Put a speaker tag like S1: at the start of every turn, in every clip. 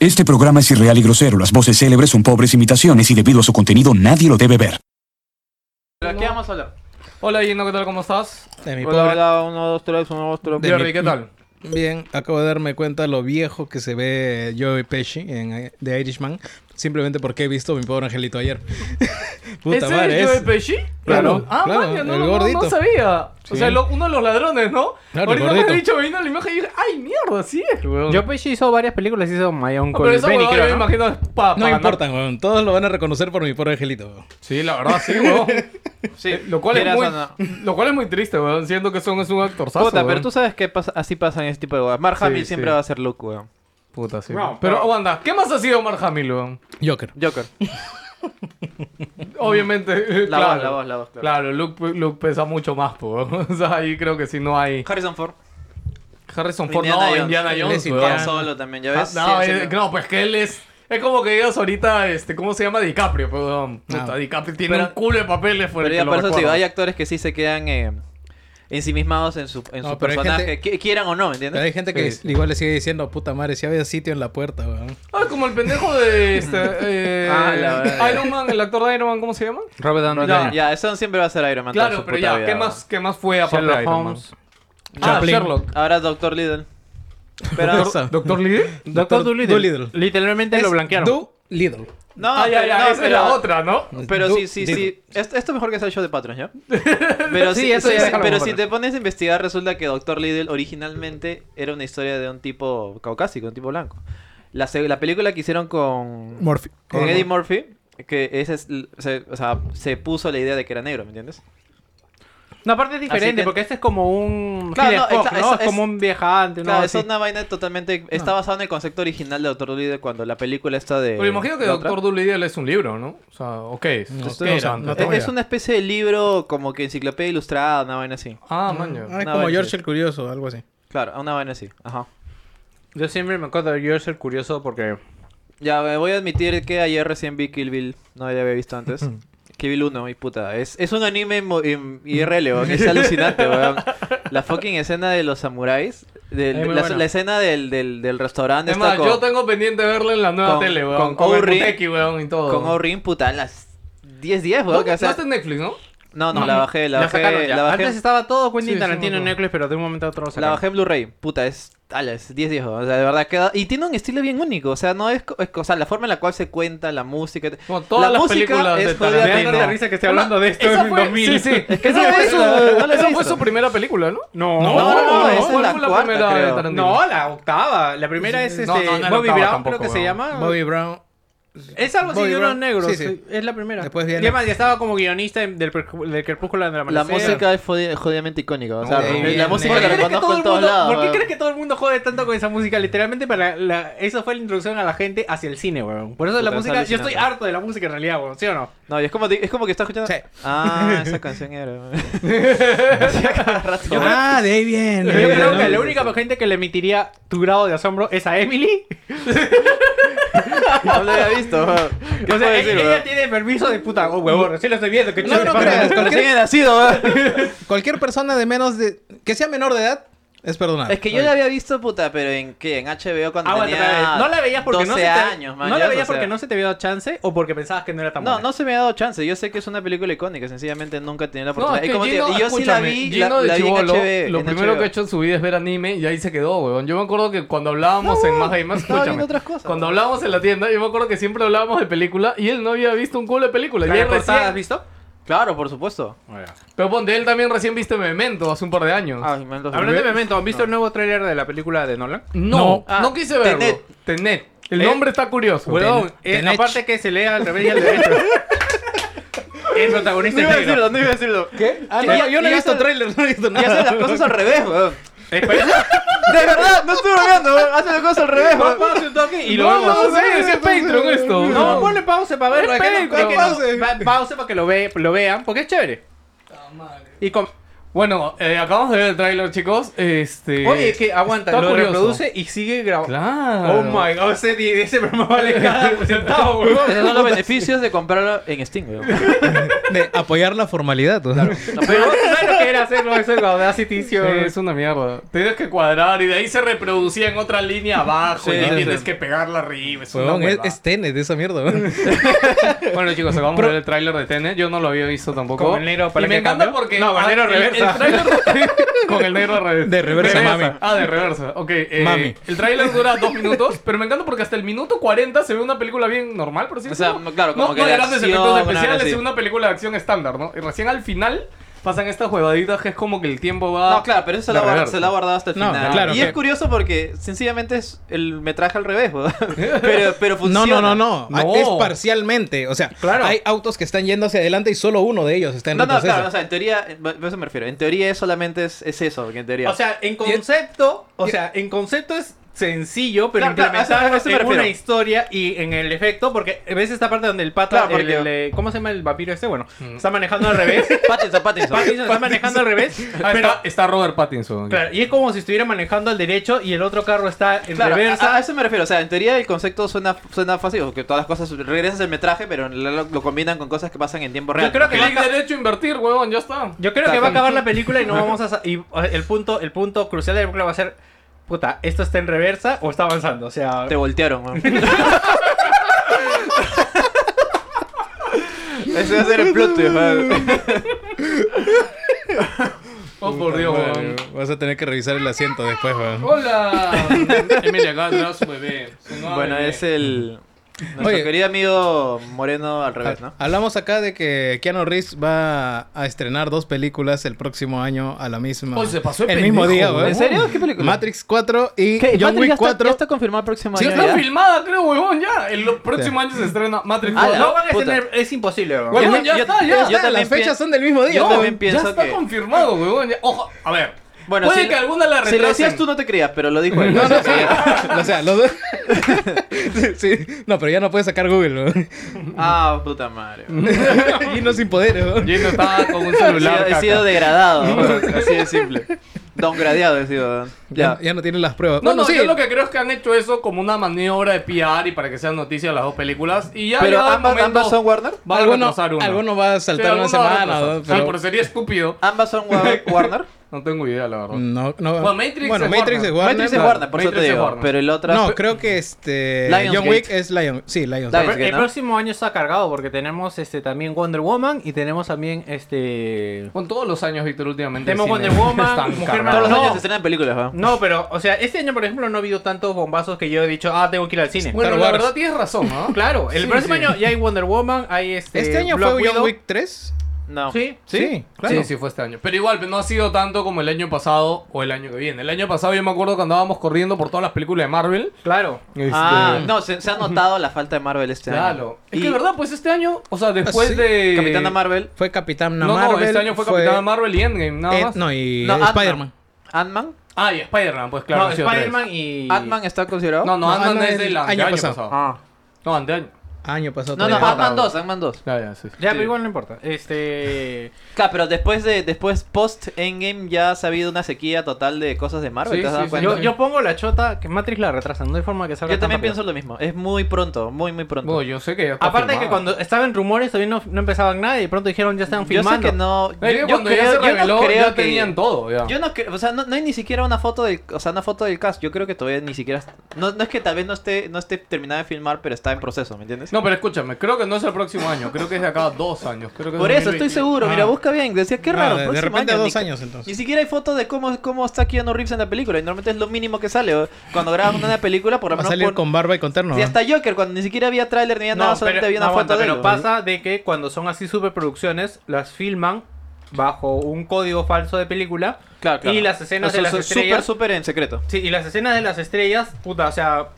S1: Este programa es irreal y grosero. Las voces célebres son pobres imitaciones y debido a su contenido nadie lo debe ver.
S2: ¿De qué vamos a hablar?
S3: Hola Yendo, ¿qué tal? ¿Cómo estás?
S4: De mi
S2: Hola,
S4: pobre-
S2: hola, uno, dos, tres, uno, dos, tres.
S4: De
S3: Jordi,
S4: mi-
S3: ¿qué tal?
S4: Bien, acabo de darme cuenta lo viejo que se ve Joey Pesci en eh, The Irishman, simplemente porque he visto mi pobre angelito ayer. Puta
S3: ¿Ese
S4: madre,
S3: es
S4: es-
S3: Joe Pesci?
S4: Claro,
S3: Ah,
S4: claro,
S3: maña, no,
S4: el
S3: no,
S4: gordito.
S3: no sabía. O
S4: Sí.
S3: sea, lo- uno de los ladrones, ¿no?
S4: Claro, el
S3: Ahorita me
S4: gordito.
S3: he dicho, me vino la imagen y dije, ¡ay, mierda! Sí es, weón.
S5: Joe
S2: pues,
S5: Pesci hizo varias películas, hizo My
S3: Ah,
S5: Uncle
S3: pero esa
S5: Benny,
S3: huevada
S5: creo,
S3: yo
S5: ¿no?
S3: me imagino es pa- para
S4: No
S3: ganar.
S4: importa, weón, todos lo van a reconocer por mi pobre angelito. weón.
S3: Sí, la verdad, sí, weón.
S2: Sí,
S3: Eh, lo, cual es
S2: quieras
S3: muy,
S2: o no.
S3: lo cual es muy triste, weón. Siento que son, es un actorzazo,
S2: Puta, pero
S3: weón.
S2: tú sabes que pasa- así pasan ese tipo de weas. Mark
S3: Sí,
S2: Hamill
S3: sí.
S2: siempre va a ser Luke, weón.
S3: Puta, sí.
S2: No,
S3: pero,
S2: pero-
S3: aguanta, ¿qué más ha sido Mark Hamill, weón?
S4: Joker.
S2: Joker.
S3: Obviamente,
S2: La
S3: claro.
S2: voz, la voz, la voz, claro.
S3: Claro, Luke, Luke pesa mucho más, po, weón. O sea, ahí creo que sí no hay...
S2: Harrison Ford.
S3: Harrison Ford,
S2: Indiana
S3: no,
S2: Jones.
S3: Indiana
S4: Él
S3: Jones,
S4: es
S3: weón.
S2: Han Solo también, ya ves.
S3: Ah, no,
S2: Siempre-
S3: eh, no, pues que él es. Es como que digas ahorita, este, ¿cómo se llama? DiCaprio, perdón.
S4: Ah.
S3: Puta, DiCaprio tiene
S2: Pero-
S3: un culo de papeles fuera
S2: Pero ya, por eso te digo, hay actores que sí se quedan eh, ensimismados en su, en
S4: No,
S2: su
S4: pero hay
S2: personaje.
S4: gente-
S2: qui- Quieran o no, ¿me
S4: Pero
S2: entiendes?
S4: hay gente que
S3: Sí.
S4: igual le sigue diciendo, puta madre, si había sitio en la puerta, weón.
S3: Ah, como el pendejo de este. eh,
S2: Ah, la verdad.
S3: Iron Man, el actor de Iron Man, ¿cómo se llama?
S5: Robert Downey
S3: Ya,
S5: Jr.
S2: Ya, eso siempre va a ser Iron Man. toda
S3: Claro,
S2: su
S3: pero
S2: puta
S3: ya,
S2: vida,
S3: ¿qué
S2: weón.
S3: más, ¿qué más fue aparte de
S5: Sherlock
S3: Iron
S5: Holmes.
S3: Man? Ah,
S4: Chaplin.
S3: Sherlock.
S2: Ahora Doctor Little. Pero
S4: Eso.
S3: ¿Doctor Lee?
S5: Doctor Doolittle.
S4: Doolittle.
S5: Literalmente lo
S4: Es
S5: blanquearon.
S4: Do Little.
S2: No,
S3: ah, ya,
S2: pero-
S3: ya,
S2: no,
S3: esa es la
S2: pero-
S3: otra, ¿no?
S2: Pero
S4: Do-
S2: sí, sí,
S4: Little.
S2: sí. Esto, esto mejor que sea el show de Patreon, ¿ya? Pero,
S5: Sí,
S2: sí,
S5: eso ya
S2: sí,
S5: déjalo
S2: pero
S5: como
S2: si
S5: Patreon.
S2: te pones a investigar, resulta que Doctor Little originalmente era una historia de un tipo caucásico, un tipo blanco. La, se- la película que hicieron con,
S4: Murphy.
S2: con Eddie Murphy, que ese es, l- se, o sea, se puso la idea de que era negro, ¿me entiendes?
S5: No, aparte es
S2: Así
S5: diferente,
S2: que-
S5: porque este es como un...
S2: Claro,
S5: Hidden
S2: no,
S5: Hawk,
S2: exa-
S5: ¿no?
S2: eso
S5: Es como
S2: es-
S5: un viajante,
S2: Claro,
S5: ¿no?
S2: es
S5: Así.
S2: una vaina totalmente... Está basada en el concepto original de Doctor Little cuando la película está de...
S3: Pero imagino que
S2: Eh, la otra.
S3: Doctor Doolittle es un libro, ¿no? O sea, ok. No,
S4: estoy- no, no
S2: Es,
S4: tengo
S2: es una especie de libro como que enciclopedia ilustrada, una vaina así.
S3: Ah, maño.
S4: Ah, es
S2: No,
S4: como
S2: vale,
S4: George
S2: sí.
S4: el Curioso, algo así.
S2: Claro, una vaina así. Ajá.
S5: Yo siempre me acuerdo de George el Curioso porque...
S2: Ya, me voy a admitir que ayer recién vi Kill Bill. No la había visto antes. Kill Bill 1, y puta. Es, es un anime mo- im- IRL, weón. Es alucinante, weón. La fucking escena de los samuráis. del-
S3: Es muy
S2: la,
S3: buena.
S2: la escena del, del, del restaurante.
S3: Es
S2: está
S3: más,
S2: con,
S3: yo tengo pendiente verla en la nueva
S2: con-
S3: tele, weón.
S2: con
S3: Con, el
S2: Orri-
S3: Muteki, weón, y todo.
S2: con Orin, puta, a las 10-10,
S3: No,
S2: weón. que,
S3: no
S2: o sea-
S3: está en Netflix, ¿no?
S2: no, no, la bajé, la
S5: sacaron
S2: bajé.
S5: ya.
S2: La
S5: Antes
S2: bajé,
S5: estaba todo Quentin
S3: Sí, sí, me
S5: Tarantino
S3: acuerdo.
S5: en Netflix, pero de un momento a otro lo
S2: la
S5: sacaron.
S2: bajé en Blu-ray. Puta, es. A las 10-10, weón. O sea, de verdad queda. Y tiene un estilo bien único. O sea, no es, co- es. O sea, la forma en la cual se cuenta, la música.
S3: Como todas
S2: la
S3: las
S2: música
S3: películas
S2: es
S3: de
S2: jodida,
S5: Me da
S3: Tarantino.
S5: tanta risa que esté hablando de esto
S3: Esa
S5: en
S3: fue-
S5: 2000.
S3: Sí, sí.
S2: Es que
S3: Esa
S2: no
S3: fue
S2: es-
S3: su,
S2: no la he
S3: esa
S2: visto.
S3: fue su primera película, ¿no?
S5: No,
S3: No,
S2: no, no, esa
S3: ¿cuál
S2: es la
S3: fue la
S2: cuarta,
S3: primera de
S2: creo.
S3: Tarantino?
S5: No, la octava. La primera es
S3: No,
S5: este,
S3: no, no es la
S5: Bobby
S3: octava
S5: Brown,
S3: tampoco,
S5: creo que se
S3: weón.
S5: llama.
S4: Bobby Brown.
S5: Es algo así
S4: Bobby
S5: de unos
S4: Brown.
S5: negros.
S4: Sí, sí.
S5: Es la primera.
S4: Después viene-
S5: Y además, ya estaba como guionista en- del, percu- del Crepúsculo de la
S2: La música es jodi- jodidamente icónica. O sea,
S4: Ok,
S2: la
S4: bien,
S2: música
S4: bien.
S2: la
S4: ¿Por qué
S5: ¿Por qué, crees que todo
S2: reconozco
S5: el
S2: en todos
S5: mundo-
S2: lados.
S5: ¿Por qué
S2: weón.
S5: crees que todo el mundo jode tanto con esa música? Literalmente, para la, la- esa fue la introducción a la gente hacia el cine, weón. Por eso
S2: Puta,
S5: la
S2: es
S5: música. Yo
S2: alucinante.
S5: estoy harto de la música en realidad, weón. ¿Sí o no?
S2: No, y es como, de- es como que está escuchando.
S4: Sí.
S2: Ah, esa canción era.
S4: Ah, de ahí viene.
S5: Yo creo que la única gente que le emitiría tu grado de asombro es a Emily.
S2: no lo había visto. weón. ¿Qué
S5: O
S2: puedo
S5: sea,
S2: decir,
S5: ella
S2: weón?
S5: tiene permiso de puta. Oh, huevón, recién lo estoy viendo. qué
S4: No,
S5: chévere,
S4: no
S5: paja.
S4: creas. cualquier-
S2: Recién he nacido, weón.
S4: Cualquier persona de menos de. que sea menor de edad es perdonable.
S2: Es que yo la había visto, puta, pero ¿en qué? En HBO cuando
S5: Aguanta,
S2: tenía.
S5: espérate, Ah, no la veías porque
S2: 12
S5: no se te,
S2: años, man,
S5: no
S2: ya,
S5: la veías
S2: o sea.
S5: porque no se te había dado chance o porque pensabas que no era tan
S2: No,
S5: buena.
S2: no se me ha dado chance. Yo sé que es una película icónica. Sencillamente nunca he tenido la
S3: No,
S2: oportunidad.
S3: es que
S2: Y Eh, como te digo,
S3: Gino,
S2: y yo sí la
S3: escúchame,
S2: vi,
S3: Gino
S2: la,
S3: de
S2: la vi en
S3: chibolo,
S2: HBO.
S3: Lo
S2: en
S3: primero
S2: HBO.
S3: que ha hecho en su vida es ver anime y ahí se quedó, weón. Yo me acuerdo que cuando hablábamos en Más Gamers,
S2: Ah, estaba
S3: escúchame.
S2: viendo otras cosas,
S3: cuando
S2: weón.
S3: hablábamos en la tienda, yo me acuerdo que siempre hablábamos de película y él no había visto un culo de película.
S5: ¿La
S3: Y él
S5: de portada has
S3: recién...
S5: visto?
S2: Claro, por supuesto.
S3: Pero ponte, él también recién viste Memento hace un par de años.
S2: Ay, me lo-
S5: Hablando de Memento, ¿han visto el nuevo tráiler de la película de Nolan?
S3: no, no,
S2: Ah,
S3: quise verlo. Tenet.
S2: Tenet.
S3: El
S5: Eh,
S3: nombre está curioso.
S5: Huevón,
S4: Ten-
S5: eh,
S4: Tenech.
S5: aparte que se lea al revés y al derecho. El protagonista
S2: No iba a
S5: es negro.
S2: decirlo, no iba a decirlo. ¿Qué?
S4: Ah, no, yo no he visto trailer, no he visto
S2: Y hacen
S4: nada.
S2: las cosas al revés, weón.
S5: Eh, parece-
S2: De verdad, no estoy bromeando, weón. Hacen las cosas al revés, weón.
S5: Vamos un toque y
S3: No,
S5: luego...
S3: no, sí, es Patreon esto.
S5: No, ponle pausa para verlo.
S3: Es
S5: es que no-
S3: Patreon.
S5: es que no- pa- Pausa para que lo, ve, lo vean, porque es chévere. Y con...
S3: Bueno, eh, acabamos de ver el tráiler, chicos. Este...
S5: Oye, que aguanta,
S3: está
S5: lo
S3: curioso.
S5: reproduce y sigue grabando.
S3: Claro.
S5: Oh my god, ese, di- ese programa vale cada centavo,
S2: Esos
S5: weón.
S2: son los beneficios de comprarlo en Steam, weón.
S4: De apoyar la formalidad. o sea.
S2: pues,
S5: Pero ¿sabes lo que era hacerlo eso en Audacity, sí,
S3: Sí,
S5: weón.
S3: es una mierda. Tienes que cuadrar y de ahí se reproducía en otra línea
S2: Sí,
S3: abajo y ahí
S2: sí,
S3: tienes
S2: sí.
S3: que pegarla arriba. Es una
S4: Huevón, es,
S3: huevada.
S4: es Tenet esa mierda, weón.
S3: Bueno, chicos, acabamos de ver el tráiler de Tenet. Yo no lo había visto tampoco.
S5: ¿Con el negro
S3: y
S5: palanca
S3: me
S5: de
S3: encanta
S5: cambio?
S3: porque...
S5: No, con el negro
S3: ah,
S5: reversa.
S3: tráiler- con el negro reversa.
S4: De reversa, mami.
S3: Ah, de reversa. Ok. eh,
S4: Mami.
S3: El tráiler dura dos minutos, pero me encanta porque hasta el minuto 40 se ve una película bien normal, por así
S2: O sea,
S3: decirlo.
S2: claro,
S3: no,
S2: como que
S3: no hay
S2: de
S3: grandes
S2: acción,
S3: efectos
S2: una
S3: especiales,
S2: vaina así.
S3: es una película de acción estándar, ¿no? Y recién al final pasan estas huevaditas que es como que el tiempo va...
S2: No, claro, pero eso se
S3: de
S2: lo, ha guard-
S3: reversa.
S2: se lo ha guardado hasta el
S4: No,
S2: final.
S4: claro,
S2: y
S4: que-
S2: es curioso porque sencillamente es el metraje al revés, weón. pero, pero funciona.
S4: No, no, no, no.
S3: No.
S4: Es parcialmente. O sea,
S3: Claro.
S4: hay autos que están yendo hacia adelante y solo uno de ellos está en
S2: No, no,
S4: retroceso.
S2: claro, o sea, en teoría, a eso me refiero. En teoría es solamente es, es eso, que en teoría.
S5: O sea, en concepto, o sea, en concepto es sencillo,
S2: Claro,
S5: pero
S2: claro, a
S5: implementarlo
S2: eso me
S5: en
S2: refiero.
S5: una historia y en el efecto, porque ves esta parte donde el pata,
S2: Claro, porque- Mm.
S5: el- el- ¿cómo se llama el vampiro este? Bueno, está manejando al revés.
S2: Pattinson, Pattinson.
S5: Pattinson está manejando al revés,
S3: Ah,
S5: pero
S3: está, está Robert Pattinson.
S5: claro, y es como si estuviera manejando al derecho y el otro carro está en
S2: Claro,
S5: reversa.
S2: a, a eso me refiero. O sea, en teoría el concepto suena, suena fácil, o que todas las cosas regresas el metraje, pero en realidad lo, lo combinan con cosas que pasan en tiempo real.
S5: Yo creo que
S3: Clic
S5: va a-
S3: derecho, invertir, huevón, ya está.
S5: Yo creo que va a acabar la película y no vamos a sa- y o, el punto el punto crucial de la película va a ser puta, esto está en reversa o está avanzando, o sea,
S2: Te voltearon, weón. Ese va a ser el plot twist, weón.
S3: Oh, por Dios,
S4: Madre,
S3: huevón.
S2: um,
S4: Vas a tener que revisar el asiento después, weón.
S3: Hola. Emilia, acá atrás su bebé. su nueva
S2: Bueno,
S3: bebé.
S2: es eh, el. Nuestro
S4: Oye.
S2: querido amigo Moreno al revés, ¿no?
S4: Hablamos acá de que Keanu Reeves va a estrenar dos películas el próximo año a la misma.
S3: Oye, se pasó de
S4: el mismo
S3: pendejo,
S4: día,
S3: weón.
S4: weón.
S2: ¿En serio? ¿Qué película?
S4: Matrix 4 y
S2: ¿Qué?
S4: John
S2: Matrix ya
S4: Wick
S2: está- ya
S4: 4.
S2: está confirmado el próximo
S4: Sí,
S2: año.
S3: Está
S2: ya.
S3: filmada, creo, huevón, ya. El lo- próximo año se estrena Matrix.
S2: Ah,
S3: huevón.
S5: no van a
S2: puta.
S5: tener es imposible. weón.
S3: Huevón,
S2: yo-
S3: ya
S2: yo-
S3: está,
S2: yo
S3: ya.
S4: Ya,
S2: también
S4: las fechas
S2: pien-
S4: son del mismo día.
S2: yo
S4: weón.
S2: también pienso
S3: ya está
S2: que-
S3: confirmado, huevón. ya. Ojo, a ver.
S2: Bueno,
S3: Puede
S2: si-
S3: que alguna la
S2: Si
S3: retrasen.
S2: lo decías tú no te creías, pero lo dijo él.
S4: No, no, sí. o sea, los dos. sí, sí. No, pero ya no puede sacar Google, weón.
S2: Ah, puta madre. weón.
S4: y no sin poderes, weón.
S3: Gino estaba con un
S2: He sido,
S3: celular.
S2: he
S3: caca.
S2: sido degradado. weón. Así de simple. Don gradeado he sido. weón. Ya.
S4: Ya. ya no tiene las pruebas.
S3: No,
S4: Bueno,
S3: no,
S4: sí.
S3: yo lo que creo es que han hecho eso como una maniobra de PR y para que sean noticias las dos películas. Y ya
S2: Pero
S3: llegado el
S2: ambas,
S3: momento,
S2: ambas son Warner.
S3: van a
S4: alguno,
S3: retrasar una.
S4: alguno va a
S3: Sí,
S4: saltar una
S3: alguno va a
S4: semana.
S3: retrasar. Ah,
S4: weón,
S3: Ay,
S4: pero-
S3: pero sería estúpido.
S2: Ambas son Wa- Warner.
S3: No tengo idea, la verdad.
S2: Mm.
S4: No, no.
S3: Bueno, Matrix
S4: bueno,
S3: es
S4: Matrix
S3: Warner.
S4: es Warner.
S2: Matrix es
S4: no.
S2: Warner, por eso te
S3: Matrix es
S2: digo.
S3: Warner.
S2: Pero el otro.
S4: No, creo que este.
S2: Lionsgate.
S4: John Wick es Lion. Sí, Lion.
S2: Lion-
S5: Pero
S2: que
S5: el
S2: no.
S5: próximo año está cargado porque tenemos este también Wonder Woman y tenemos también este
S3: Con todos los años, Víctor, últimamente.
S5: Tenemos
S3: el
S5: Wonder
S3: cine
S5: Woman,
S3: está
S5: Mujer
S3: cargado.
S2: Todos los
S5: No.
S2: años se estrenan películas, ¿va?
S5: no, pero, o sea, este año, por ejemplo, no ha habido tantos bombazos que yo he dicho, ah, tengo que ir al cine.
S3: Bueno,
S4: Star
S3: la
S4: Wars.
S3: verdad tienes razón, ¿no?
S5: Claro, el
S3: Sí,
S5: próximo
S3: sí.
S5: año ya hay Wonder Woman, hay este.
S4: ¿Este año
S5: Black
S4: fue John
S5: Widow.
S4: Wick 3?
S2: No.
S5: Sí,
S4: Sí, claro.
S3: Eh, Sí, sí fue este año. Pero igual, no ha sido tanto como el año pasado o el año que viene. El año pasado yo me acuerdo cuando andábamos corriendo por todas las películas de Marvel.
S5: claro.
S2: Ah,
S3: Este,
S2: no, se, se ha notado la falta de Marvel este año.
S3: Claro. Es
S2: Y
S3: que de verdad, pues este año, o sea, después
S4: Ah, sí.
S3: de...
S2: Capitana Marvel,
S4: Fue Capitán
S3: No, no,
S4: Marvel.
S3: este año fue Capitana Marvel y Endgame, nada
S4: Ed-
S3: más.
S4: no, y
S2: No, Ant-Man.
S4: Spider-Man.
S2: Ant-Man.
S3: Ah, y Spider-Man, pues claro.
S5: no,
S3: han sido tres.
S5: Spider-Man y.
S2: Ant-Man está considerado.
S3: No, no,
S4: No,
S3: Ant-Man
S4: Ant-Man
S3: es del
S4: el
S3: año,
S4: año
S3: año
S4: pasado.
S3: pasado.
S5: Ah.
S3: No, anteaño.
S4: Año pasado.
S2: No, no,
S4: todavía.
S2: Ant-Man 2, Ant-Man 2.
S3: Ya, ya, sí. sí.
S5: Ya, pero igual no importa. Este.
S2: Claro, pero después de después post Endgame ya ha habido una sequía total de cosas de Marvel,
S3: Sí,
S2: ¿te has
S3: sí,
S2: dado
S3: sí.
S2: cuenta?
S5: Yo, yo pongo la chota que Matrix la retrasan, no hay forma que salga.
S2: Yo
S5: tan
S2: también
S5: rápido.
S2: pienso lo mismo, es muy pronto, muy muy pronto.
S3: Bueno, yo sé que ya está
S5: Aparte de que
S3: firmado.
S5: cuando estaban rumores todavía no, no empezaban nada y de pronto dijeron ya
S2: yo
S5: están
S2: sé
S5: filmando.
S2: que no,
S3: Es
S2: yo,
S3: que
S2: yo
S3: Eh, cuando ya
S2: creo,
S3: se
S2: yo no
S3: reveló,
S2: creo
S3: ya
S2: que-
S3: tenían todo, ya.
S2: Yo no creo, o sea, no, no hay ni siquiera una foto del, o sea, una foto del cast. Yo creo que todavía ni siquiera no, no es que tal vez no esté no esté terminada de filmar, pero está en proceso, ¿me entiendes?
S3: No, pero escúchame, creo que no es el próximo año, creo que es de acá a dos años. Creo que es
S2: Por eso estoy
S3: 2020.
S2: seguro, mira,
S4: Ah.
S2: busca bien, decía qué
S4: Ah,
S2: raro,
S4: de- de
S2: próximo
S4: repente
S2: año,
S4: dos
S2: ni-
S4: años, entonces.
S2: Ni siquiera hay foto de cómo, cómo está Keanu Reeves en la película, y normalmente es lo mínimo que sale. o- Cuando graban una película, por lo
S4: Va a
S2: menos
S4: salir
S2: pon-
S4: con barba y con terno.
S2: Si
S4: ¿eh?
S2: hasta Joker, cuando ni siquiera había tráiler ni había nada, solamente había una
S5: no
S2: foto de
S5: aguanta, pero
S2: él.
S5: pasa de que cuando son así superproducciones, las filman bajo un código falso de película
S2: Claro, Ah, claro.
S5: y las escenas
S2: O sea,
S5: de las
S2: su- Súper,
S5: estrellas
S2: súper en secreto.
S5: Sí, y las escenas de las estrellas, puta, o sea,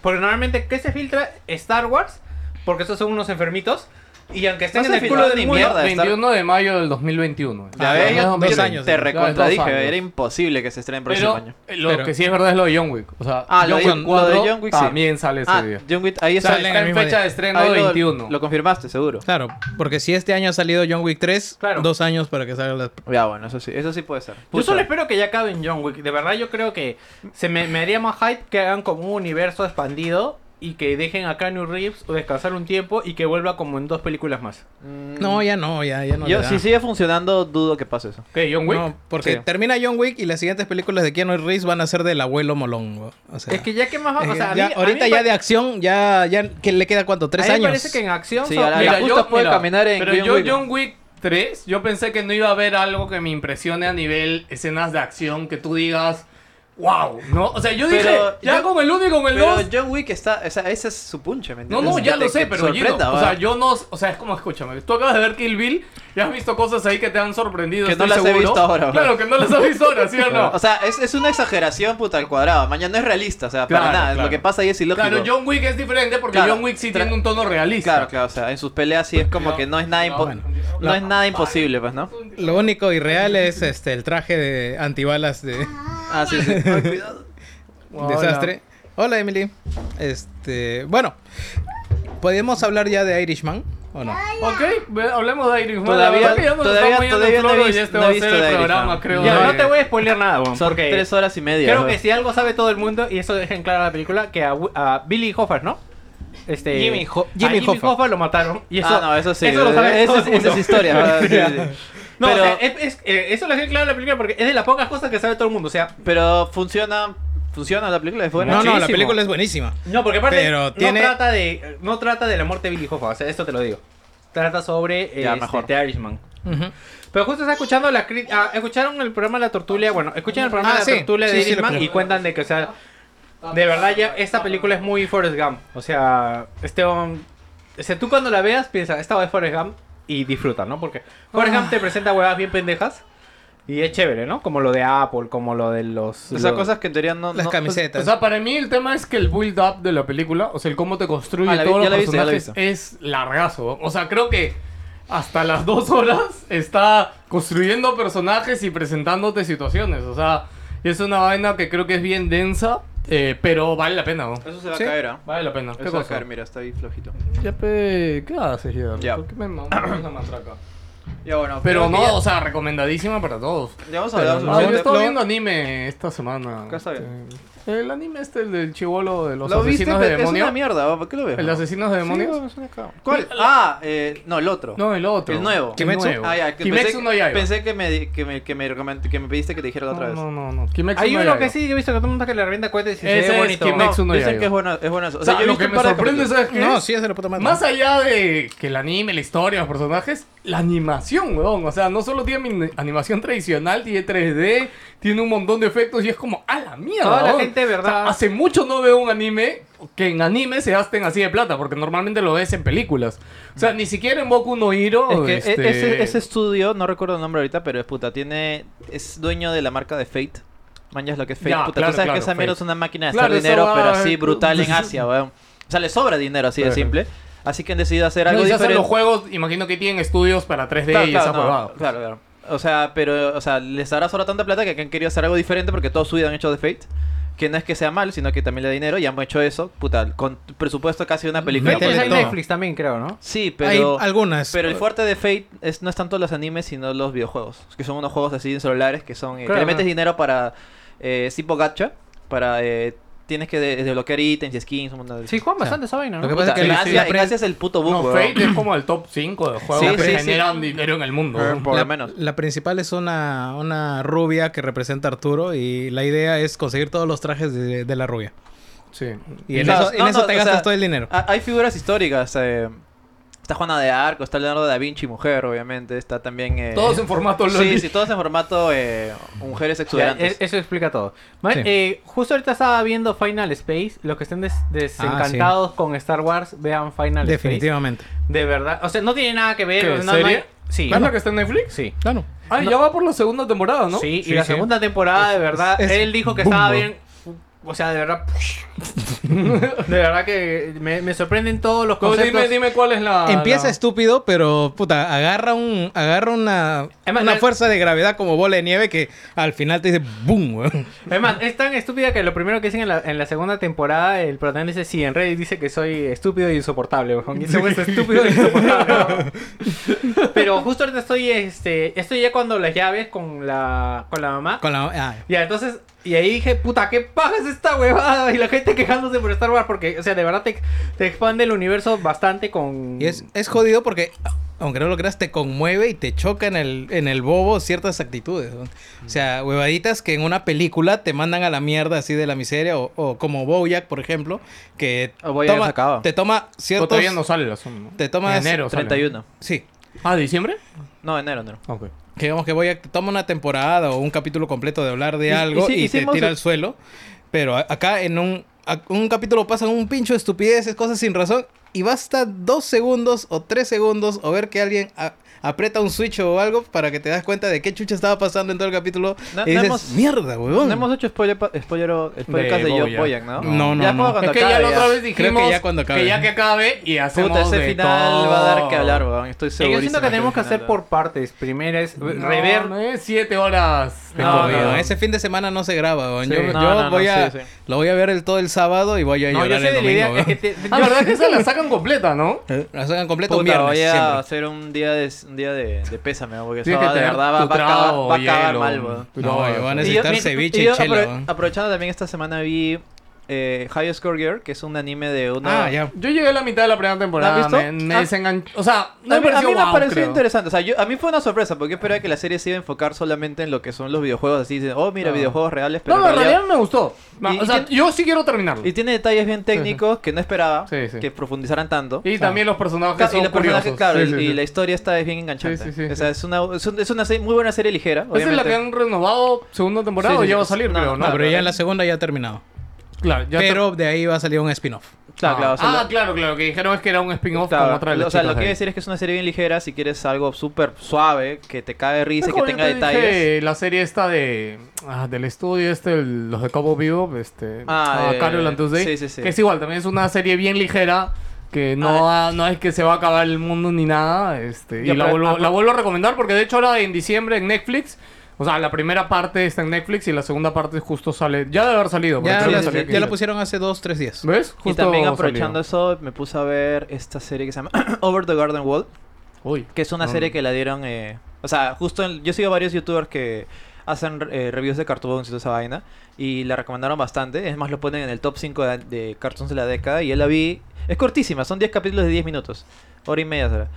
S5: porque normalmente ¿qué se filtra? Star Wars, porque esos son unos enfermitos y aunque estén
S2: No
S5: en
S2: se
S5: el
S2: filtró
S5: culo del
S2: ni
S5: mundo,
S2: mierda. estar-
S3: 21 de mayo del 2021.
S4: Ya
S2: Ya
S4: ves,
S2: ves,
S4: dos
S2: yo te-
S4: años.
S2: te
S3: Ya ves, Ah, dos años.
S2: recontradije, era imposible que se estrene el próximo
S3: Pero
S2: año.
S3: eh, lo
S4: Pero-
S3: que sí es verdad es lo de John Wick. O sea,
S2: Ah, lo
S3: John
S2: de-
S3: Wick
S2: lo de
S3: 4
S2: John Wick, sí.
S3: también sale ese
S2: Ah,
S3: día.
S2: John Witt, ahí
S3: O sea,
S2: está.
S4: Sale en
S3: está
S4: el
S3: en
S4: mismo
S3: fecha
S4: día.
S3: de estreno
S2: ahí lo-
S3: 21.
S2: Lo confirmaste, seguro.
S4: Claro, porque si este año ha salido John Wick 3,
S5: Claro.
S4: dos años para que salga la...
S2: Ya, bueno, eso sí, eso sí puede ser.
S5: Yo
S2: Puta.
S5: solo espero que ya acaben John Wick. De verdad, yo creo que se me, me haría más hype que hagan como un universo expandido y que dejen a Keanu Reeves descansar un tiempo y que vuelva como en dos películas más.
S4: No, ya no, ya, ya no.
S2: Mm, Yo,
S4: le da.
S2: si sigue funcionando, dudo que pase eso.
S3: ¿Qué, John Wick?
S4: No, porque
S2: Sí.
S4: termina John Wick y las siguientes películas de Keanu Reeves van a ser del abuelo Molón. ¿no? O sea,
S5: Es que ya que más
S4: es
S5: va-
S4: que
S5: o sea,
S4: ya-
S5: a mí- a mí
S4: ahorita
S5: me
S4: ya
S5: pare-
S4: de acción, ya, ya que le queda cuánto, tres
S5: a mí
S4: años.
S5: me parece que en acción
S2: Sí,
S5: son-
S2: ahora la
S5: mira,
S2: justa puede caminar en
S3: Pero
S2: John
S3: yo
S2: Wick.
S3: John Wick 3, yo pensé que no iba a haber algo que me impresione a nivel escenas de acción que tú digas, wow, ¿no? O sea, yo
S2: Pero
S3: dije, ya
S2: yo-
S3: con el 1 y con el
S2: Pero
S3: 2...
S2: John Wick está. esa- ese es su punche, ¿me
S3: No,
S2: entiendes?
S3: no, ya
S2: Que te-
S3: lo sé,
S2: que te
S3: pero Gino,
S2: sorprenda,
S3: o sea,
S2: ¿verdad?
S3: yo no, o sea, es como, escúchame, tú acabas de ver Kill Bill, ya has visto cosas ahí que te han sorprendido,
S2: Que no
S3: estoy
S2: las he
S3: seguro.
S2: visto ahora, Ah,
S3: Claro, que no las has visto ahora, ¿sí o no?
S2: O sea, es, es una exageración puta al cuadrado. Mañana no es realista, o sea, para
S3: Claro,
S2: nada.
S3: claro.
S2: Lo que pasa ahí es ilógico.
S3: Claro, John Wick es diferente porque
S2: Claro.
S3: John Wick sí
S2: Tra-
S3: tiene un tono realista.
S2: Claro, claro, o sea, en sus peleas sí es como que no es nada,
S3: No,
S2: impo-
S3: bueno.
S2: no es nada imposible, pues, ¿no?
S4: Lo único irreal es este el traje de antibalas de
S2: Ah, sí, sí. Ay, cuidado.
S4: desastre. Hola, Emily. Este, bueno, ¿podemos hablar ya de Irishman o no?
S3: Ok, ve- hablemos de Irishman.
S2: Todavía-
S3: La verdad que ya nos
S2: todavía-
S3: estamos yendo
S2: todavía
S3: en
S2: no he
S3: floro y
S2: visto-
S3: este
S2: no
S3: va
S2: he
S3: a ser
S2: visto
S3: el
S2: de
S3: programa,
S2: Irishman.
S3: creo.
S5: Ya,
S3: de-
S5: no te voy a spoilear nada, weón,
S2: eh. Son
S5: porque
S2: tres horas y media.
S5: creo
S2: ¿no?
S5: que si algo sabe todo el mundo, y eso dejen clara la película, que a, Wi- a Billy Hoffer, ¿no? Este,
S4: Jimmy Ho-
S5: a
S4: Jimmy
S5: Jimmy
S4: Hoffa.
S5: Hoffa lo mataron. Y eso,
S2: ah, no, eso sí.
S5: Eso lo sabe
S2: Esa
S5: todo
S2: es,
S5: el mundo.
S2: esa es historia. ¿verdad? Sí, sí, sí.
S5: No,
S2: pero,
S5: o sea, es- es- eh, eso lo dejen clara la película porque es de las pocas cosas que sabe todo el mundo. O sea,
S2: pero funciona, funciona la película es buena.
S4: No, no, la
S5: Muchísimo.
S4: película es buenísima.
S5: No, porque aparte
S4: Pero
S5: no,
S4: tiene-
S5: trata de, no trata de la muerte de Billy Hoffa, o sea, esto te lo digo. Trata sobre eh,
S2: Ya,
S5: este,
S2: mejor.
S5: The Irishman.
S4: Ujú.
S5: Pero justo está escuchando la cri- ah, escucharon el programa La Tortulia, bueno, escuchan el programa
S4: Ah,
S5: La
S4: sí.
S5: Tortulia de
S4: Sí, sí, lo
S5: Irishman
S4: escuché.
S5: y cuentan de que, o sea, de verdad ya esta película es muy Forrest Gump, o sea, este um, o sea, tú cuando la veas piensa, esta va de Forrest Gump y disfruta, ¿no? Porque Forrest Gump te presenta huevadas bien pendejas y es chévere, ¿no? Como lo de Apple, como lo de los
S2: Esas
S5: los-
S2: cosas que en teoría no.
S4: Las
S2: no-
S4: camisetas.
S3: O sea, para mí el tema es que el build up de la película, o sea, el cómo te construye
S2: Ah, la vi-
S3: todos
S2: ya
S3: los
S2: la he visto, ya la he
S3: personajes es largazo. O sea, creo que hasta las dos horas está construyendo personajes y presentándote situaciones. O sea, es una vaina que creo que es bien densa, eh, pero vale la pena, ¿no?
S2: Eso se va
S4: Sí.
S2: a caer, ¿ah?
S3: Vale la pena. ¿Qué
S2: Eso va a
S3: cosa?
S2: caer, mira, está ahí flojito.
S3: Ya, pe, ¿Qué haces, Gerard?
S2: Ya.
S3: ¿Por qué me mandas una matraca?
S2: Ya, bueno.
S3: Pero
S2: creo que
S3: no,
S2: ya-
S3: o sea, recomendadísima para todos.
S2: Ya vamos a hablar
S4: Pero
S2: sobre
S3: Ah,
S4: no,
S3: yo
S2: el
S4: te-
S3: estaba
S4: lo-
S3: viendo anime esta semana.
S2: ¿Qué está
S3: Este,
S2: bien?
S3: El anime este, el del chivolo de los
S2: ¿Lo viste?
S3: asesinos de
S2: Es
S3: demonio.
S2: una mierda, ¿va? ¿por qué lo ves?
S3: ¿El de asesinos de demonios?
S2: ¿Cuál? Ah, eh, no, el otro.
S3: No, el otro.
S2: El nuevo.
S4: Kimetsu.
S3: El nuevo.
S2: Ah, ya, que pensé,
S3: Kimetsu
S2: que-
S3: no Yaiba.
S2: pensé que me, di- que me, que me, recomend- que me pediste que te dijera la otra
S3: no,
S2: vez.
S3: no, no, no. Kimetsu
S5: Hay
S3: no
S5: uno
S3: Yaiba.
S5: que sí, yo he visto que todo el mundo que le revienta cohetes y se
S3: Ese
S5: ve
S3: es
S5: bonito.
S3: Kimetsu. Kimetsu no
S2: dicen
S3: Yaiba.
S2: que es bueno, es bueno. O sea,
S3: O sea,
S2: yo he
S3: lo
S2: visto
S3: que
S2: un
S3: me
S2: par de
S3: sorprende,
S2: capítulos.
S3: ¿sabes qué?
S4: No,
S3: es?
S4: sí es de la puta madre.
S3: Más allá de que el anime, la historia, los personajes, la animación, weón. O sea, no solo tiene min- animación tradicional, tiene 3D, tiene un montón de efectos y es como, a la mierda.
S5: Toda la
S3: weón".
S5: gente, ¿verdad?
S3: O sea, hace mucho no veo un anime que en anime se gasten así de plata, porque normalmente lo ves en películas. O sea, ni siquiera en Boku no Hero.
S2: Es que
S3: este,
S2: e- ese, ese estudio, no recuerdo el nombre ahorita, pero es puta, tiene, es dueño de la marca de Fate. Manjas lo que es Fate.
S3: Ya,
S2: puta,
S3: claro,
S2: tú sabes
S3: claro,
S2: que esa mierda
S3: Fate.
S2: es una máquina de
S3: Claro,
S2: hacer
S3: eso
S2: dinero,
S3: va- eh,
S2: pero así brutal en Asia, weón. O sea, le sobra dinero así de
S3: Claro.
S2: simple. Así que han decidido hacer
S3: No,
S2: algo
S3: y se hacen
S2: diferente.
S3: los juegos, imagino que tienen estudios para 3D y esa
S2: no,
S3: huevada.
S2: claro, claro. O sea, pero, o sea, les habrá sobrado tanta plata que han querido hacer algo diferente porque todos su vida han hecho de Fate. Que no es que sea mal, sino que también le da dinero y han hecho eso, puta, con presupuesto casi de una película.
S5: Fate
S4: Métele
S5: está en
S4: todo.
S5: Netflix también, creo, ¿no?
S2: Sí, pero.
S4: Hay algunas.
S2: Pero el fuerte de Fate es, no es tanto los animes, sino los videojuegos. Que son unos juegos así en celulares que son. eh,
S5: Claro,
S2: que le metes
S5: claro.
S2: dinero para. Eh, es tipo gacha. Para. eh, tienes que de- desbloquear ítems y skins. Un montón de...
S5: Sí, juegan bastante esa vaina,
S4: Lo que
S5: ¿no?
S4: pasa
S2: Puta,
S4: es que
S2: en
S4: la-
S2: Asia-
S4: la
S2: en
S4: pre-
S2: Asia es el puto boom,
S3: No,
S2: weón.
S3: Fate es como el top 5 de juegos
S2: Sí,
S3: que
S2: sí, sí.
S3: generan dinero en el mundo. weón.
S2: Por
S4: la,
S2: lo menos.
S4: la principal es una, una rubia que representa a Arturo y la idea es conseguir todos los trajes de, de la rubia.
S3: Sí.
S4: Y en
S2: Claro,
S4: eso, en
S2: no,
S4: eso
S2: no,
S4: te
S2: o
S4: gastas
S2: sea,
S4: todo el dinero.
S2: Ah, hay figuras históricas. eh, está Juana de Arco, está Leonardo da Vinci, mujer, obviamente. Está también. eh,
S3: Todos en formato LOL.
S2: Sí, sí, todos en formato eh, mujeres
S5: Ya,
S2: exuberantes.
S5: es- eso explica todo. Man,
S4: Sí.
S5: eh, justo ahorita estaba viendo Final Space. Los que estén des- desencantados con Star Wars, vean Final Space.
S4: Definitivamente.
S5: De verdad. O sea, no tiene nada que ver.
S3: ¿Qué,
S5: o sea, no- no hay-
S3: serie?
S5: Sí.
S3: ¿Es la que está en Netflix?
S5: Sí.
S4: Claro.
S3: Ah, ya va por la segunda temporada, ¿no?
S5: Sí,
S4: Sí,
S5: y la
S4: sí.
S5: segunda temporada, de verdad,
S4: es- es
S5: él dijo que
S4: bumbo.
S5: estaba bien. O sea, de verdad. de verdad que me, me sorprenden todos los
S3: Pero
S5: conceptos.
S3: Pues dime, dime cuál es la.
S4: Ah, Empieza
S3: la-
S4: estúpido, pero puta, agarra un agarra una,
S5: Además,
S4: una
S5: el-
S4: fuerza de gravedad como bola de nieve que al final te dice boom, weón.
S5: Es más, es tan estúpida que lo primero que dicen en la, en la segunda temporada, el protagonista dice, sí, en Reddit dice que soy estúpido e insoportable, weón. Y ese weón es estúpido e insoportable, weón. Pero justo ahorita estoy, este, estoy ya cuando las llaves con la, con la mamá.
S4: Con la- ah,
S5: Ya, entonces, Y ahí dije, puta, ¿qué paja es esta huevada? Y la gente quejándose por Star Wars, porque, o sea, de verdad te, te expande el universo bastante con...
S4: Y es, es jodido porque, aunque no lo creas, te conmueve y te choca en el, en el bobo ciertas actitudes. ¿no? O sea, huevaditas que en una película te mandan a la mierda así de la miseria, o, o como Bojack, por ejemplo, que
S2: Ah, Bojack ya se
S4: toma,
S2: acaba.
S4: te toma
S3: O
S4: ciertos...
S3: todavía no sale el asunto. ¿no?
S4: Te tomas
S3: En enero sale.
S2: 31.
S4: Sí,
S3: Ah, ¿diciembre?
S2: No, enero, enero.
S3: Ok.
S4: que digamos que Bojack te toma una temporada o un capítulo completo de hablar
S2: Y-
S4: de
S2: y
S4: algo
S2: sí,
S4: y, te
S2: hicimos-
S4: tira al suelo. Pero a- acá en un, a- un capítulo pasan un pincho de estupideces, cosas sin razón. Y basta dos segundos o tres segundos o ver que alguien a- aprieta un switch o algo para que te das cuenta de qué chucha estaba pasando en todo el capítulo.
S2: No-
S4: y
S2: no
S4: dices,
S2: hemos-
S4: mierda, huevón.
S2: No hemos hecho spoiler, pa- spoiler, spoilercast de,
S3: De
S2: Yo
S3: Bojack.
S2: Boyack, ¿no?
S4: No, no,
S2: ya
S4: no.
S2: fue cuando
S3: es que ya
S2: acabe,
S3: la otra vez
S4: Creo
S3: dijimos
S4: que ya cuando acabe.
S3: que ya que acabe y hacemos
S2: Puta, ese
S3: de
S2: final
S3: todo.
S2: va a dar que hablar, weón. Estoy
S5: Y
S2: seguro.
S5: yo siento que tenemos que hacer por partes. Primero es eh,
S3: No,
S5: rever...
S3: no es siete horas. de
S4: No,
S5: No,
S3: corrido.
S4: no,
S5: no.
S4: ese fin de semana no se graba. huevón.
S5: Sí.
S4: Yo,
S5: No,
S4: yo
S2: no, no,
S4: voy a,
S2: sí, sí.
S4: lo voy a ver el, todo el sábado y voy a
S5: No,
S4: llorar
S5: yo
S4: el
S5: sé de la
S4: domingo.
S5: idea es que
S4: huevón.
S5: te-
S3: Ah,
S5: yo-
S3: ¿verdad que esa la sacan completa, no?
S4: La sacan completo un
S2: Puta,
S4: viernes.
S2: voy a
S4: siempre.
S2: hacer un día de, un día de, de pésame, weón, porque
S3: Tienes
S2: eso va-
S3: que
S2: de
S3: tener
S2: verdad va,
S3: tu
S2: va a acabar,
S3: trago,
S2: va a acabar
S3: hielo,
S2: mal,
S3: un-
S2: weón.
S3: tu
S4: No,
S3: trago,
S4: yo van a
S2: Y
S3: sí.
S4: necesitar
S2: mi-
S4: ceviche y
S2: yo
S4: chela,
S2: aprove-
S4: weón.
S2: aprovechando también esta semana vi eh, High Score Girl, que es un anime de una...
S4: Ah, ya.
S3: Yo llegué a la mitad de la primera temporada.
S2: ¿La has
S3: Me,
S2: visto?
S3: me
S2: Ah.
S3: desenganchó. O sea, no
S2: A
S3: me
S2: mí, a
S3: pareció
S2: mí me
S3: wow,
S2: pareció
S3: creo.
S2: interesante. O sea, yo- a mí fue una sorpresa porque yo esperaba que la serie se iba a enfocar solamente en lo que son los videojuegos. Así dicen, oh, mira,
S3: No.
S2: videojuegos reales. Pero
S3: Ah. No,
S2: en
S3: en
S2: realidad-
S3: realidad me gustó.
S2: Y-
S3: o
S2: y
S3: sea,
S2: tiene-
S3: yo sí quiero terminarlo.
S2: Y tiene detalles bien técnicos que no esperaba
S3: Sí, sí.
S2: que profundizaran tanto.
S3: Y también los personajes
S2: Claro,
S3: son
S2: y los personajes,
S3: curiosos.
S2: claro,
S3: Sí,
S2: y,
S3: sí,
S2: y
S3: sí.
S2: la historia está es bien enganchante.
S3: Sí, sí, sí,
S2: o
S3: sí.
S2: sea, es una, es un- es una serie- muy buena serie ligera.
S3: ¿Esa es la
S2: obviamente.
S3: que han renovado segunda temporada
S2: Sí,
S3: o
S2: sí,
S3: ya va a
S2: sí.
S3: salir,
S2: No,
S3: creo,
S4: No,
S3: ¿no?
S4: pero ya en la segunda ya ha terminado.
S3: Claro, ya
S4: pero de ahí va a salir un spin-off.
S2: Claro,
S3: Ah,
S2: claro, o sea,
S3: ah,
S2: la-
S3: claro, claro, que dijeron es que era un spin-off
S2: claro,
S3: con otra de las
S2: o sea, lo
S3: chicas
S2: que
S3: ahí.
S2: quiero decir es que es una serie bien ligera. Si quieres algo súper suave, que te cae de risa, y que
S3: Es como
S2: tenga
S3: yo te
S2: detalles.
S3: dije, la serie esta de ah, del estudio este el- los de Cabo Vivo, este
S2: Ah, de-
S3: Carol and Tuesday,
S2: sí, sí, sí.
S3: que es igual, también es una serie bien ligera que no ha- no es que se va a acabar el mundo ni nada, este
S2: Ah, eh. Ya,
S3: y la
S2: pero-
S3: vuelvo
S2: ah,
S3: la vuelvo a recomendar porque de hecho ahora en diciembre en Netflix o sea, la primera parte está en Netflix y la segunda parte justo sale. Ya debe haber salido. porque
S4: Ya,
S3: creo que
S4: la,
S3: salió
S4: ya
S3: aquí.
S4: la pusieron hace dos, tres días.
S3: ¿Ves? Justo
S2: y también
S3: salió.
S2: aprovechando eso, me puse a ver esta serie que se llama Over the Garden Wall.
S3: Uy.
S2: Que es una
S3: No,
S2: serie
S3: no.
S2: que la dieron. eh, o sea, justo. en- yo sigo a varios youtubers que hacen eh, reviews de cartoons y toda esa vaina. Y la recomendaron bastante. Es más, lo ponen en el top 5 de, de cartoons de la década. Y yo la vi. Es cortísima, son 10 capítulos de 10 minutos. Hora y media será.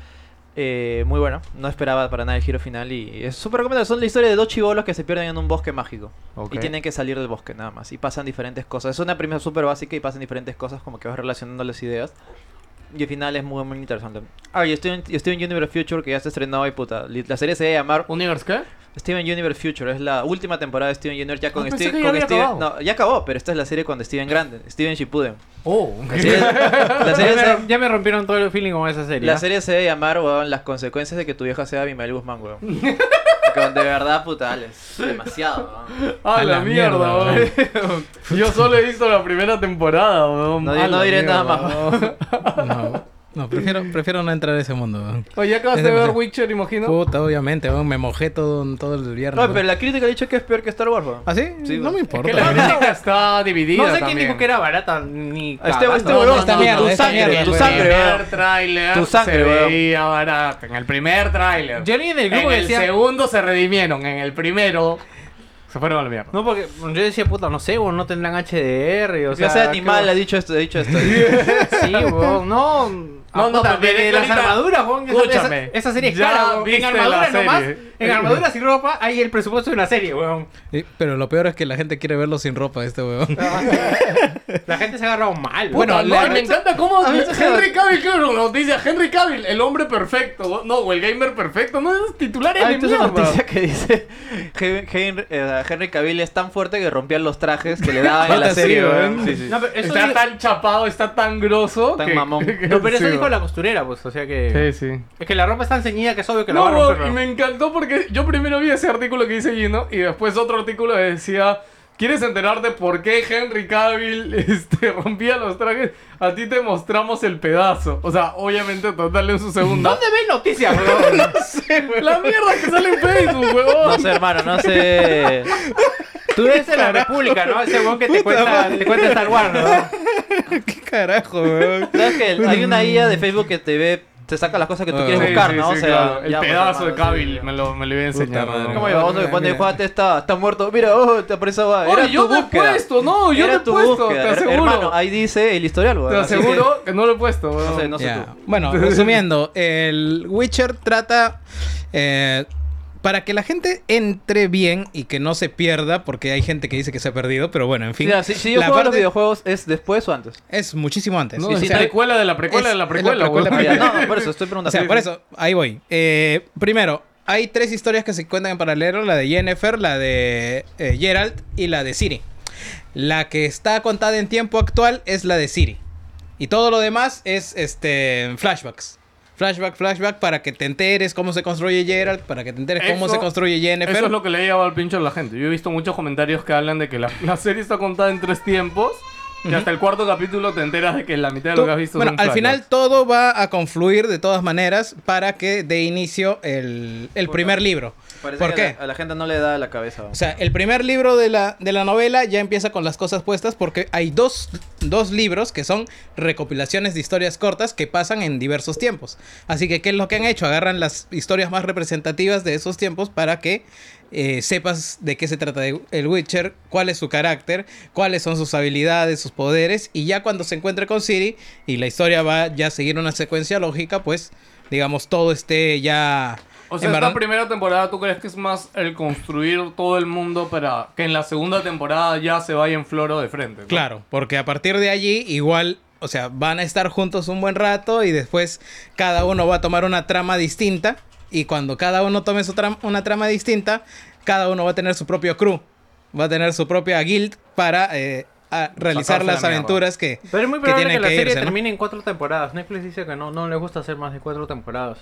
S2: Eh, muy bueno, no esperaba para nada el giro final. Y es súper recomendable. Son la historia de dos chivolos que se pierden en un bosque mágico.
S3: Ok.
S2: Y tienen que salir del bosque nada más. Y pasan diferentes cosas. Es una premisa súper básica y pasan diferentes cosas, como que vas relacionando las ideas. Y el final es muy, muy interesante. Ah, y Steven, y Steven Universe Future, que ya se estrenó y puta. li- La serie se debe llamar
S3: ¿Universe qué?
S2: Steven Universe Future. Es la última temporada de Steven Universe ya con,
S3: Ah, pensé
S2: Steve-
S3: que
S2: con
S3: ya había
S2: Steven.
S3: acabado.
S2: No, ya acabó, pero esta es la serie con Steven Grande, Steven Shippuden.
S3: Oh.
S2: La serie, la serie
S5: ya,
S2: se,
S5: me, ya me rompieron todo el feeling con esa serie.
S2: la
S5: ¿eh?
S2: serie se debe llamar, weón, Las consecuencias de que tu vieja sea Abimael Guzmán, weón. Porque, de verdad, puta, es demasiado, weón.
S3: A, Ah, la, mierda, weón. Yo solo he visto la primera temporada, weón.
S2: No
S3: A
S2: di- no
S3: la
S2: diré nada
S3: mierda,
S2: más,
S3: weón.
S4: No, no, prefiero, prefiero no entrar a ese mundo. weón.
S3: Oye, acabas
S4: Es
S3: de ver
S4: demasiado.
S3: Witcher, imagino.
S4: Puta, obviamente, weón, me mojé todo, todo el viernes.
S2: No,
S4: weón.
S2: pero la crítica ha dicho que es peor que Star Wars, weón.
S4: ¿Ah, sí?
S2: Sí,
S4: no me
S2: es
S4: importa.
S3: que la
S4: weón.
S3: crítica está dividida
S5: No sé quién
S3: también.
S5: dijo que era barata, ni
S2: Este-
S5: cagando.
S2: este
S5: No,
S2: huevón,
S5: no,
S4: esta
S5: no,
S4: mierda,
S5: no.
S2: tu
S4: esta
S2: sangre,
S4: mierda,
S2: tu
S4: weón.
S2: sangre,
S3: En el
S2: weón.
S3: primer tráiler
S2: Tu sangre,
S3: se
S2: weón.
S3: veía barata. En el primer tráiler.
S5: Yo ni en el
S3: En
S5: grupo
S3: el
S5: decía...
S3: segundo se redimieron. En el primero se fueron a la mierda.
S5: No, porque yo decía, puta, no sé, weón, no tendrán HDR, o
S2: O sea,
S5: sea...
S2: ese animal
S5: qué-
S2: ha dicho esto, ha dicho esto.
S5: Sí, weón, no...
S3: No, no,
S5: puta,
S3: pero
S5: de- de las
S3: ahorita-
S5: armaduras, weón. esa-
S3: Escúchame.
S5: Esa, esa serie es
S3: Ya
S5: cara, weón. En
S3: viste
S5: armaduras
S3: la
S5: nomás,
S3: serie.
S5: en armaduras y ropa, hay el presupuesto de una serie, weón.
S4: Sí, pero lo peor es que la gente quiere verlo sin ropa, este weón.
S5: La gente se ha agarrado mal, weón.
S4: Bueno,
S3: Puta,
S4: la-
S3: no, me encanta cómo
S2: a mí se-
S3: Henry Cavill, claro, nos dice Henry Cavill, el hombre perfecto, no, o el gamer perfecto, no, esos
S5: Ah,
S3: titulares
S2: Hay
S3: de
S2: una
S3: mierda.
S2: noticia que dice Hen- Hen- eh, Henry Cavill es tan fuerte que rompían los trajes que le daban en la
S4: Puta, sí,
S2: serie,
S4: weón.
S2: weón. Sí, sí.
S5: No, pero eso
S3: está
S5: digo-
S3: tan chapado, está tan grosso.
S2: Tan
S3: que-
S2: mamón.
S3: que-
S5: No, pero eso
S3: sí,
S5: dijo
S3: weón.
S5: la costurera, pues, o sea que...
S3: Sí, sí.
S5: Es que la ropa es tan ceñida que es obvio que la
S3: No,
S5: va a romper,
S3: bro, y
S5: weón.
S3: me encantó porque yo primero vi ese artículo que dice Gino y después otro artículo que decía, ¿quieres enterarte por qué Henry Cavill este, rompía los trajes? A ti te mostramos el pedazo. O sea, obviamente tratarle en su segunda.
S5: ¿Dónde ven noticias, weón?
S3: La mierda que sale en Facebook, huevón.
S2: No sé, hermano, no sé.
S5: Tú eres de la República, ¿no? Ese weón que
S4: Puta
S5: te cuenta,
S4: madre.
S5: te cuenta Star Wars, ¿no?
S4: ¿Qué carajo, weón?
S2: ¿Sabes que hay una IA de Facebook que te ve te saca las cosas que tú
S4: Ah.
S2: quieres
S4: Sí,
S2: buscar, ¿no? o sea,
S3: claro. El
S2: ya, pues,
S3: pedazo de
S2: hermano, sí.
S3: Cabil me lo, me lo iba a enseñar.
S4: madre.
S3: ¿no?
S2: Como
S4: Oye,
S2: el baboso que
S4: mira,
S2: pone,
S4: mira.
S2: Juate está, está muerto. Mira, oh, te aparece esa
S3: Oye,
S2: Era
S3: yo
S2: tu
S3: no he
S2: búsqueda.
S3: puesto, no, yo
S2: Era
S3: no he
S2: tu
S3: puesto, te
S2: búsqueda. Her-
S3: aseguro.
S2: Hermano, ahí dice el historial, weón.
S3: Te
S2: así
S3: aseguro que... no lo he puesto,
S2: que-
S3: weón.
S2: no sé, no sé
S4: Ya.
S2: tú.
S4: Bueno, resumiendo, el Witcher trata eh, para que la gente entre bien y que no se pierda, porque hay gente que dice que se ha perdido, pero bueno, en fin.
S2: Mira, si, si yo
S4: la
S2: juego a los
S4: parte
S2: videojuegos, ¿es después o antes?
S4: Es muchísimo antes.
S3: No,
S4: O
S3: es
S4: sea,
S3: la precuela de la precuela de la
S4: es-
S3: precuela,
S4: es la precuela,
S2: Ah,
S3: weón.
S2: ya, no, por eso estoy
S4: O
S2: preguntando.
S4: sea, por eso, ahí voy. Eh, primero, hay tres historias que se cuentan en paralelo, la de Jennifer, la de eh, Geralt y la de Ciri. La que está contada en tiempo actual es la de Ciri. Y todo lo demás es este flashbacks. Flashback, flashback, para que te enteres cómo se construye Geralt, para que te enteres cómo
S3: Eso-
S4: se construye Jennifer.
S3: Eso es lo que le he llevado al pincho a la gente. Yo he visto muchos comentarios que hablan de que la, la serie está contada en tres tiempos. Y hasta el cuarto capítulo te enteras de que la mitad de lo
S4: Tú-
S3: que has visto
S4: bueno,
S3: son
S4: al
S3: flashbacks.
S4: final todo va a confluir de todas maneras para que dé inicio el, el primer libro.
S2: Parece
S4: ¿Por
S2: que
S4: qué?
S2: a la- A la gente no le da la cabeza. weón.
S4: O sea, el primer libro de la, de la novela ya empieza con las cosas puestas porque hay dos, dos libros que son recopilaciones de historias cortas que pasan en diversos tiempos. Así que, ¿qué es lo que han hecho? Agarran las historias más representativas de esos tiempos para que eh, sepas de qué se trata de- el Witcher, cuál es su carácter, cuáles son sus habilidades, sus poderes. Y ya cuando se encuentre con Siri y la historia va ya a seguir una secuencia lógica, pues, digamos, todo esté ya...
S3: O sea,
S4: embaran-
S3: esta primera temporada, ¿tú crees que es más el construir todo el mundo para que en la segunda temporada ya se vaya en floro de frente? ¿no?
S4: Claro, porque a partir de allí igual, o sea, van a estar juntos un buen rato y después cada uno va a tomar una trama distinta y cuando cada uno tome su tram- una trama distinta, cada uno va a tener su propio crew, va a tener su propia guild para eh, a- realizar
S3: Sacarse la
S4: las
S3: mierda.
S4: aventuras que,
S5: Pero es muy
S4: que
S5: probable que,
S4: tienen
S5: la serie
S4: irse, ¿no?
S5: termine en cuatro temporadas. Netflix dice que no, no le gusta hacer más de cuatro temporadas.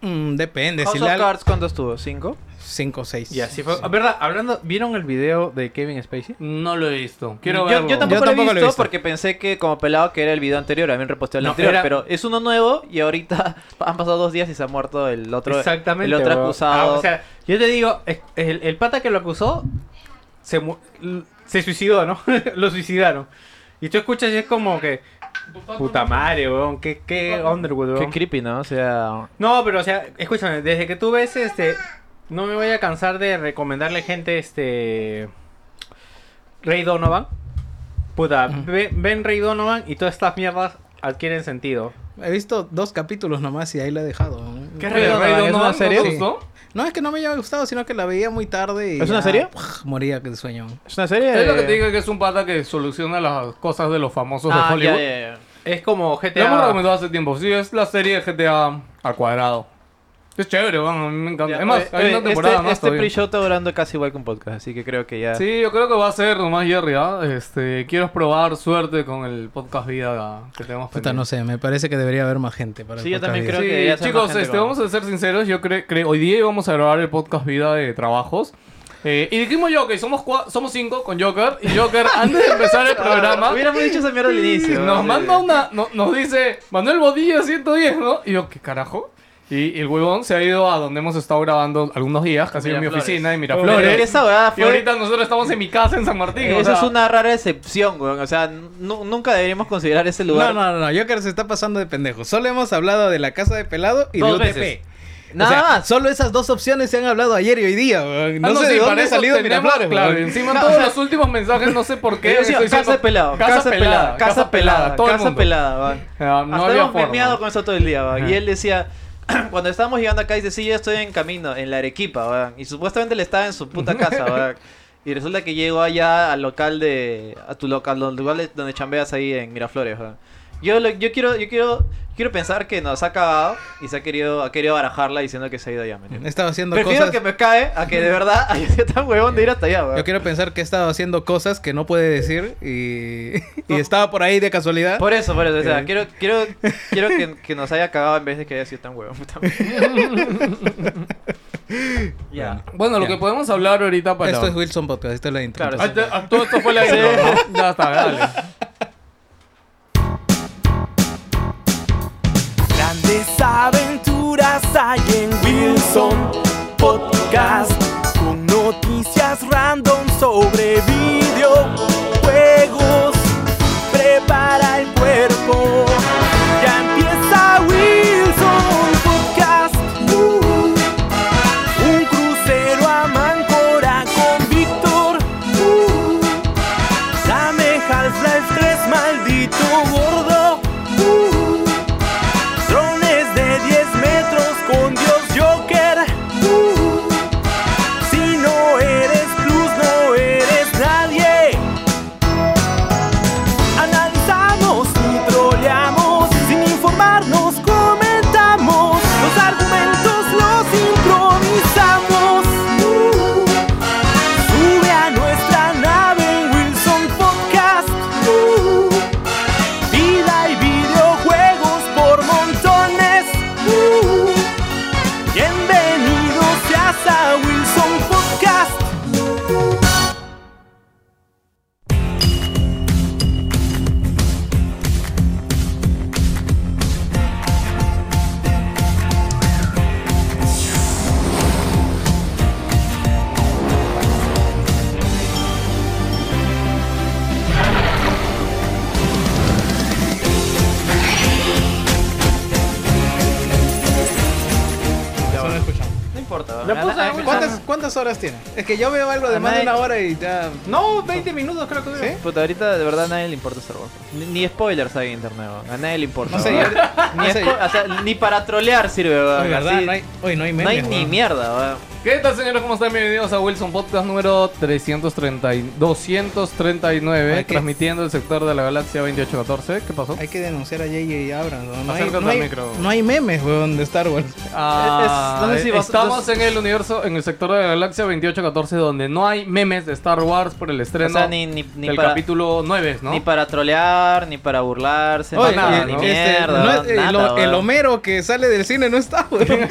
S4: Mm, depende,
S2: House
S4: si
S2: of
S4: la...
S2: Cards, ¿cuánto estuvo? ¿Cinco?
S4: 5 o 6.
S5: Y así fue. Ah, ¿Verdad? Hablando, ¿vieron el video de Kevin Spacey?
S3: No lo he visto. Quiero
S2: Yo,
S3: verlo.
S2: yo tampoco,
S4: Yo
S2: lo, he
S4: tampoco
S2: visto
S4: lo he visto.
S2: porque pensé que como pelado que era el video anterior, a mí me reposteó el
S5: No,
S2: anterior,
S5: era-
S2: pero es uno nuevo y ahorita han pasado dos días y se ha muerto el otro,
S5: Exactamente.
S2: el otro
S5: weón.
S2: acusado.
S5: Ah, o sea, yo te digo, es- el, el pata que lo acusó se, mu- l- se suicidó, ¿no? lo suicidaron. Y tú escuchas y es como que. Puta madre, weón. Qué, qué Underwood,
S2: Qué
S5: weón.
S2: creepy, ¿no? O sea,
S5: No, pero o sea, escúchame, desde que tú ves este. No me voy a cansar de recomendarle gente este. Rey Donovan. Puta, ve- ven Rey Donovan y todas estas mierdas adquieren sentido.
S4: He visto dos capítulos nomás y ahí la he dejado.
S3: ¿Qué
S2: Rey
S3: Rey
S2: Donovan? ¿Es
S3: Donovan?
S2: una
S3: ¿No te
S2: serie?
S3: gustó?
S4: No es que no me haya gustado, sino que la veía muy tarde y...
S2: ¿Es una
S4: ya,
S2: serie?
S4: moría de sueño.
S2: es una serie.
S3: Es lo que
S2: de-
S3: te digo que es un pata que soluciona las cosas de los famosos
S2: Eh. Ah,
S3: de Hollywood.
S2: ya, ya, ya.
S5: Es como
S3: Lo hemos
S5: GTA.
S3: recomendado hace tiempo. Sí, es la serie de GTA al cuadrado. Es chévere, van, a mí me encanta. es más,
S2: Eh,
S3: hay
S2: eh,
S3: una temporada
S2: este,
S3: más
S2: este
S3: todavía.
S2: pre-show está durando casi igual que un podcast, así que creo que ya...
S3: Sí, yo creo que va a ser nomás Jerry, ¿ah? Este, quiero probar suerte con el podcast vida que tenemos
S4: Puta, no
S3: pendiente.
S4: sé, me parece que debería haber más gente para el
S2: Sí, yo
S4: podcast
S2: también
S4: video.
S2: creo que ya
S3: Sí,
S2: sea más
S3: chicos,
S2: gente
S3: este,
S2: con-
S3: vamos a ser sinceros, yo creo que hoy día íbamos a grabar el podcast vida de trabajos. Eh, y dijimos yo que somos cua- somos cinco con Joker y Joker antes de empezar el programa
S2: Ah, Hubiéramos dicho esa mierda al inicio. ¿no?
S3: nos
S2: Sí.
S3: manda una no- nos dice Manuel Bodilla 110, ¿no? Y yo qué carajo. Y el huevón se ha ido a donde hemos estado grabando algunos días, casi en mi
S2: Miraflores.
S3: oficina en
S2: Pero que
S3: Miraflores.
S2: esa weá
S3: Y
S2: fue...
S3: ahorita nosotros estamos en mi casa en San Martín. o
S2: Esa
S3: sea,
S2: es una rara excepción, weón. O sea, nu- nunca deberíamos considerar ese
S4: No,
S2: lugar.
S4: no, no, no, Joker se está pasando de pendejo. Solo hemos hablado de la casa de pelado y
S2: Dos
S4: de UTP.
S2: veces.
S4: O
S2: Nada
S4: sea,
S2: más.
S4: Solo esas dos opciones se han hablado ayer y hoy día. weón. No
S3: Ah,
S4: sé de
S3: sí, para
S4: dónde ha
S3: eso
S4: salido
S3: tenemos-
S4: Miraflores.
S3: Claro,
S4: weón.
S3: encima todos los últimos mensajes, no sé por qué.
S2: Yo decía,
S3: estoy
S2: casa
S3: diciendo,
S2: pelada, casa pelada, casa pelada,
S3: todo el
S2: casa
S3: mundo.
S2: pelada, weón.
S3: Ah, no
S2: Hasta
S3: había
S2: hemos
S3: forma.
S2: memeado con eso todo el día, weón. Y él decía, cuando estábamos llegando acá, dice, sí, yo estoy en camino, en la Arequipa, weón. Y supuestamente le estaba en su puta casa, weón. Y resulta que llegó allá al local de... A tu local, los lugares donde chambeas ahí en Miraflores, weón. Yo, lo- yo quiero yo quiero quiero pensar que nos ha cagado y se ha querido ha querido barajarla diciendo que se ha ido allá, ¿me entiendes?
S4: He estado haciendo
S2: Prefiero
S4: cosas.
S2: que me cae a que de verdad haya sido tan huevón de ir hasta allá, weón.
S4: Yo quiero pensar que he estado haciendo cosas que no puede decir y, y estaba por ahí de casualidad.
S2: Oh. Por eso, por eso. O sea,
S4: Eh.
S2: quiero, quiero, quiero que, que nos haya cagado en vez de que haya sido tan huevón. puta madre. Ya.
S3: Bueno, lo que podemos hablar ahorita para...
S4: Esto es Wilson Podcast, esto es la intro.
S2: Claro,
S3: Ah, te- ah, todo esto fue la intro, ¿no? Ya está, dale.
S6: Grandes aventuras hay en Wilson Podcast con noticias random sobre videojuegos. Prepara el cuerpo, ya empieza Wilson
S5: La puse
S2: Ana-
S5: en
S4: ¿Cuántas, ¿Cuántas horas tiene? Es que yo veo algo de más de una hora y ya.
S5: No, 20 minutos creo que dura.
S4: ¿Sí?
S2: Puta, ahorita de verdad a nadie le importa Star Wars. Ni, ni spoilers hay en internet, weón. A nadie le importa.
S4: No sé,
S2: weón.
S4: yo-
S2: ni,
S4: no sé.
S2: spo- o sea, ni para trolear sirve, weón.
S4: Oye, verdad,
S2: Así-
S4: no hay, oye, no hay
S2: Ah, no hay
S4: memes,
S2: ni
S4: weón.
S2: mierda, weón.
S3: ¿Qué tal, señores? ¿Cómo están? Bienvenidos a Wilson Podcast número 330 y- 239,
S4: Hay que-
S3: transmitiendo el sector de la galaxia 2814. ¿Qué pasó?
S4: Hay que denunciar a J.J. Abrams. No, No hay,
S3: Acércate
S4: no,
S3: al
S4: hay,
S3: micro.
S4: no hay memes, weón, de Star Wars.
S3: Ah,
S2: Es- no sé si vas-
S3: estamos
S2: no
S3: en el universo, en el sector de la galaxia 2814, donde no hay memes de Star Wars por el estreno
S2: O sea, ni, ni, ni
S3: del
S2: para,
S3: capítulo 9, ¿no?
S2: ni para trolear, ni para burlarse,
S4: Oye,
S2: ni, para-
S3: eh,
S2: ni
S3: ¿no?
S4: este,
S2: mierda.
S4: no es-
S2: weón,
S4: eh,
S2: nada,
S4: lo- el
S2: weón.
S4: Homero que sale del cine no está, weón.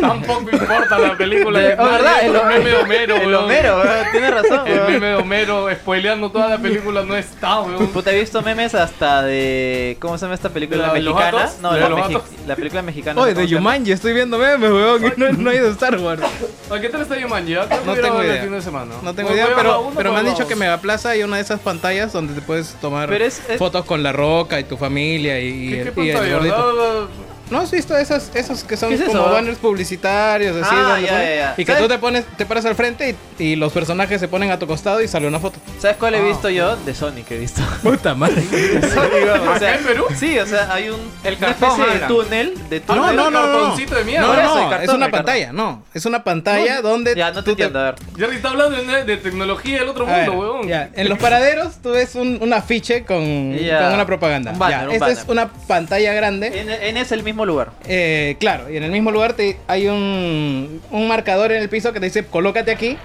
S3: Tampoco importa la película.
S2: De- oh, verdad, el
S3: el meme de Homero,
S2: El
S3: weón.
S2: Homero, weón, tiene razón,
S3: El
S2: weón.
S3: meme de Homero, spoileando toda la película, no está, weón.
S2: Puta, he visto memes hasta de. ¿Cómo se llama esta película
S3: ¿De la de los
S2: mexicana?
S3: gatos?
S2: No,
S3: ¿De
S2: la,
S3: los
S2: mexi-
S3: gatos?
S2: la película mexicana.
S4: Oye,
S2: ¿cómo
S4: de
S2: se llama?
S4: Yumanji, estoy viendo memes, weón. y No, no hay de Star Wars.
S3: ¿A qué tal está Yumanji? Yo creo que
S4: No
S3: hubiera
S4: tengo
S3: ido
S4: idea.
S3: El fin de semana.
S4: No tengo
S3: Voy-
S4: idea,
S3: voy a
S4: pero,
S3: Pues uno
S4: pero me
S3: por
S4: han dicho
S3: dos.
S4: que Megaplaza hay una de esas pantallas donde te puedes tomar
S2: Pero es- es-
S4: fotos con la roca y tu familia y, y
S3: ¿Qué,
S4: el,
S3: qué
S4: y el
S3: pantalla?
S4: gordito.
S3: No, no, no.
S4: ¿No has visto esas, esos que son
S2: ¿Qué es
S4: como
S2: eso?
S4: banners publicitarios? Así,
S2: Ah,
S4: donde
S2: ya,
S4: ponen-
S2: ya, ya.
S4: Y que
S2: ¿Sabes?
S4: tú te pones, te paras al frente y, y los personajes se ponen a tu costado y sale una foto.
S2: ¿Sabes
S4: Ah,
S2: cuál he visto yo? De Sonic he visto.
S4: Puta madre.
S2: o sea,
S3: en Perú?
S2: Sí, o sea, hay un,
S5: El
S2: una
S5: cartón
S2: especie de
S5: habla.
S2: túnel.
S4: Ah,
S2: De túnel.
S3: no, no, no. cartoncito de mierda.
S4: No,
S2: Por eso, el
S4: no,
S2: cartón,
S4: es una
S2: el cartón.
S4: pantalla, no. Es una pantalla donde
S2: Ya, no te entiendo, a ver.
S3: Jerry está hablando de, de tecnología del otro
S4: A ver,
S3: mundo, weón.
S4: ya, En los paraderos tú ves un, un afiche con,
S2: Ya.
S4: con una propaganda.
S2: Un banner,
S4: Ya,
S2: un
S4: esta
S2: banner.
S4: es una pantalla grande.
S2: En, en ese el mismo lugar.
S4: Eh, claro, y en el mismo lugar te, hay un, un marcador en el piso que te dice colócate aquí.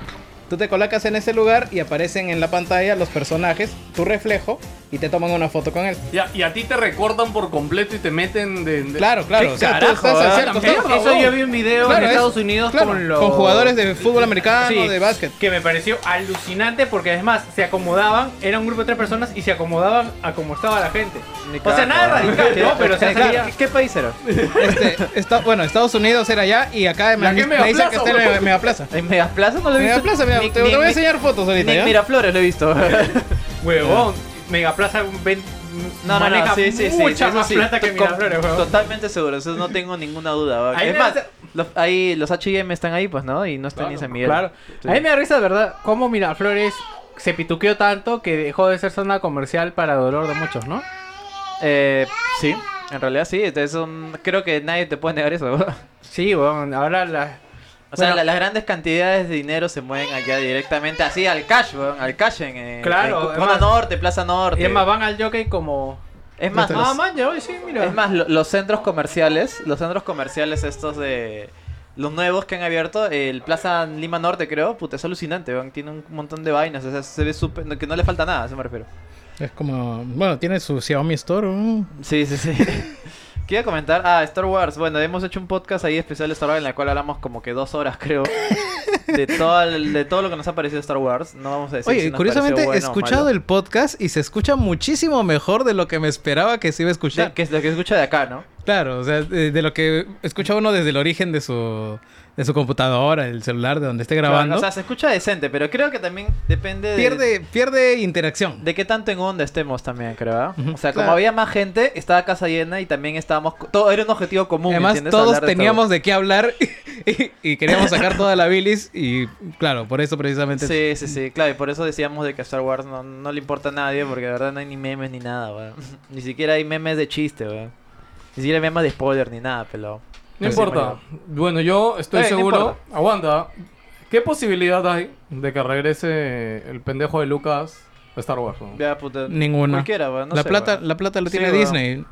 S4: Tú te colocas en ese lugar y aparecen en la pantalla los personajes, tu reflejo, y te toman una foto con él.
S3: Y a, y a ti te recortan por completo y te meten de... de-
S4: Claro, claro. O sea, tú estás a
S2: ah,
S4: cierto
S2: también,
S4: estado.
S5: Eso yo vi un video
S4: Claro,
S5: en
S4: es-
S5: Estados Unidos
S4: claro,
S5: con los...
S4: con jugadores de fútbol
S3: Ah,
S4: americano,
S5: Sí,
S4: de básquet.
S5: Que me pareció alucinante porque además se acomodaban, era un grupo de tres personas y se acomodaban a como estaba la gente. O sea, nada radical, ¿no? Pero se hacía...
S2: ¿Qué, qué país era?
S4: Este, está, bueno, Estados Unidos era allá y acá me,
S3: La que
S4: me
S3: Megaplaza,
S4: dicen que está en
S3: huevón.
S4: Mega- Megaplaza.
S2: ¿En Megaplaza no lo he visto?
S4: Megaplaza, mira,
S2: Ni-
S4: te,
S2: ni-
S4: te voy a
S2: ni-
S4: enseñar fotos
S2: Ni
S4: ahorita.
S2: en
S4: ¿ya?
S2: Miraflores lo he visto.
S5: Huevón, Megaplaza ven-
S2: No, no,
S5: maneja
S2: no, sí, sí, sí.
S5: mucha
S2: eso
S5: más
S2: sí,
S5: plata que
S2: to- com-
S5: Miraflores, huevón.
S2: Totalmente seguro, eso no tengo ninguna duda. weón.
S5: Ahí
S2: Es
S5: me
S2: más,
S5: hace-
S2: los, ahí, los H&M están ahí, pues, ¿no? Y no están ni San Miguel.
S5: Claro.
S2: Sí.
S5: A mí me da risa, de ¿verdad? Cómo Miraflores se pituqueó tanto que dejó de ser zona comercial para dolor de muchos, ¿no?
S2: Eh, sí, en realidad sí. Es un... Creo que nadie te puede negar eso. weón.
S5: Sí, huevón, ahora la...
S2: O sea,
S5: Bueno.
S2: la- las grandes cantidades de dinero se mueven allá directamente, así al cash, weón, al cash en, eh,
S5: Claro,
S2: en
S5: es
S2: Zona
S5: más-
S2: Norte, Plaza Norte.
S5: Y además van al jockey como...
S2: es más,
S5: Ah,
S2: los-
S5: man, ya, oye, sí, mira.
S2: Es más, lo- los centros comerciales, los centros comerciales estos de... Los nuevos que han abierto, el Plaza Lima Norte creo, puta, es alucinante, weón, tiene un montón de vainas, o sea, se ve súper... no- que no le falta nada, a eso me refiero.
S4: Es como, bueno, tiene su Xiaomi Store. ¿no?
S2: Sí, sí, sí. Quiero comentar, ah, Star Wars, bueno, hemos hecho un podcast ahí especial de Star Wars en la cual hablamos como que dos horas creo de todo, el- de todo lo que nos ha parecido Star Wars, no vamos a decir
S4: Oye,
S2: si nos
S4: curiosamente
S2: pareció
S4: he
S2: bueno o
S4: escuchado
S2: malo.
S4: el podcast y se escucha muchísimo mejor de lo que me esperaba que se iba a escuchar.
S2: De- que es lo que escucha de acá, ¿no?
S4: Claro, o sea, de, de lo que escucha uno desde el origen de su, de su computadora, el celular, de donde esté grabando.
S2: O sea, se escucha decente, pero creo que también depende de...
S4: pierde, pierde interacción.
S2: De qué tanto en onda estemos también, creo. ¿ah? O sea,
S4: Claro.
S2: como había más gente, estaba casa llena y también estábamos. co- Todo era un objetivo común.
S4: Además,
S2: ¿entiendes?
S4: todos
S2: Hablar de
S4: teníamos de qué hablar y, y queríamos sacar toda la bilis y, claro, por eso precisamente...
S2: Star Wars. Sí, sí, sí, claro. Y por eso decíamos de que a Star Wars no, no le importa a nadie, porque de verdad no hay ni memes ni nada, weón. Ni siquiera hay memes de chiste, weón. Ni siquiera hay memes de spoiler ni nada, pelado.
S3: No
S2: Así
S3: importa. Bueno, yo estoy
S2: Eh, no
S3: seguro.
S2: importa.
S3: Aguanta. ¿Qué posibilidad hay de que regrese el pendejo de Lucas a Star Wars? weón?
S2: me- Ya, puta.
S4: Ninguna.
S2: Cualquiera, weón. No
S4: la,
S2: sé,
S4: plata,
S2: weón.
S4: la plata la
S2: Sí,
S4: tiene
S2: weón.
S4: Disney.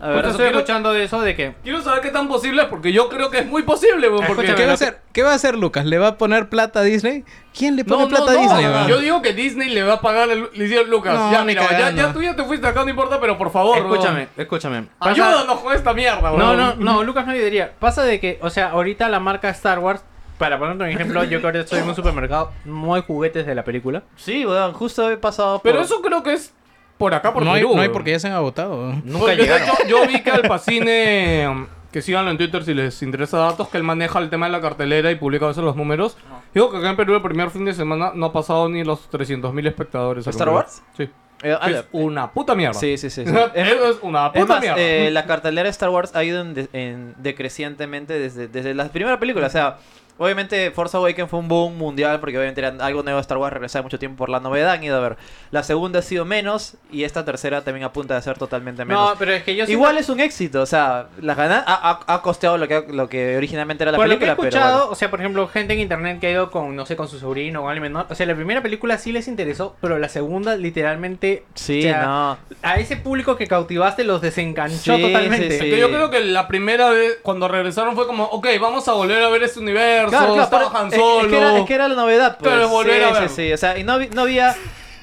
S2: A
S5: Ahora
S2: ver,
S5: estoy
S3: quiero-
S5: escuchando de eso de que... oh,
S3: Quiero saber qué tan posible es, porque yo creo que es muy posible, weón, porque...
S5: Escúchame,
S4: ¿Qué va, a
S5: lo que-
S4: hacer, ¿Qué va a hacer Lucas? ¿Le va a poner plata a Disney? ¿Quién le
S3: No,
S4: pone
S3: no,
S4: plata
S3: no,
S4: a Disney?
S3: no,
S4: weón?
S3: Yo digo que Disney le va a pagar el le dice Lucas.
S4: No,
S3: ya,
S4: ni
S3: mira, ya,
S4: cagando.
S3: ya tú ya te fuiste acá, no importa, pero por favor, weón.
S5: Escúchame, escúchame.
S3: Ayúdanos con esta mierda, weón.
S5: No, no, no, Lucas no diría. Pasa de que, o sea, ahorita la marca Star Wars, para poner un ejemplo, yo que ahorita estoy en un supermercado, no hay juguetes de la película.
S2: Sí, weón. Justo he pasado por.
S3: Pero eso creo que es por acá, por
S4: no, hay,
S3: Perú,
S4: no hay
S3: weón.
S4: porque ya se han agotado. weón.
S5: Nunca
S3: Porque, de
S5: llegaron.
S3: hecho, yo vi que al Pacine, um, que síganlo en Twitter si les interesa datos, que él maneja el tema de la cartelera y publica a veces los números. Digo que acá en Perú el primer fin de semana no ha pasado ni los 300.000 espectadores.
S2: ¿Star Wars?
S3: Sí.
S2: Eh,
S3: que
S2: ala,
S3: es una puta mierda.
S2: Sí, sí, sí. Eh, sí.
S3: Eso
S2: Es-
S3: es una puta
S2: Es más,
S3: mierda.
S2: eh, la cartelera de Star Wars ha ido en de- en- decrecientemente desde, desde las primeras películas. O sea, obviamente Force Awakens fue un boom mundial porque obviamente era algo nuevo de Star Wars, regresaba mucho tiempo por la novedad, han ido a ver. La segunda ha sido menos y esta tercera también apunta a ser totalmente menos.
S5: No, pero es que yo
S2: Igual es un éxito, o sea, las ganas ha, ha- ha costeado lo que, lo que originalmente era la
S5: por
S2: película,
S5: lo que he
S2: pero
S5: escuchado,
S2: bueno.
S5: o sea, por ejemplo, gente en internet que ha ido con, no sé, con su sobrino o alguien menor. O sea, la primera película sí les interesó, pero la segunda literalmente...
S2: Sí,
S5: o sea,
S2: no.
S5: A ese público que cautivaste los desenganchó
S2: Sí,
S5: totalmente.
S2: sí, sí.
S3: Que yo creo que la primera vez, cuando regresaron, fue como, ok, vamos a volver a ver este universo,
S2: Claro, claro,
S3: estaba
S2: pero
S3: Han
S2: es- Es, que era,
S3: Solo.
S2: es que era la novedad, pues.
S3: Claro, volver
S2: sí,
S3: a
S2: sí,
S3: verlo.
S2: sí. O sea, y no, vi- no había...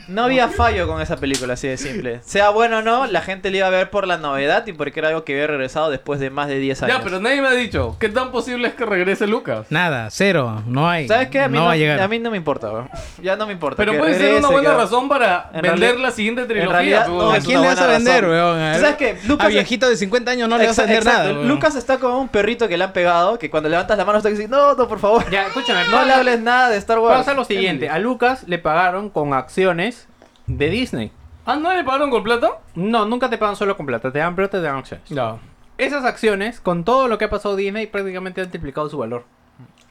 S2: No había fallo con esa película, así de simple. Sea bueno o no, la gente la iba a ver por la novedad y porque era algo que había regresado después de más de 10 años.
S3: Ya, pero nadie me ha dicho, ¿qué tan posible es que regrese Lucas?
S4: Nada, cero, no hay.
S2: ¿Sabes qué? A mí
S4: no,
S2: no,
S4: va a llegar.
S2: a mí no me importa, weón. Ya no me importa.
S3: Pero
S2: que
S3: puede ser una
S2: regrese,
S3: buena
S2: que-
S3: razón para
S2: En
S3: vender
S2: realidad-
S3: la siguiente trilogía.
S2: realidad,
S3: pues.
S2: no,
S4: ¿A
S2: es
S4: quién
S2: una
S4: le vas a
S2: buena
S4: vender,
S2: razón.
S4: weón? A
S2: ¿Tú
S4: ver,
S2: sabes qué? Lucas
S4: a
S2: es-
S4: viejito de 50 años no le vas a
S2: Exa-
S4: vender
S2: exacto.
S4: nada. weón.
S2: Lucas está como un perrito que le han pegado, que cuando levantas la mano está diciendo, no, no, por favor.
S5: Ya, escúchame.
S2: No le hables nada de Star Wars.
S5: Pasa lo siguiente. A Lucas le pagaron con acciones de Disney.
S3: ¿Ah, no le pagaron con plata?
S5: No, nunca te pagan solo con plata. Te dan plata y te dan acciones.
S3: No.
S5: Esas acciones, con todo lo que ha pasado Disney, prácticamente han triplicado su valor.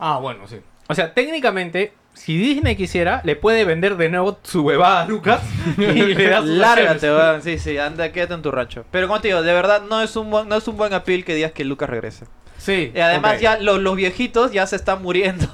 S3: Ah, bueno, sí.
S5: O sea, técnicamente, si Disney quisiera, le puede vender de nuevo su huevada a Lucas y le da sus
S2: Lárgate,
S5: acciones.
S2: weón. Sí, sí, anda, quédate en tu rancho. Pero como te digo, de verdad no es un buen, no es un buen appeal que digas que Lucas regrese.
S3: Sí.
S2: Y además
S3: ok.
S2: ya lo- los viejitos ya se están muriendo.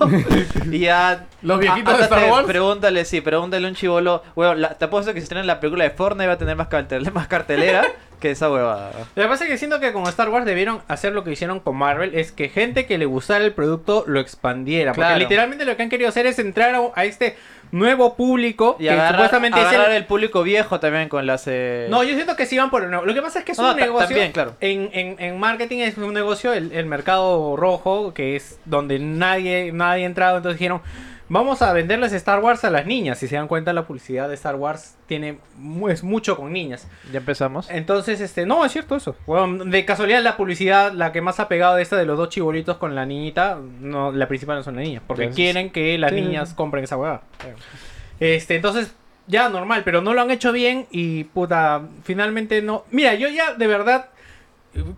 S2: y ya...
S3: ¿Los viejitos de
S2: ándate,
S3: Star Wars?
S2: Pregúntale, sí, pregúntale a un chivolo. Weón, la- te apuesto que si en la película de Fortnite va a tener más, cartel- más cartelera que esa huevada.
S5: Lo que pasa es que siento que con Star Wars debieron hacer lo que hicieron con Marvel, es que gente que le gustara el producto lo expandiera.
S2: Claro.
S5: Porque literalmente lo que han querido hacer es entrar a, a este nuevo público
S2: Y
S5: que
S2: agarrar,
S5: supuestamente es el-
S2: agarrar el... público viejo también con las... eh,
S5: No, yo siento que sí van por el nuevo. Lo que pasa es que es
S2: No,
S5: un
S2: ta-
S5: negocio.
S2: también, claro.
S5: En, en, en marketing es un negocio, el, el mercado rojo, que es donde nadie, nadie ha entrado. Entonces dijeron, vamos a venderles Star Wars a las niñas. Si se dan cuenta, la publicidad de Star Wars tiene mu- es mucho con niñas.
S2: Ya empezamos.
S3: Eh,
S5: Entonces, este, no, es cierto eso. Bueno, de casualidad, la publicidad, la que más ha pegado de esta de los dos chibolitos con la niñita, no, la principal no son las niñas, porque
S2: Entonces,
S5: quieren que las
S2: sí, sí,
S5: niñas compren esa huevada. Este, entonces, ya normal, pero no lo han hecho bien y puta, finalmente no. Mira, yo ya de verdad,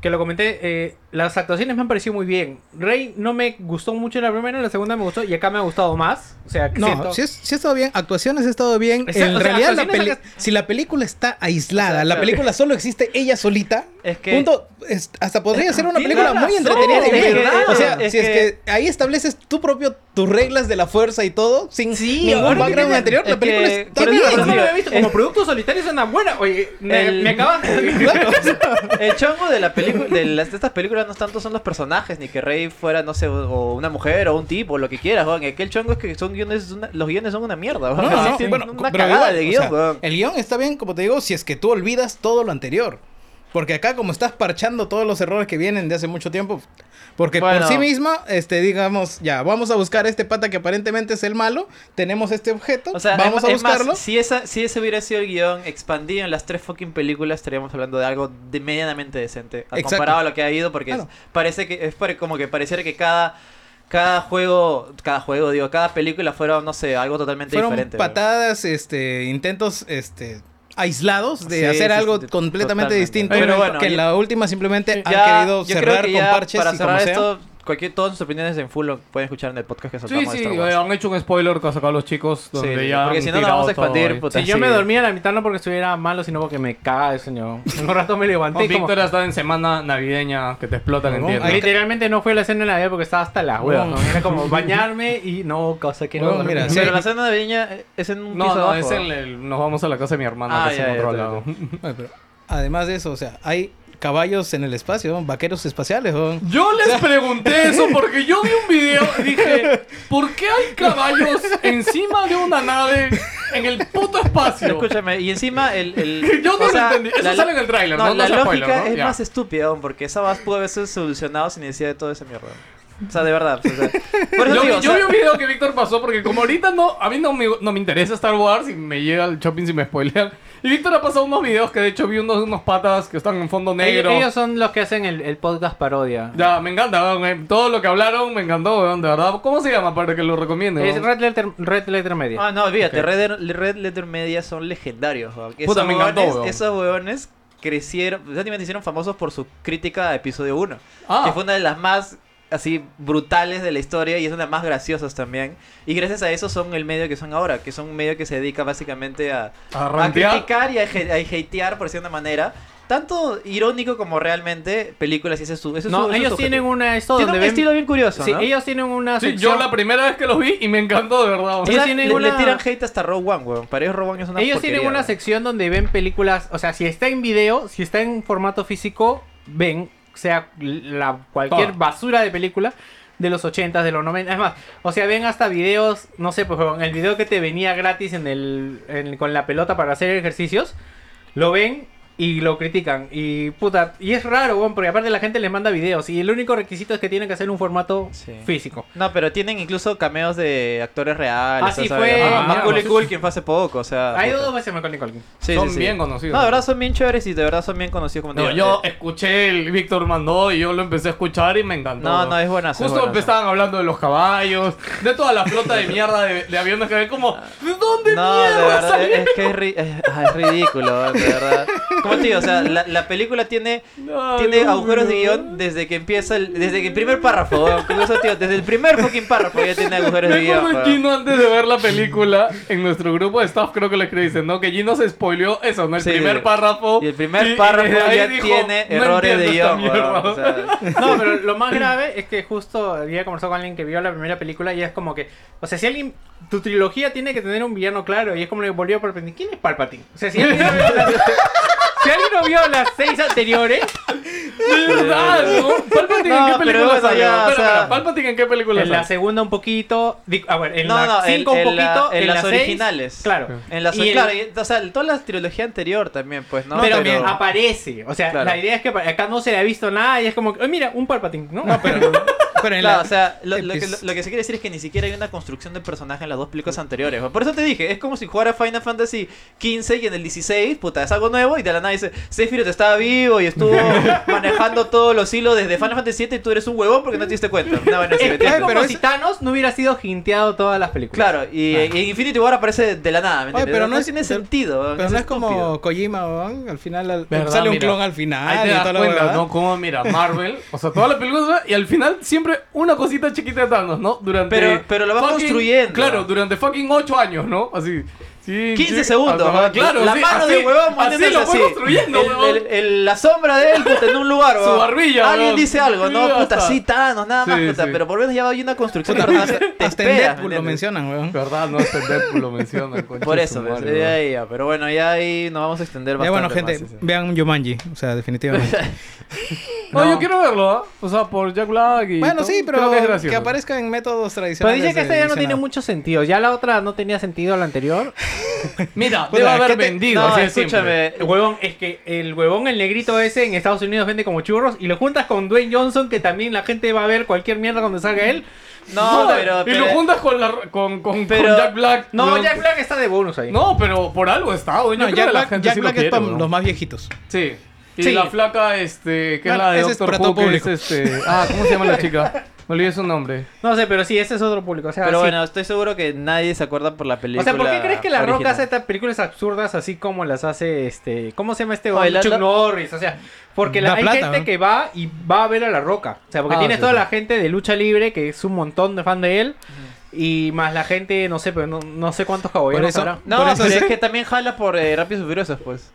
S5: que lo comenté, eh, las actuaciones me han parecido muy bien. Rey no me gustó mucho en la primera, en la segunda me gustó y acá me ha gustado más. O sea, que siento-
S4: No, sí, es- sí ha estado bien. Actuaciones ha estado bien.
S5: Exacto,
S4: en
S5: o sea,
S4: realidad, la
S5: actuaciones
S4: peli- si la película está aislada,
S2: O sea,
S4: la
S2: claro.
S4: película solo existe ella solita.
S2: Es que- Eh,
S4: punto, es- hasta podría ser una
S2: Tienes
S4: película muy
S2: razón,
S4: entretenida. y
S2: es
S4: bien.
S2: verdad.
S4: o sea,
S2: Es
S4: si es
S2: que-
S4: que ahí estableces tu propio, tus reglas de la fuerza y todo, sin
S2: Sí,
S4: ningún
S2: ahora
S4: background
S2: que-
S4: anterior,
S2: es
S4: la película
S2: que-
S4: está
S2: por eso-
S4: bien.
S5: Pero no lo
S2: digo,
S5: había visto.
S2: es-
S5: Como producto solitario es una buena. Oye, me,
S2: El- Pues
S5: me acaban de.
S4: Claro, o sea,
S2: El chongo de, la película, de, las- de estas películas no es tanto son los personajes, ni que Rey fuera, no sé, o o una mujer o un tipo, o lo que quieras, weón. Aquel chongo es que son guiones, una- los guiones son una mierda, weón.
S4: No, no, no,
S2: Sí,
S4: bueno,
S2: una
S4: pero
S2: cagada
S4: igual,
S2: de
S4: o
S2: guión,
S4: sea,
S2: weón.
S4: El guión está bien, como te digo, si es que tú olvidas todo lo anterior. Porque acá, como estás parchando todos los errores que vienen de hace mucho tiempo, porque
S2: Bueno.
S4: por sí misma, este, digamos, ya, vamos a buscar a este pata que aparentemente es el malo, tenemos este objeto,
S2: O sea,
S4: vamos
S2: es-
S4: a
S2: es más,
S4: buscarlo.
S2: si, esa, si ese hubiera sido el guión expandido en las tres fucking películas, estaríamos hablando de algo de medianamente decente. a-
S4: Exacto.
S2: Comparado a lo que ha ido, porque es-
S4: Claro.
S2: parece que es pare- como que pareciera que cada, cada juego, cada juego, digo, cada película fuera, no sé, algo totalmente
S4: Fueron
S2: diferente. weón.
S4: patadas, este, intentos, este, aislados de
S2: Sí,
S4: hacer
S2: sí,
S4: algo
S2: sí,
S4: completamente
S2: totalmente.
S4: distinto.
S2: Pero bueno,
S4: que
S2: ya-
S4: la última simplemente han
S2: Ya,
S4: querido
S2: yo creo
S4: cerrar
S2: que
S4: con
S2: ya
S4: parches
S2: para
S4: y
S2: cerrar
S4: como sea.
S2: esto, cualquier, todas sus opiniones en full lo pueden escuchar en el podcast que
S3: Sí,
S2: soltamos de
S3: sí,
S2: Star Wars.
S3: eh, han hecho un spoiler que ha sacado los chicos.
S2: Sí,
S3: Donde
S2: sí,
S3: ya
S2: porque
S3: han
S2: si no, no
S3: tirado
S2: vamos a expandir, pues,
S3: todo ahí.
S2: puta.
S5: Si yo
S2: sí.
S5: me dormía a la mitad no porque estuviera malo, sino porque me cagaba de sueño. Un rato me
S3: No,
S5: levanté y como...
S3: Víctor ha estado en semana navideña que te explotan,
S4: No,
S3: entiendo.
S4: ahí-
S5: Literalmente no fue la cena de Navidad porque estaba hasta las huevas. ¿no? Era como bañarme y no, cosa que no.
S4: Huevón, mira,
S5: no,
S4: sí.
S2: Pero la cena navideña eh, es en un
S3: No,
S2: piso
S3: no,
S2: abajo.
S3: es en el- nos vamos a la casa de mi hermana,
S2: Ah,
S3: que es
S2: ya,
S3: en
S2: ya,
S3: otro
S2: ya,
S3: lado.
S4: Ay, pero además de eso, o sea, hay caballos en el espacio, ¿no? vaqueros espaciales. ¿no?
S3: Yo les pregunté eso porque yo vi un video y dije, ¿por qué hay caballos encima de una nave en el puto
S2: Pero
S3: espacio?
S2: escúchame, y encima el... el-
S3: Yo no
S2: o
S3: lo
S2: sea,
S3: entendí. Eso
S2: la-
S3: sale en el tráiler, no,
S2: No,
S3: No
S2: la
S3: es
S2: lógica
S3: spoiler, ¿no?
S2: es
S3: Ya.
S2: más estúpida, aún, porque esa más pudo haber sido solucionado sin necesidad de toda esa mierda. O sea, de verdad. o sea, por eso
S3: Yo, vi-
S2: digo, o
S3: yo
S2: sea,
S3: vi un video que Víctor pasó porque como ahorita no, a mí no me, no me interesa Star Wars y me llega al shopping si me spoilean. Y Víctor ha pasado unos videos que de hecho vi unos, unos patas que están en fondo negro.
S5: Ellos, ellos son los que hacen el, el podcast parodia.
S3: Ya, me encanta, weón, eh. todo lo que hablaron me encantó, weón, de verdad. ¿Cómo se llama para que lo recomiende?
S5: Es
S3: weón?
S5: Red Letter, Red Letter Media.
S2: Ah, no, olvídate. Red, Red Letter Media son legendarios. weón. Que
S3: Puta,
S2: esos
S3: me encantó,
S2: huevones-
S3: weón.
S2: Esos huevones crecieron... Prácticamente se hicieron famosos por su crítica a Episodio 1.
S3: Ah.
S2: Que fue una de las más, así, brutales de la historia. Y es una de las más graciosas también. Y gracias a eso son el medio que son ahora. Que son un medio que se dedica básicamente a...
S3: A
S2: a
S3: rantear.
S2: criticar y a, he- a hatear, por cierta manera. Tanto irónico como realmente películas y ese es su... ese es su-
S5: no,
S2: ese es
S5: ellos
S2: su
S5: tienen
S2: objetivo.
S5: una esto
S2: Tienen
S5: donde
S2: un
S5: ven-
S2: estilo bien curioso,
S5: Sí,
S2: ¿no?
S5: ellos tienen una
S3: Sí,
S5: sección-
S3: yo la primera vez que los vi y me encantó, de verdad.
S2: O
S3: weón.
S2: sea,
S5: Ellos tienen
S2: le, le
S5: una-
S2: tiran hate hasta Rogue One, weón. Para ellos Rogue One es una
S5: Ellos
S2: porquería,
S5: tienen una
S2: weón.
S5: sección donde ven películas, o sea, si está en video, si está en formato físico, ven, o sea la, cualquier
S3: Todo.
S5: basura de película de los 80, de los 90, es más, o sea, ven hasta videos, no sé, pues weón, el video que te venía gratis en el, en- con la pelota para hacer ejercicios, lo ven y lo critican. Y puta, y es raro, weón, porque aparte la gente les manda videos y el único requisito es que tienen que hacer un formato
S2: Sí.
S5: físico.
S2: No, pero tienen incluso cameos de actores reales.
S5: Así
S2: o sea,
S5: fue.
S2: Ah, más
S3: Ah,
S2: cool y
S3: sí,
S2: cool quien fue hace poco, o sea.
S5: Hay
S2: Ah, puta.
S5: dos veces Macaulay Culkin.
S2: Sí,
S3: Son
S2: sí, sí.
S3: bien conocidos.
S2: No, de verdad son bien chéveres y de verdad son bien conocidos como te
S3: No,
S2: digo. eh,
S3: yo escuché el Víctor mandó y yo lo empecé a escuchar y me encantó.
S2: No,
S3: weón.
S2: Ah, no, es buenazo, es
S3: eh, Justo
S2: buenazo.
S3: empezaban hablando de los caballos, de toda la flota de mierda de, de aviones que había como, ¿de dónde
S2: No, de
S3: mierda
S2: verdad,
S3: salió?
S2: es que es, ri- es- ah, es ridículo, de verdad. Como te digo, o sea, la, la película tiene,
S3: No,
S2: tiene
S3: no,
S2: agujeros de
S3: no.
S2: guión desde que empieza, el, desde que el primer párrafo, weón. Incluso, tío, desde el primer fucking párrafo ya tiene agujeros de
S3: Me
S2: guión.
S3: acuerdo
S2: weón.
S3: Gino antes de ver la película en nuestro grupo de staff creo que le dicen, ¿no? Que Gino se spoileó eso, ¿no? El
S2: Sí.
S3: primer párrafo.
S2: Y el primer
S3: y-
S2: párrafo
S3: y de ahí
S2: ya
S3: dijo,
S2: tiene
S3: "No
S2: errores de
S3: entiendo
S2: guión,
S3: esta
S2: weón,
S3: mierda".
S2: o sea.
S5: No, pero lo más grave es que justo había conversado con alguien que vio la primera película y es como que, o sea, si alguien, tu trilogía tiene que tener un villano claro y es como le volvió a Palpatine. ¿Quién es Palpatine? O sea, si alguien no vio las, si alguien no vio las seis anteriores,
S3: De verdad, ¿no? Palpatine,
S2: No,
S3: ¿en qué
S2: pero
S3: película
S2: bueno,
S3: salió?
S2: ya, o
S3: Espera,
S2: sea-
S3: espera, Palpatine, ¿en qué película
S5: en la
S3: salió?
S5: segunda un poquito, di- a ver, en
S2: No,
S5: la
S2: no, en-
S5: cinco un
S2: en la-
S5: poquito,
S2: en las
S5: seis,
S2: originales.
S5: claro,
S2: En la,
S5: Y en-
S2: claro, y- o sea, toda la trilogía anterior también, pues, ¿no?
S5: pero, aparece, o sea,
S2: Claro.
S5: la idea es que pa- acá no se le ha visto nada y es como, que, "Ay, mira, un Palpatine, ¿no?
S4: No, pero, pero en
S2: Claro,
S4: la-
S2: o sea, lo, lo que,
S4: Epis-
S2: lo que se quiere decir es que ni siquiera hay una construcción de personaje en las dos películas anteriores. Por eso te dije, es como si jugara Final Fantasy XV y en el 16, puta, es algo nuevo y de la nada dice, Sephiroth estaba vivo y estuvo manejando todos los hilos desde Final Fantasy VII y tú eres un huevón porque no te diste cuenta. No, bueno, sí,
S5: Es,
S2: me
S5: es
S2: entiendes.
S5: como
S4: pero
S5: si
S4: es- Ah.
S5: Thanos no hubiera sido ginteado todas las películas.
S2: Claro, y, y Infinity War aparece de la nada, ¿me
S4: Oye,
S2: entiendes?
S4: pero
S2: no,
S4: no es-
S2: tiene
S4: pero-
S2: sentido. weón,
S4: Pero no es
S2: estúpido.
S4: como Kojima, weón. Al final al-
S3: ¿Verdad?
S4: sale un
S3: Mira.
S4: clon al
S3: Ahí
S4: final
S2: Ah,
S3: te
S4: y
S3: das
S4: toda la
S3: cuenta,
S4: huevada.
S3: ¿no? Como, mira, Marvel, o sea, toda la película, y al final siempre una cosita chiquita de Thanos, ¿no? Durante...
S2: Pero- pero la va construyendo.
S3: Claro, durante fucking 8 años, ¿no? Así... Sí,
S2: 15
S3: sí,
S2: segundos,
S3: hasta-
S2: weón.
S3: claro,
S2: la
S3: sí,
S2: mano
S3: así,
S2: de huevón
S3: así
S2: poniéndose
S3: lo fue construyendo,
S2: El-
S3: huevón.
S2: el- el- la sombra de él, puta, en un lugar,
S3: Su
S2: huevón.
S3: barbilla,
S2: Alguien
S3: huevón.
S2: dice algo,
S3: Sí,
S2: no, puta,
S3: hasta-
S2: sí, Thanos, nada más,
S3: Sí,
S2: puta,
S3: sí.
S2: pero por lo menos ya hay una construcción de personaje. Te
S4: Hasta en
S2: esperas,
S4: Deadpool
S2: ¿me
S4: lo
S2: entiendes?
S4: mencionan, weón.
S3: ¿Verdad? No, este Deadpool lo menciona. concha
S2: Por
S3: de
S2: eso,
S3: su
S2: pues,
S3: madre,
S2: ya,
S3: weón.
S2: ya, pero bueno, ya ahí nos vamos a extender
S4: Ya
S2: bastante.
S4: bueno, gente,
S2: más, sí, sí.
S4: vean Jumanji. O sea, definitivamente.
S3: No,
S5: No.
S3: yo quiero verlo, ¿ah? O sea, por Jack Black y.
S4: bueno, sí,
S3: todo,
S4: pero
S3: creo que es
S4: que,
S3: gracioso.
S4: aparezcan en métodos
S5: Pero
S4: tradicionales.
S5: dice que
S4: de
S5: esta ya no
S4: visionado.
S5: tiene mucho sentido. Ya la otra no tenía sentido la anterior.
S3: Mira,
S4: Puta,
S3: debe
S4: ¿qué
S3: haber
S4: te-
S3: vendido.
S2: No,
S3: así de simple.
S2: escúchame.
S5: El huevón, es que el huevón, el negrito ese en Estados Unidos vende como churros y lo juntas con Dwayne Johnson, que también la gente va a ver cualquier mierda cuando salga él.
S2: No,
S3: No,
S2: pero.
S3: Y lo
S2: pero-
S3: juntas con, la, con, con,
S2: Pero-
S3: con Jack Black.
S5: No,
S3: weón.
S5: Jack Black está de bonus ahí.
S3: No, pero por algo está, güey. Yo
S4: No,
S3: creo
S4: Jack
S3: que la
S4: Black,
S3: gente
S4: Jack
S3: sí
S4: Black
S3: lo
S4: es
S3: quiere,
S4: para
S3: weón.
S4: los más viejitos.
S3: Sí. Y
S5: Sí.
S3: la flaca, este, que es
S4: Claro,
S3: la de
S4: ese es
S3: Doctor
S4: proto
S3: Who, que es
S4: público.
S3: este. Ah, ¿cómo se llama la chica? Me olvidé su nombre.
S5: No sé, pero sí, ese es otro público. O sea,
S2: Pero
S5: sí.
S2: bueno, estoy seguro que nadie se acuerda por la película.
S5: O sea, ¿por qué crees que La Roca
S2: original?
S5: hace estas películas absurdas así como las hace este. ¿Cómo se llama este
S2: Oye, la-
S5: Chuck
S2: la-
S5: Norris? O sea, porque la,
S4: Da
S5: hay
S4: plata,
S5: gente
S4: ¿no?
S5: que va y va a ver a La Roca. O sea, porque
S3: Ah,
S5: tienes
S3: sí,
S5: toda
S3: sí.
S5: la gente de lucha libre que es un montón de fan de él. Y más la gente, no sé, pero no, no sé cuántos caballeros
S4: Por eso-
S5: habrá.
S2: No,
S4: Por eso
S2: pero
S4: se-
S2: es que también jala por eh, Rápidos y Furiosos, pues.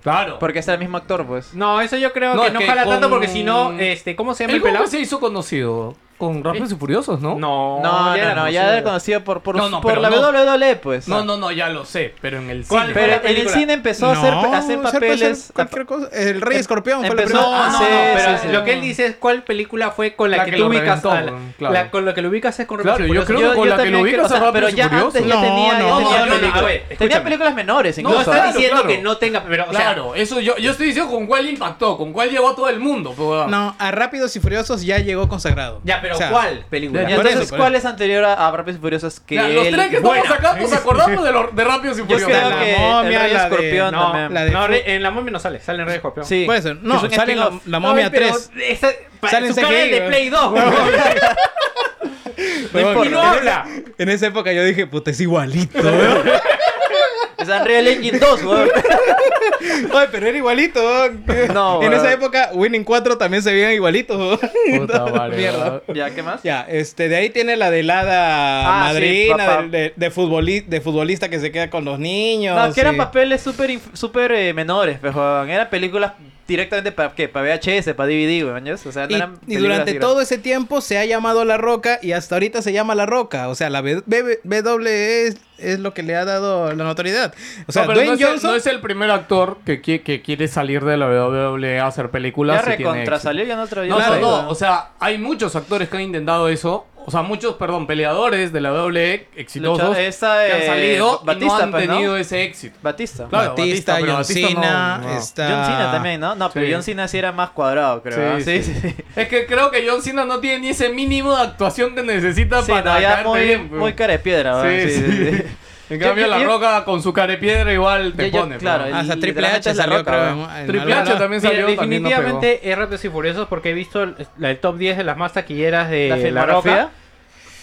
S3: Claro.
S2: Porque está el mismo actor, pues.
S5: No, eso yo creo
S3: No,
S5: que
S3: es
S5: no
S3: que
S5: jala tanto
S3: con-
S5: porque si no, este, ¿cómo se llama
S3: Él
S5: el
S3: como
S5: pelado?
S3: que se hizo conocido con Rápidos y Furiosos, Eh, ¿no?
S5: No,
S2: No,
S5: era
S2: no, no, ya
S5: conocido.
S2: era conocido por, por,
S3: No, no,
S2: por
S3: pero
S2: la
S3: no.
S2: WWE, pues.
S3: No, no, no, ya lo sé, pero en el
S5: ¿Cuál
S3: cine.
S5: fue la
S2: Pero en el
S5: película?
S2: cine empezó a hacer, a hacer
S4: o sea, puede
S2: papeles.
S4: ser cualquier cosa. El Rey Escorpión fue la
S2: empezó-
S4: primera.
S2: Ah,
S5: No,
S2: sí,
S5: no, pero
S2: sí, sí.
S5: lo que él dice es cuál película fue con la,
S3: La
S5: que,
S3: que
S5: tú
S3: lo
S5: ubicas.
S3: reventó,
S5: a la-
S3: weón, claro.
S5: la- con lo que lo ubicas es con
S3: Claro,
S5: Rápidos y
S3: yo creo
S5: Furiosos.
S3: que con la que
S2: también
S3: lo
S2: creo-
S3: ubicas
S2: o sea,
S3: a
S4: ah,
S3: Rápidos
S2: Pero
S4: pues,
S3: y
S2: ya
S3: Furiosos.
S2: antes ya
S4: No,
S2: tenía, ya
S4: no,
S2: tenía
S5: no, no,
S2: películas.
S5: a ver,
S2: tenía
S5: escúchame.
S2: películas menores,
S5: No
S2: incluso.
S5: está
S3: claro,
S5: diciendo
S3: claro.
S5: que no tenga, pero o sea,
S3: claro, eso yo, yo estoy diciendo con cuál impactó, con cuál llevó a todo el mundo. pues, weón.
S4: No, a Rápidos y Furiosos ya llegó consagrado.
S5: ya, pero
S4: O sea,
S5: ¿cuál película?
S2: Ya,
S4: por
S2: entonces,
S4: eso, por
S2: ¿cuál es anterior a, a Rápidos y Furiosos que
S3: Ya, los
S2: él-
S3: tres que
S2: Bueno,
S3: estamos acá nos acordamos de, los de Rápidos y
S2: Yo
S3: Furiosos.
S2: creo
S4: La
S2: que
S4: momia,
S2: el Rey
S4: la de-
S2: Escorpión
S5: No,
S2: también.
S4: la de-
S5: no, re- en la momia no sale, sale en Rey Escorpión.
S2: Sí.
S4: Por eso, no,
S2: Que es un
S4: sale la,
S2: spin-off.
S4: la momia
S5: Ay, pero
S4: 3.
S5: esa- pa-
S4: Sale en
S5: su cara
S4: CGI,
S5: es de
S4: weón.
S5: Play 2, weón.
S4: Weón, en
S5: importa. Y no
S4: esa-
S5: habla.
S4: En esa época yo dije, puta, es igualito, weón.
S2: Es Unreal Engine 2, weón.
S4: Ay, pero era igualito, weón.
S2: No,
S4: En
S2: weón.
S4: esa época, Winning 4 también se veían igualitos, weón.
S3: Puta madre,
S4: Mierda.
S2: Ya, ¿qué más?
S4: Ya, este, de ahí tiene la de helada
S2: Ah, sí,
S4: madrina,
S2: papá.
S4: del- de, de, futboli- de futbolista que se queda con los niños.
S2: No, que eran
S4: y-
S2: papeles súper inf- súper eh, menores, pues, weón. Eran películas directamente para qué? Para VHS, para DVD, weón. ¿ya? O sea, no
S4: Y,
S2: eran
S4: y
S2: películas
S4: durante
S2: así
S4: todo ese tiempo se ha llamado La Roca y hasta ahorita se llama La Roca. O sea, la B- B- BWE es, es lo que le ha dado la notoriedad. O sea,
S3: no, pero
S4: Dwayne
S3: no es, el-
S4: Johnson...
S3: no es el primer actor que, qui- que quiere salir de la WWE a hacer
S2: grandes.
S3: películas.
S2: Ya
S3: y tiene éxito.
S2: recontrasalió, ya no traía.
S3: No,
S2: nada,
S3: no,
S2: weón.
S3: no. O sea, hay muchos actores que han intentado eso. O sea, muchos, perdón, peleadores de la WWE exitosos
S2: Lucha- esa,
S3: que han
S2: eh,
S3: salido y
S2: Batista,
S3: no han
S2: pues, ¿no?
S3: tenido ese éxito.
S2: Batista.
S3: Claro, Batista,
S4: Batista,
S3: pero
S4: John
S3: Batista no-
S4: Cena,
S3: no.
S4: está...
S2: John Cena también, ¿no? No, pero
S3: Sí.
S2: John Cena sí era más cuadrado, creo. Sí, sí, sí.
S3: Es que creo que John Cena no tiene ni ese mínimo de actuación que necesita
S2: Sí,
S3: para
S2: no, ya
S3: caerte
S2: muy,
S3: bien, pues.
S2: muy cara de piedra, weón.
S3: Sí,
S2: Sí, sí,
S3: sí.
S2: sí.
S3: En cambio,
S2: Yo-
S3: La
S2: yo-
S3: Roca con su carepiedra igual te
S2: yo- yo-
S3: pone. pues.
S2: claro,
S4: Hasta
S2: Y
S4: Triple
S2: literalmente
S4: H
S2: es La
S4: salió,
S2: Roca,
S4: creo,
S2: weón.
S4: en- en
S3: Triple
S4: alguna-
S3: H también
S5: Mira,
S3: salió, también no pegó.
S5: definitivamente es Rápidos y Furiosos porque he visto el- la- el top 10 de las más taquilleras
S2: Eh,
S5: de
S2: La
S5: La,
S2: filmografía.
S5: Roca.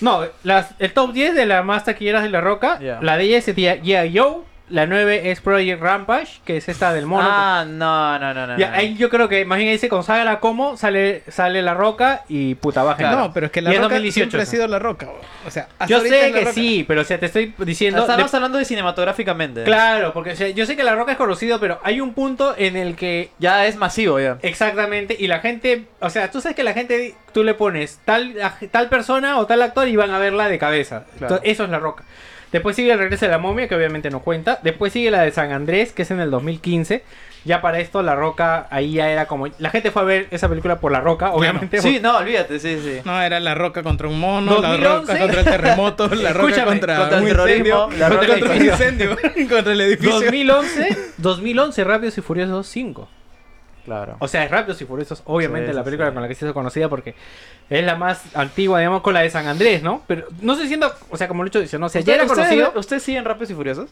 S5: No, las, el top 10 de las más taquilleras de La Roca.
S2: Ya.
S5: La de ella es Yeah Yo. La 9 es Project Rampage, que es esta del mono.
S2: Ah, no, no, no, no.
S5: Ya,
S2: no.
S5: ahí yo creo que, más bien ahí se consagra como sale, sale La Roca y puta baja.
S4: No, pero es que La
S5: Y es
S4: Roca
S5: 2018,
S4: siempre ha
S5: ¿no?
S4: sido La Roca. bro. O sea, hasta
S5: Yo
S4: ahorita
S5: sé
S4: es La
S5: que
S4: Roca.
S5: sí, pero o sea, te estoy diciendo...
S2: Estamos
S5: de-
S2: hablando de cinematográficamente.
S5: Claro, porque o sea, yo sé que La Roca es conocido, pero hay un punto en el que
S2: Ya es masivo, ya.
S5: Exactamente, y la gente, o sea, tú sabes que la gente, tú le pones tal, tal persona o tal actor y van a verla de cabeza.
S2: Claro.
S5: Entonces, eso es la roca. Después sigue el regreso de la momia, que obviamente no cuenta. Después sigue la de San Andrés, que es en el 2015. Ya para esto, la roca, ahí ya era como. La gente fue a ver esa película por la roca, obviamente.
S2: Sí, no, olvídate, sí, sí.
S4: No, era La Roca contra un mono, La
S5: 2011.
S4: Roca contra el terremoto, La Roca
S5: Escúchame,
S4: contra,
S2: contra el
S4: un
S2: terrorismo,
S4: incendio,
S2: La Roca
S4: contra un
S2: edificio.
S4: incendio, contra el edificio.
S5: 2011, 2011, Rápidos y Furiosos 5.
S2: Claro.
S5: O sea, es Rápidos y Furiosos, obviamente
S2: Sí, sí,
S5: la película
S2: sí.
S5: con la que se hizo conocida porque es la más antigua, digamos, con la de San Andrés, ¿no? Pero no sé siendo, o sea, como lo he dicho, dice, no, o sea, ya era
S2: ¿Ustedes-
S5: conocido.
S2: ¿Ustedes siguen Rápidos y Furiosos?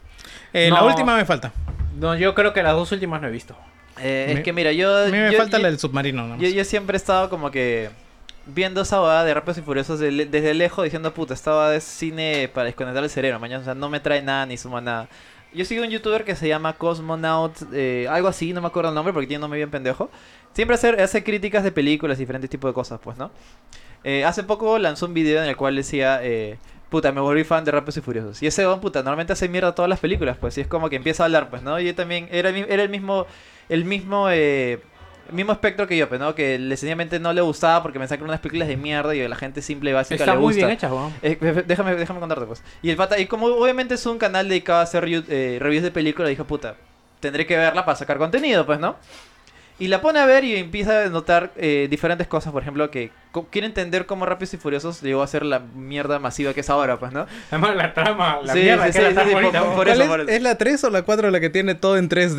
S4: Eh, La
S5: No.
S4: última me falta.
S5: No, yo creo que las dos últimas no he visto.
S2: Eh,
S4: Me-
S2: es que mira, yo.
S4: A mí me
S2: yo-
S4: falta
S2: yo-
S4: la del submarino. nomás.
S2: Yo, yo siempre he estado como que viendo esa boda de Rápidos y Furiosos de le- desde lejos diciendo, puta, esta boda es cine para desconectar el cerebro, mañana, o sea, no me trae nada ni suma nada. Yo sigo un youtuber que se llama Cosmonaut, eh, algo así, no me acuerdo el nombre porque tiene un nombre bien pendejo. Siempre hace, hace críticas de películas, diferentes tipos de cosas, pues, ¿no? Eh, hace poco lanzó un video en el cual decía, eh, puta, me volví fan de Rápidos y Furiosos. Y ese don, puta, normalmente hace mierda todas las películas, pues, y es como que empieza a hablar, pues, ¿no? Y yo también, era, el mi- era el mismo, el mismo, eh, el mismo espectro que yo, pues, ¿no? Que le- sencillamente no le gustaba porque me sacan unas películas de mierda y a la gente simple y básica
S5: Está
S2: le
S5: muy
S2: gusta.
S5: bien hecha, weón.
S2: Eh, fe- fe- déjame, déjame contarte, pues. Y el pata, y como obviamente es un canal dedicado a hacer review- eh, reviews de películas, dijo, puta, tendré que verla para sacar contenido, pues, ¿no? Y la pone a ver y empieza a notar eh, diferentes cosas, por ejemplo, que co- quiere entender cómo Rápidos y Furiosos llegó a ser la mierda masiva que es ahora, pues, ¿no?
S5: Además, la trama, la
S2: Sí,
S5: mierda
S2: sí,
S5: que
S2: sí,
S5: era
S2: sí,
S5: tan
S2: sí,
S5: bonita,
S2: por-
S5: weón.
S2: por-
S4: ¿Cuál
S2: eso,
S4: es, es la 3 o la 4 la que tiene todo en 3D,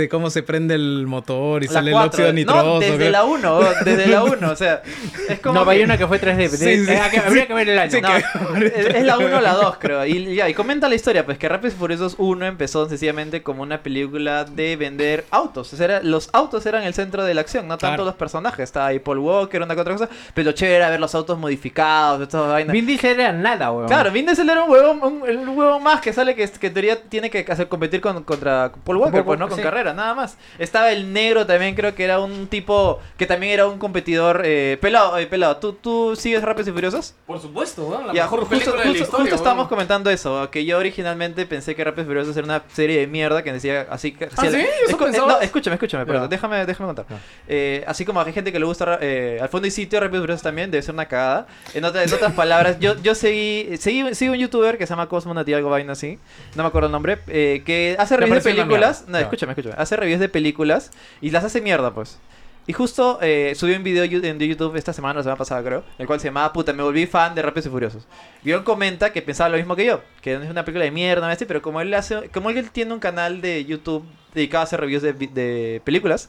S4: de cómo se prende el motor y
S2: La
S4: sale
S2: cuatro,
S4: el óxido
S2: eh.
S4: nitroso?
S2: No, desde
S4: creo.
S2: la 1, desde la 1, o sea, es como
S5: No,
S2: que-
S5: hay una que fue 3D. de-
S4: Sí, sí,
S5: eh, que-
S4: sí.
S5: habría que ver el año.
S2: No, es, es la 1 o la 2, creo. Y, ya, y comenta la historia, pues que Rápidos y Furiosos 1 empezó sencillamente como una película de vender autos. O sea, era- los autos eran el centro de la acción, no tanto
S4: Claro.
S2: los personajes. Estaba ahí Paul Walker, una que otra cosa. Pero lo chévere era ver los autos modificados, estas vainas.
S5: Vin Diesel era nada, weón.
S2: Claro, Vin Diesel era un huevo, un, un huevo más que sale que, que en teoría tiene que hacer competir con, contra Paul Walker,
S5: Paul
S2: pues no,
S5: Walker,
S2: con
S5: sí.
S2: carrera, nada más. Estaba el negro también, creo que era un tipo que también era un competidor eh, pelado. eh, pelado, ¿tú, ¿tú sigues Rápidos y Furiosos?
S3: Por supuesto, weón, la
S2: Ya,
S3: mejor
S2: justo,
S3: película de la
S2: justo-
S3: historia.
S2: justo estábamos
S3: weón.
S2: comentando eso, que yo originalmente pensé que Rápidos y Furiosos era una serie de mierda que decía así... que-
S3: ¿Ah, sí? ¿Eso
S2: Escu- eh,
S3: pensabas?
S2: no, escúchame, escúchame, perdón,
S5: Ya.
S2: déjame, déjame contar.
S5: Ya.
S2: Eh, así como hay gente que le gusta eh, Al fondo y sitio, Rápidos y Furiosos también, debe ser una cagada. En, otra- en otras palabras, yo, yo seguí, seguí, sigo un youtuber que se llama Cosmonaut y algo vaina así, no me acuerdo el nombre, eh, que hace
S3: Me
S2: reviews de
S3: pareció una
S2: películas...
S3: mierda.
S2: No,
S3: Ya.
S2: escúchame, escúchame. Hace reviews de películas y las hace mierda, pues. Y justo eh, subí un video yu- en YouTube esta semana, la semana pasada creo, el cual se llamaba Puta, me volví fan de Rápidos y Furiosos. Guión comenta que pensaba lo mismo que yo, que es una película de mierda, ¿me entiendes? pero como él hace, como él tiene un canal de YouTube dedicado a hacer reviews de, vi- de películas,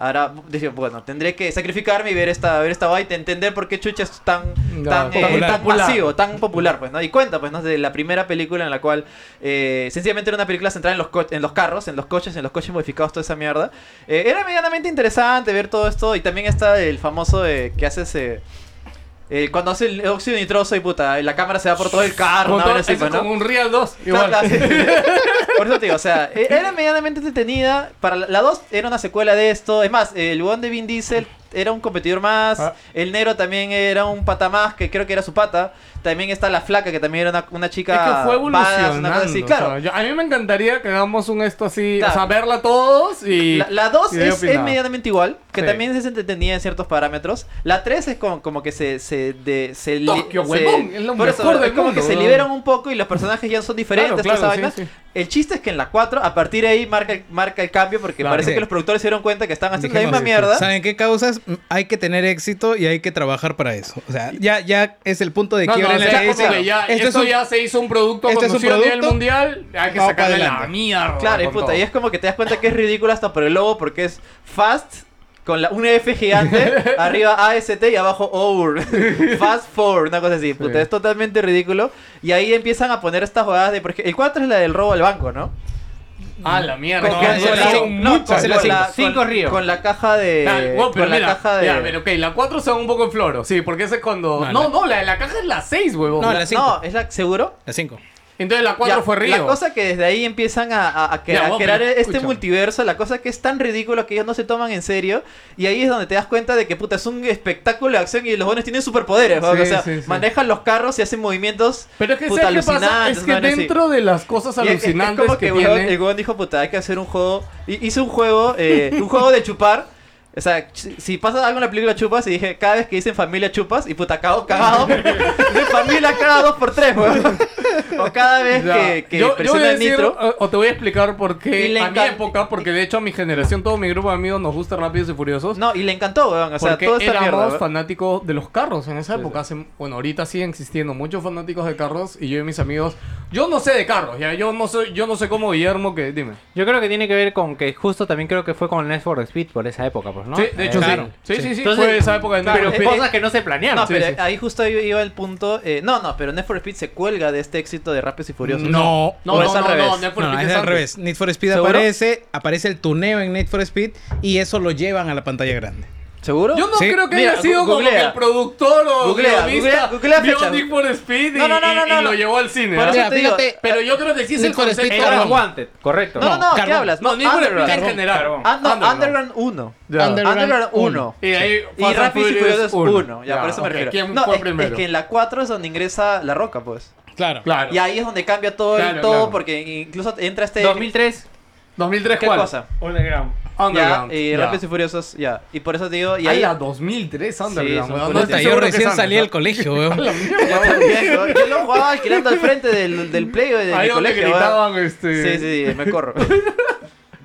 S2: Ahora, digo, bueno, tendré que sacrificarme y ver esta, ver esta vaina, entender por qué Chucha es tan,
S3: No,
S2: tan, eh,
S3: popular.
S2: tan masivo, tan popular, pues, ¿no? Y cuenta, pues, ¿no? De la primera película en la cual, eh, sencillamente era una película centrada en los, co- en los carros, en los coches, en los coches modificados, toda esa mierda. Eh, era medianamente interesante ver todo esto y también está el famoso eh, que hace ese... eh, cuando hace el óxido nitroso y puta, la cámara se va por todo el carro,
S3: Con
S2: una
S3: todo-
S2: vaina así,
S3: eso
S2: pues, ¿no?
S3: con un Real 2. Igual.
S2: Claro, claro, sí. Por eso te digo, o sea, e- era medianamente entretenida. Para la- la 2 era una secuela de esto. Es más, el One de Vin Diesel era un competidor más.
S3: Ah.
S2: El negro también era un pata más, que creo que era su pata. También está la flaca, que también era una, una chica.
S3: Es que
S2: badass,
S3: fue
S2: una cosa
S3: evolucionando.
S2: así.
S3: o
S2: Claro,
S3: sea, yo- a mí me encantaría que hagamos un esto así,
S2: Claro.
S3: o sea, verla todos y...
S2: La- La 2
S3: y de
S2: es,
S3: opinar.
S2: es medianamente igual, que
S3: Sí.
S2: también es entretenida en ciertos parámetros. La 3 es como, como que se... se, de, se li-
S3: Tokio,
S2: se-
S3: huevón, es lo
S2: por eso,
S3: mejor
S2: es
S3: del
S2: como
S3: mundo,
S2: que se
S3: huevón.
S2: liberan un poco y los personajes ya son diferentes.
S3: Claro,
S2: toda esa
S3: claro,
S2: vaina.
S3: sí, sí.
S2: El chiste es que en la 4, a partir de ahí, marca, el- marca el cambio porque
S3: Claro.
S2: parece
S4: Sí.
S2: que los productores se dieron cuenta que están haciendo
S4: Dijimos,
S2: la misma mierda.
S4: ¿Saben qué causas? Mm, Hay que tener éxito y hay que trabajar para eso. O sea, ya, ya es el punto de
S3: No, no,
S4: quiebre
S3: o
S4: en el
S3: sea,
S4: que
S3: como
S4: dicen,
S3: que ya,
S4: "Esto es
S3: esto
S4: un-
S3: ya se hizo un producto
S4: esto es un
S3: conocido a nivel
S4: producto,
S3: mundial, hay que
S4: vamos
S3: sacarle
S4: para
S3: la
S4: adelante.
S3: mierda.
S2: Claro, y
S3: con
S2: puta,
S3: todo.
S2: y es como que te das cuenta que es ridículo hasta por el logo porque es fast con la, un F gigante, arriba AST y abajo OUR. fast forward, una cosa así. Puta,
S3: Sí.
S2: es totalmente ridículo. Y ahí empiezan a poner estas jugadas de. Porque el 4 es la del robo al banco, ¿no?
S3: Ah, la mierda.
S2: Con-
S3: que
S2: con
S3: han
S2: la-
S3: sacado
S2: no, con
S3: muchas.
S4: hace
S2: la-
S4: las cinco.
S2: con-
S5: Cinco ríos.
S2: Con la caja
S3: Ah,
S2: de.
S3: bueno, pero
S2: eh, con la
S3: mira,
S2: caja de.
S3: ya, pero ok, la 4 se va un poco en floro, sí, porque esa es cuando... No,
S4: No,
S3: no,
S4: la-
S3: la de la caja es la 6, huevón.
S4: No, la- cinco.
S2: No, es la. ¿Seguro?
S4: Las cinco.
S3: Entonces la 4
S2: Ya,
S3: fue Río.
S2: La cosa que desde ahí empiezan a, a- a que-
S3: Ya,
S2: a
S3: vos,
S2: crear
S3: pero
S2: este
S3: escúchame.
S2: multiverso, la cosa que es tan ridículo que ellos no se toman en serio. Y ahí es donde te das cuenta de que puta, es un espectáculo de acción y los buenos tienen superpoderes. ¿no?
S3: Sí,
S2: o sea,
S3: sí, sí.
S2: manejan los carros y hacen movimientos.
S3: Pero es que
S2: puta,
S3: ¿sabes qué pasa? Es
S2: alucinantes,
S3: que
S2: una vaina así.
S3: dentro de las cosas
S2: Y es- es- es
S3: alucinantes
S2: como
S3: que,
S2: que, huevón,
S3: tiene...
S2: el huevón dijo, puta, hay que hacer un juego. Y hizo un juego, eh, un juego de chupar. O sea, si si pasa algo en la película chupas y dije, cada vez que dicen familia chupas, y puta, cago, cagado. de familia cada dos por tres, weón. O cada vez
S3: Ya.
S2: que, que
S3: yo, yo voy
S2: presiona
S3: a
S2: el
S3: decir, eh,
S2: nitro.
S3: o, o te voy a explicar por
S2: Y
S3: qué
S2: le
S3: a mi
S2: encanta-
S3: época, porque de hecho a mi generación, todo mi grupo de amigos nos gusta Rápidos y Furiosos.
S2: No, y le encantó, weón. O sea,
S3: porque
S2: toda esta
S3: éramos
S2: mierda. weón.
S3: fanáticos de los carros en esa época. Hace- bueno, ahorita siguen existiendo muchos fanáticos de carros y yo y mis amigos. Yo no sé de carros, ya. Yo no soy, yo no sé cómo Guillermo que. Dime.
S5: Yo creo que tiene que ver con que justo también creo que fue con Need for Speed por esa época, pues, ¿no?
S3: Sí, de hecho,
S5: Eh,
S3: sí.
S5: claro.
S3: sí. Sí, sí,
S5: Entonces-
S3: fue esa época de
S5: Pero
S3: Need for Speed.
S5: cosas que no se planearon.
S2: No,
S3: Sí,
S2: pero eh,
S3: sí.
S2: ahí justo ahí iba el punto. eh, no, no, pero Need for Speed se cuelga de este éxito de Rápidos y Furiosos.
S4: No.
S3: No,
S2: ¿O
S3: no,
S2: es al
S3: no,
S2: revés?
S3: no, Need for
S4: No,
S3: Speed
S4: es al
S3: antes.
S4: revés. Need for Speed
S2: ¿Seguro?
S4: aparece, aparece el tuneo en Need for Speed y eso lo llevan a la pantalla grande.
S2: ¿Seguro?
S3: Yo no
S4: Sí.
S3: creo que
S2: Mira,
S3: haya sido
S2: gu-
S3: como que
S2: googlea.
S3: el productor o
S2: Googlea,
S3: guionista
S2: googlea, googlea
S3: vio
S2: fecha.
S3: Need for Speed y,
S2: No, no, no,
S3: y-
S2: no,
S3: y
S2: no,
S3: lo
S2: no.
S3: llevó al cine.
S2: Por
S3: ¿ah?
S2: eso
S4: Mira,
S2: te digo,
S4: fíjate,
S3: Pero yo creo que sí es
S4: Need
S3: el
S4: for Speed
S3: concepto.
S5: Era
S4: Carbón.
S5: Wanted, correcto.
S2: No, no, no, ¿qué
S4: Carbón.
S2: hablas?
S3: No, Need for Speed en
S2: Underground.
S3: general.
S5: Carbón.
S2: Ah, no,
S3: Underground.
S2: Underground 1.
S3: Ya.
S4: Underground
S2: Underground 1.
S3: Y ahí
S2: Y
S3: Fast and
S2: Rápidos y Furiosos 1. Ya,
S3: Ya,
S2: por eso
S3: ok.
S2: me refiero.
S3: ¿Quién
S2: no,
S3: fue
S2: es,
S3: primero?
S2: es que en la 4 es donde ingresa La Roca, pues.
S4: Claro.
S3: Claro.
S2: Y ahí es donde cambia todo, el-
S3: Claro,
S2: todo
S3: claro.
S2: porque incluso entra este...
S5: 2003,
S3: 2003
S2: ¿Qué
S3: cuál?
S2: cosa?
S5: Underground.
S2: Ya,
S3: Underground.
S2: y
S3: Ya.
S2: Rápidos y Furiosos, ya. Y por eso te digo, y
S3: Ah,
S2: ahí...
S3: la 2003 Underground.
S2: son
S3: weón.
S2: putas.
S3: No
S4: Puta,
S3: estoy
S4: yo
S3: seguro que
S4: recién
S3: sale,
S4: salí
S3: ¿no?
S4: del colegio, weón.
S3: La mierda.
S2: Yo también, ¿no? Yo lo jugaba alquilando al frente del, del play o de
S3: Ahí
S2: mi
S3: donde
S2: colegio.
S3: gritaban,
S2: weón.
S3: este-
S2: Sí, sí, sí, me corro.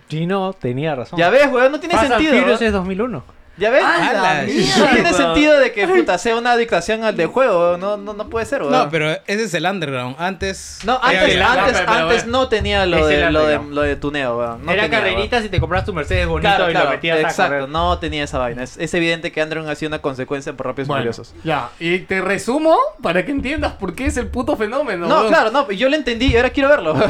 S5: Gino tenía razón.
S2: ya ves, weón, no tiene
S5: Fast and
S2: sentido.
S5: Furious
S2: weón.
S5: es 2001.
S2: Ya ves,
S4: ¡A la
S2: no tiene
S3: mierda!
S2: sentido de que puta sea una adictación al de juego, weón. no, no, no puede ser, weón.
S4: No, pero ese es el underground. Antes.
S2: No,
S4: era
S2: antes,
S4: bien.
S3: la-
S2: antes,
S3: pero, pero,
S2: antes
S3: bueno.
S2: no tenía lo
S5: Es
S2: de,
S5: el
S2: lo de,
S5: underground.
S2: lo de tuneo, weón. No
S5: Era
S2: tenía, weón.
S5: carreritas y te compras tu Mercedes bonito
S2: Claro,
S5: y
S2: claro,
S5: lo metías a
S2: exacto,
S5: correr.
S2: no tenía esa vaina. Es, es evidente que Andrew ha sido una consecuencia por Rápidos y
S3: Bueno,
S2: Furiosos.
S3: ya. Y te resumo para que entiendas por qué es el puto fenómeno.
S2: No,
S3: weón.
S2: claro, no, yo lo entendí y ahora quiero verlo.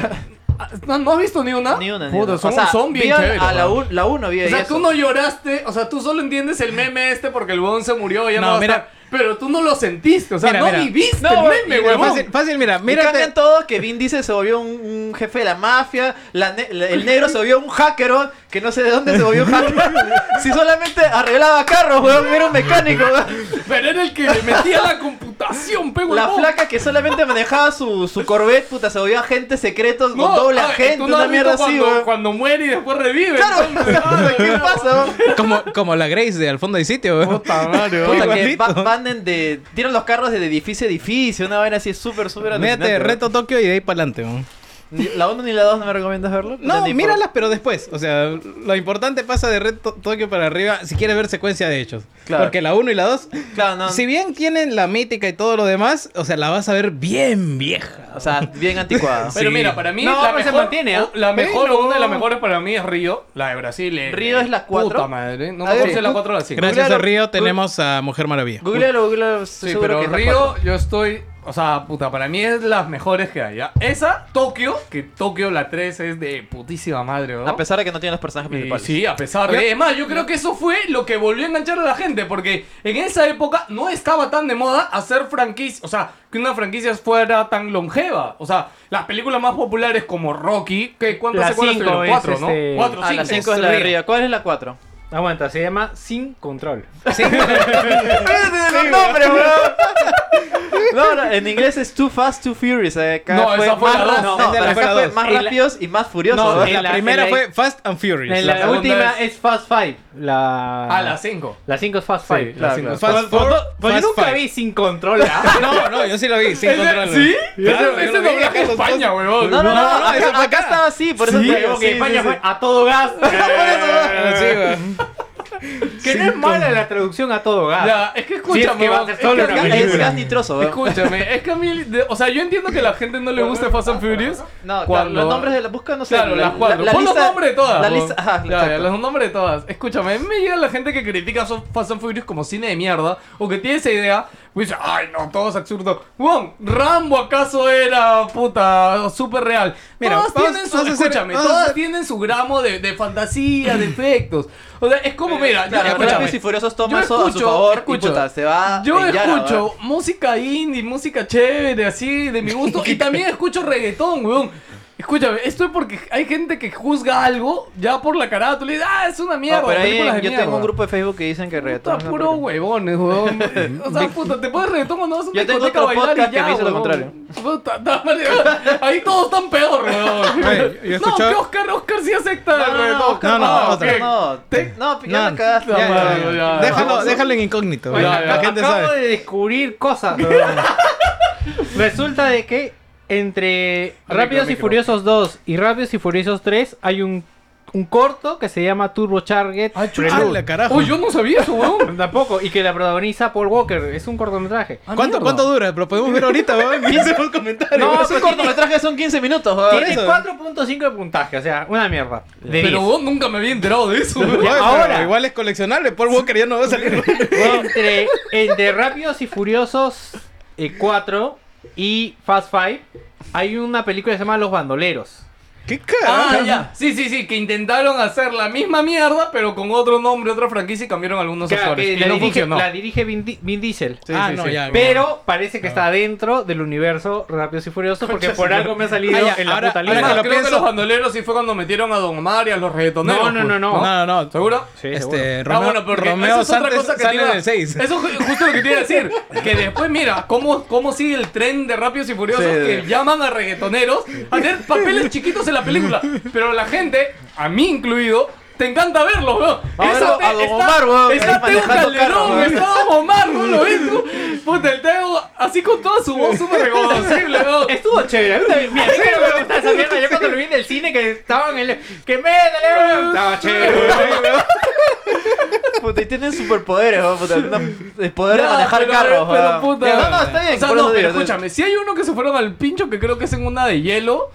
S3: Ah, ¿No, no has visto ni una?
S2: ni una, ni
S3: Puta,
S2: una.
S3: son,
S2: o sea,
S3: son bien
S2: vi a-
S3: chéveres,
S2: A la,
S3: weón.
S2: un- la uno vi
S3: O
S2: ahí
S3: sea,
S2: eso.
S3: tú no lloraste, o sea, tú solo entiendes el meme este porque el huevón se murió y ya no,
S4: No,
S3: va a
S4: mira.
S3: estar. Pero tú no lo sentiste, o sea,
S4: Mira,
S3: no
S4: mira.
S3: viviste
S2: No,
S3: el
S2: weón,
S3: meme,
S2: y
S4: Mira,
S3: huevón.
S4: fácil, fácil, mira,
S2: Mira,
S4: mírate.
S2: cambian todo que Vin Diesel se volvió un, un jefe de la mafia, la ne- la- el negro se volvió un hacker, weón, que no sé de dónde se volvió hacker. si solamente arreglaba carros, weón, era un mecánico, weón.
S3: Pero era el que le metía la computación, pe,
S2: La
S3: huevón.
S2: flaca que solamente manejaba su, su Corvette, puta, se volvió agente secreto con doble
S3: ah,
S2: agente,
S3: tú no
S2: una
S3: has
S2: mierda
S3: visto
S2: así,
S3: cuando,
S2: weón.
S3: cuando muere y después revive.
S2: Claro,
S3: entonces,
S2: weón, ¿qué pasa, weón?
S4: Como, como la Grace de Al fondo hay sitio, weón.
S3: Puta madre, weón.
S2: Puta, que
S4: Igualito.
S2: va- van en de. Tiran los carros de edificio a edificio, una vaina así súper, súper
S4: Mírate,
S2: alucinante, weón.
S4: reto Tokio y de ahí para adelante, weón.
S2: Ni- La 1 ni la 2 no me recomiendas verlo. O sea,
S4: No,
S2: ni por-
S4: míralas, pero después. O sea, lo importante pasa de Red To- Tokio para arriba si quieres ver secuencia de hechos.
S2: Claro.
S4: Porque la 1 y la 2,
S2: Claro, no.
S4: si bien tienen la mítica y todo lo demás, o sea, la vas a ver bien vieja.
S2: O sea, bien anticuada.
S3: Pero
S4: Sí.
S3: mira, para mí
S5: No,
S3: la
S5: pero
S3: mejor,
S5: se mantiene, ¿ah?
S3: o- la mejor
S4: Bueno.
S3: una de las mejores para mí es Río, la de Brasil.
S2: ¿Río es la cuatro?
S3: Puta madre, ¿eh? no
S2: A
S3: me acuerdo
S2: ver,
S3: si es la
S2: tú-
S3: 4 o la 5.
S4: Gracias
S2: Googlealo.
S4: a Río tenemos a Mujer Maravilla.
S2: Googlealo, googlealo. estoy
S3: Sí,
S2: seguro
S3: pero
S2: que es la
S3: Río
S2: cuatro.
S3: yo estoy, o sea, puta, para mí es las mejores que hay. ¿ya? Esa, Tokio, que Tokio la 3 es de putísima madre, ¿no?
S2: A pesar de que no tiene los personajes
S3: Y
S2: principales.
S3: sí, a pesar de... Es más, yo creo que eso fue lo que volvió a enganchar a la gente, porque en esa época no estaba tan de moda hacer franquicia, o sea, que una franquicia fuera tan longeva. O sea, las películas más populares como Rocky, que ¿cuántas
S5: La
S3: secuelas
S5: cinco
S3: tuvieron?
S5: es,
S3: Cuatro, ¿no?
S5: este,
S3: Cuatro,
S2: Ah, la
S3: cinco.
S2: 5 es la de Río. ¿Cuál es la 4?
S5: Aguanta, se llama Sin Control.
S2: ¡Espérate, no, nombre, bro! No, no, en inglés es Too Fast, Too Furious. eh, Acá
S3: No,
S2: fue
S3: esa fue
S2: más
S3: la
S2: ra- no,
S3: dos.
S4: Esa
S2: pero
S4: fue la
S2: acá fue
S4: dos.
S2: más
S5: En la-
S2: rápidos y más furiosos.
S5: No,
S2: ¿verdad?
S5: en
S4: La,
S5: la-
S4: primera
S5: en la-
S4: fue Fast and Furious.
S5: En
S3: La
S5: la,
S3: segunda
S5: última
S3: es-
S5: es... Fast Five. La...
S2: Ah,
S3: A las 5.
S5: La 5 es Fast
S3: Sí,
S5: Five.
S3: la
S5: claro,
S3: cinco es
S5: claro.
S4: Fast
S5: Pues-
S4: Four,
S5: pues- pues yo
S4: Fast
S5: nunca
S4: Five.
S5: vi Sin Control. ¿ah?
S4: No, no, yo sí la vi, sin control.
S3: ¿Sí?
S4: Claro,
S3: ese
S4: yo
S3: ese
S4: lo vi
S3: doblaje
S4: acá
S3: en
S4: los dos.
S3: España, weón.
S2: No, no, no,
S4: no,
S2: acá,
S4: eso fue
S2: acá
S4: acá.
S2: estaba así, por eso
S5: Sí,
S2: te
S5: como
S2: digo
S5: que
S2: que
S5: España
S2: España
S5: fue a todo gas.
S4: Sí, güey.
S5: que no es mala la traducción a todo gas.
S3: Ya, es que escúchame,
S5: Sí, es que va a
S3: weón,
S5: ser
S3: es
S5: solo
S3: que acá-
S5: una película.
S2: Es gas nitroso, weón.
S3: Escúchame, es que a mí, de- o sea, yo entiendo que a la gente no le gusta Fast and Furious.
S2: No, claro,
S3: cuando-
S2: los nombres de la busca no sé.
S3: Claro,
S2: la-
S3: las cuatro.
S2: la- la
S3: Pon los
S2: lista-
S3: nombres de todas.
S2: La
S3: ¿no?
S2: lista, ajá,
S3: Ya, ya,
S2: exacto.
S3: los nombres de todas. Escúchame, a mí me llega la gente que critica so- Fast and Furious como cine de mierda o que tiene esa idea. Y dice, ay, no, todo es absurdo. Weón, Rambo acaso era puta, súper real.
S4: Mira,
S3: todas
S4: vamos-
S3: tienen su,
S4: vamos a hacer-
S3: escúchame,
S4: vamos a
S3: todas
S4: hacer-
S3: tienen su gramo de, de fantasía, de efectos. O sea, es como, mira, ya,
S2: Claro,
S3: escúchame.
S2: Rápidos y Furiosos toma
S3: Yo
S2: eso a su
S3: escucho-
S2: favor. y
S3: escucho.
S2: puta, se va.
S3: Yo
S2: en Yara,
S3: escucho
S2: weón.
S3: música indie, música chévere, así, de mi gusto. y también escucho reggaetón, weón. Escúchame, esto es porque hay gente que juzga algo ya por la carátula y dice, ah, es una mierda.
S2: No, pero ahí
S3: películas de
S2: yo
S3: mierda".
S2: tengo un grupo de Facebook que dicen que
S3: Puta,
S2: reggaetón. es una
S3: puro
S2: porquería.
S3: huevones, weón. O sea, puta, te pones reggaetón o no vas a una
S2: Yo tengo
S3: discoteca
S2: otro
S3: a bailar
S2: podcast
S3: y ya,
S2: que me dice lo
S3: huevón.
S2: contrario.
S3: Puta, está mal, ya. ahí todos están peor, weón.
S4: Oye, yo he
S3: no,
S4: escuchado-
S3: que Oscar, Oscar sí acepta Ah,
S2: No,
S3: el
S2: no, no,
S3: reggaetón.
S2: Oscar,
S4: No, no,
S2: no,
S4: otra.
S2: Oscar, no.
S3: Te-
S2: No, ya la
S4: No,
S2: cagaste.
S3: ya,
S2: weón.
S3: ya, ya.
S4: Déjalo, déjalo en incógnito.
S3: Oye,
S4: la- la
S3: acá-
S4: gente
S5: Acabo
S4: sabe.
S5: de descubrir cosas. weón. Resulta de que entre
S3: micro,
S5: Rápidos y
S3: micro.
S5: Furiosos 2 y Rápidos y Furiosos 3 hay un, un corto que se llama Turbo Target.
S3: Ah, chucha.
S5: Prelude.
S4: ¡Hala, carajo!
S3: Uy, yo no sabía eso, weón.
S5: Tampoco, y que la protagoniza Paul Walker. Es un cortometraje.
S3: Ah,
S4: ¿Cuánto,
S3: mierda.
S4: ¿Cuánto dura? Lo podemos ver ahorita, weón. Piensa comentarios.
S2: No,
S5: No,
S2: es un
S5: pero
S2: cortometraje, son 15 minutos. weón.
S5: Tiene
S4: eso.
S5: 4.5 de puntaje, o sea, una mierda. De
S3: Pero
S5: 10.
S3: vos nunca me había enterado de eso, weón.
S4: Oye, pero
S5: ahora.
S4: Igual es coleccionable. Paul Walker ya no va a salir.
S5: entre, entre Rápidos y Furiosos 4 y Fast Five hay una película que se llama Los Bandoleros.
S4: ¿Qué
S3: Ah,
S4: carajo?
S3: ya. Sí, sí, sí, que intentaron hacer la misma mierda, pero con otro nombre, otra franquicia y cambiaron algunos
S5: Que-
S3: actores.
S5: que
S3: Y
S5: la,
S3: no
S5: dirige,
S3: funcionó.
S5: la dirige Vin, Di- Vin Diesel.
S3: Sí,
S4: ah,
S3: sí, Ah.
S4: no,
S3: sí.
S4: ya.
S5: Pero parece que está dentro del universo Rápidos y Furiosos porque por algo me ha salido
S4: Ah, ya,
S5: en la
S4: ahora-
S5: puta
S4: ahora
S3: Es
S5: lista.
S3: más,
S4: que lo
S3: creo que
S4: pienso-
S3: los bandoleros sí fue cuando metieron a Don Omar y a los reggaetoneros. pues.
S5: No, no, no, no.
S4: No, no, no.
S3: ¿Seguro?
S5: Sí,
S2: Eh,
S5: seguro.
S4: este,
S3: Ah,
S4: Romeo,
S3: bueno, porque
S4: Romeo
S3: eso es otra
S4: Santos
S3: cosa que
S4: sale
S3: te iba-
S4: en el 6.
S3: Eso es ju- justo lo que te iba a decir. Que después, mira, cómo, cómo sigue el tren de Rápidos y Furiosos
S2: Sí.
S3: que llaman a reggaetoneros a tener papeles chiquitos en la película. Pero la gente, a mí incluido, te encanta verlos, weón.
S2: A ver,
S3: Esa
S2: a
S3: te-
S2: Don
S3: está-
S2: Omar, weón, ahí
S3: Está Teo
S2: manejando
S3: Calderón,
S2: carros, weón.
S3: está Don Omar, weón, lo ves tú. Puta, el Teo, así con toda su voz súper reconocible, weón.
S5: Estuvo chévere, a mí también. Mira, a mí también me gusta esa mierda. Yo cuando lo vi en el cine que estaban en el. ¡Que métale!
S3: Ah,
S4: Ah,
S5: Estaba chévere.
S2: Puta, y tienen superpoderes, weón, puta. una- El poder de
S3: Ya,
S2: manejar
S3: pero-
S2: carros,
S3: pero,
S2: weón.
S3: puta.
S2: Ya, No, no, está bien.
S3: O sea,
S2: por
S3: no,
S2: eso
S3: pero
S2: digo,
S3: escúchame, si hay uno que se fueron al pincho, que creo que es en una de hielo.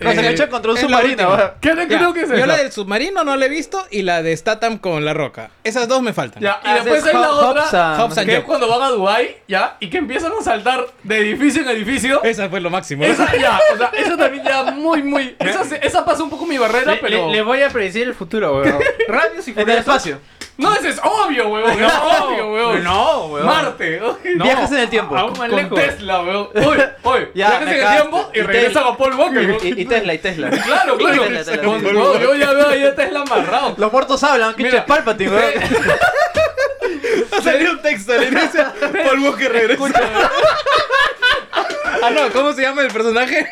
S2: No, se
S3: eh,
S2: lucha contra un
S4: es la
S2: submarino,
S4: última.
S2: weón.
S3: Creo,
S4: Ya,
S3: creo que es
S4: Yo
S3: esa.
S4: la del submarino no la he visto y la de Statham con la roca. Esas dos me faltan.
S3: Ya, y
S2: Ah,
S3: después
S2: es
S3: hay la
S2: Hobbs
S3: otra,
S2: and-
S4: Hobbs and
S3: que es
S4: Job.
S3: cuando van a Dubai ya, y que empiezan a saltar de edificio en edificio.
S4: Esa fue lo máximo.
S3: Esa ya, o sea, esa también ya muy, muy... Esa, se- esa pasa un poco mi barrera,
S5: Le,
S3: pero...
S5: le- le voy a predecir el futuro, weón. Rápidos y
S2: En el
S5: Furiosos.
S2: espacio.
S3: No, ese es obvio, weón, es obvio, weón.
S5: No, weón.
S3: Marte,
S5: No.
S2: Viajes en el tiempo.
S5: Aún más
S3: Con
S5: lejos.
S3: Tesla, weón. Uy, uy,
S2: Ya,
S3: viajes
S2: me
S3: en el
S2: cagaste.
S3: tiempo y
S2: Y
S3: regresan
S2: Tesla.
S3: a Paul Walker. weón.
S2: Y, y Tesla, y Tesla.
S3: Claro,
S2: Y
S3: claro.
S2: Tesla, Tesla,
S3: Con-
S2: Tesla.
S3: no, yo ya veo ahí a Tesla amarrado.
S2: Los muertos hablan, que
S3: Mira.
S2: es Palpatine, weón.
S4: Ha salido un texto le dice Paul Walker regresa. ah, no, ¿cómo se llama el personaje?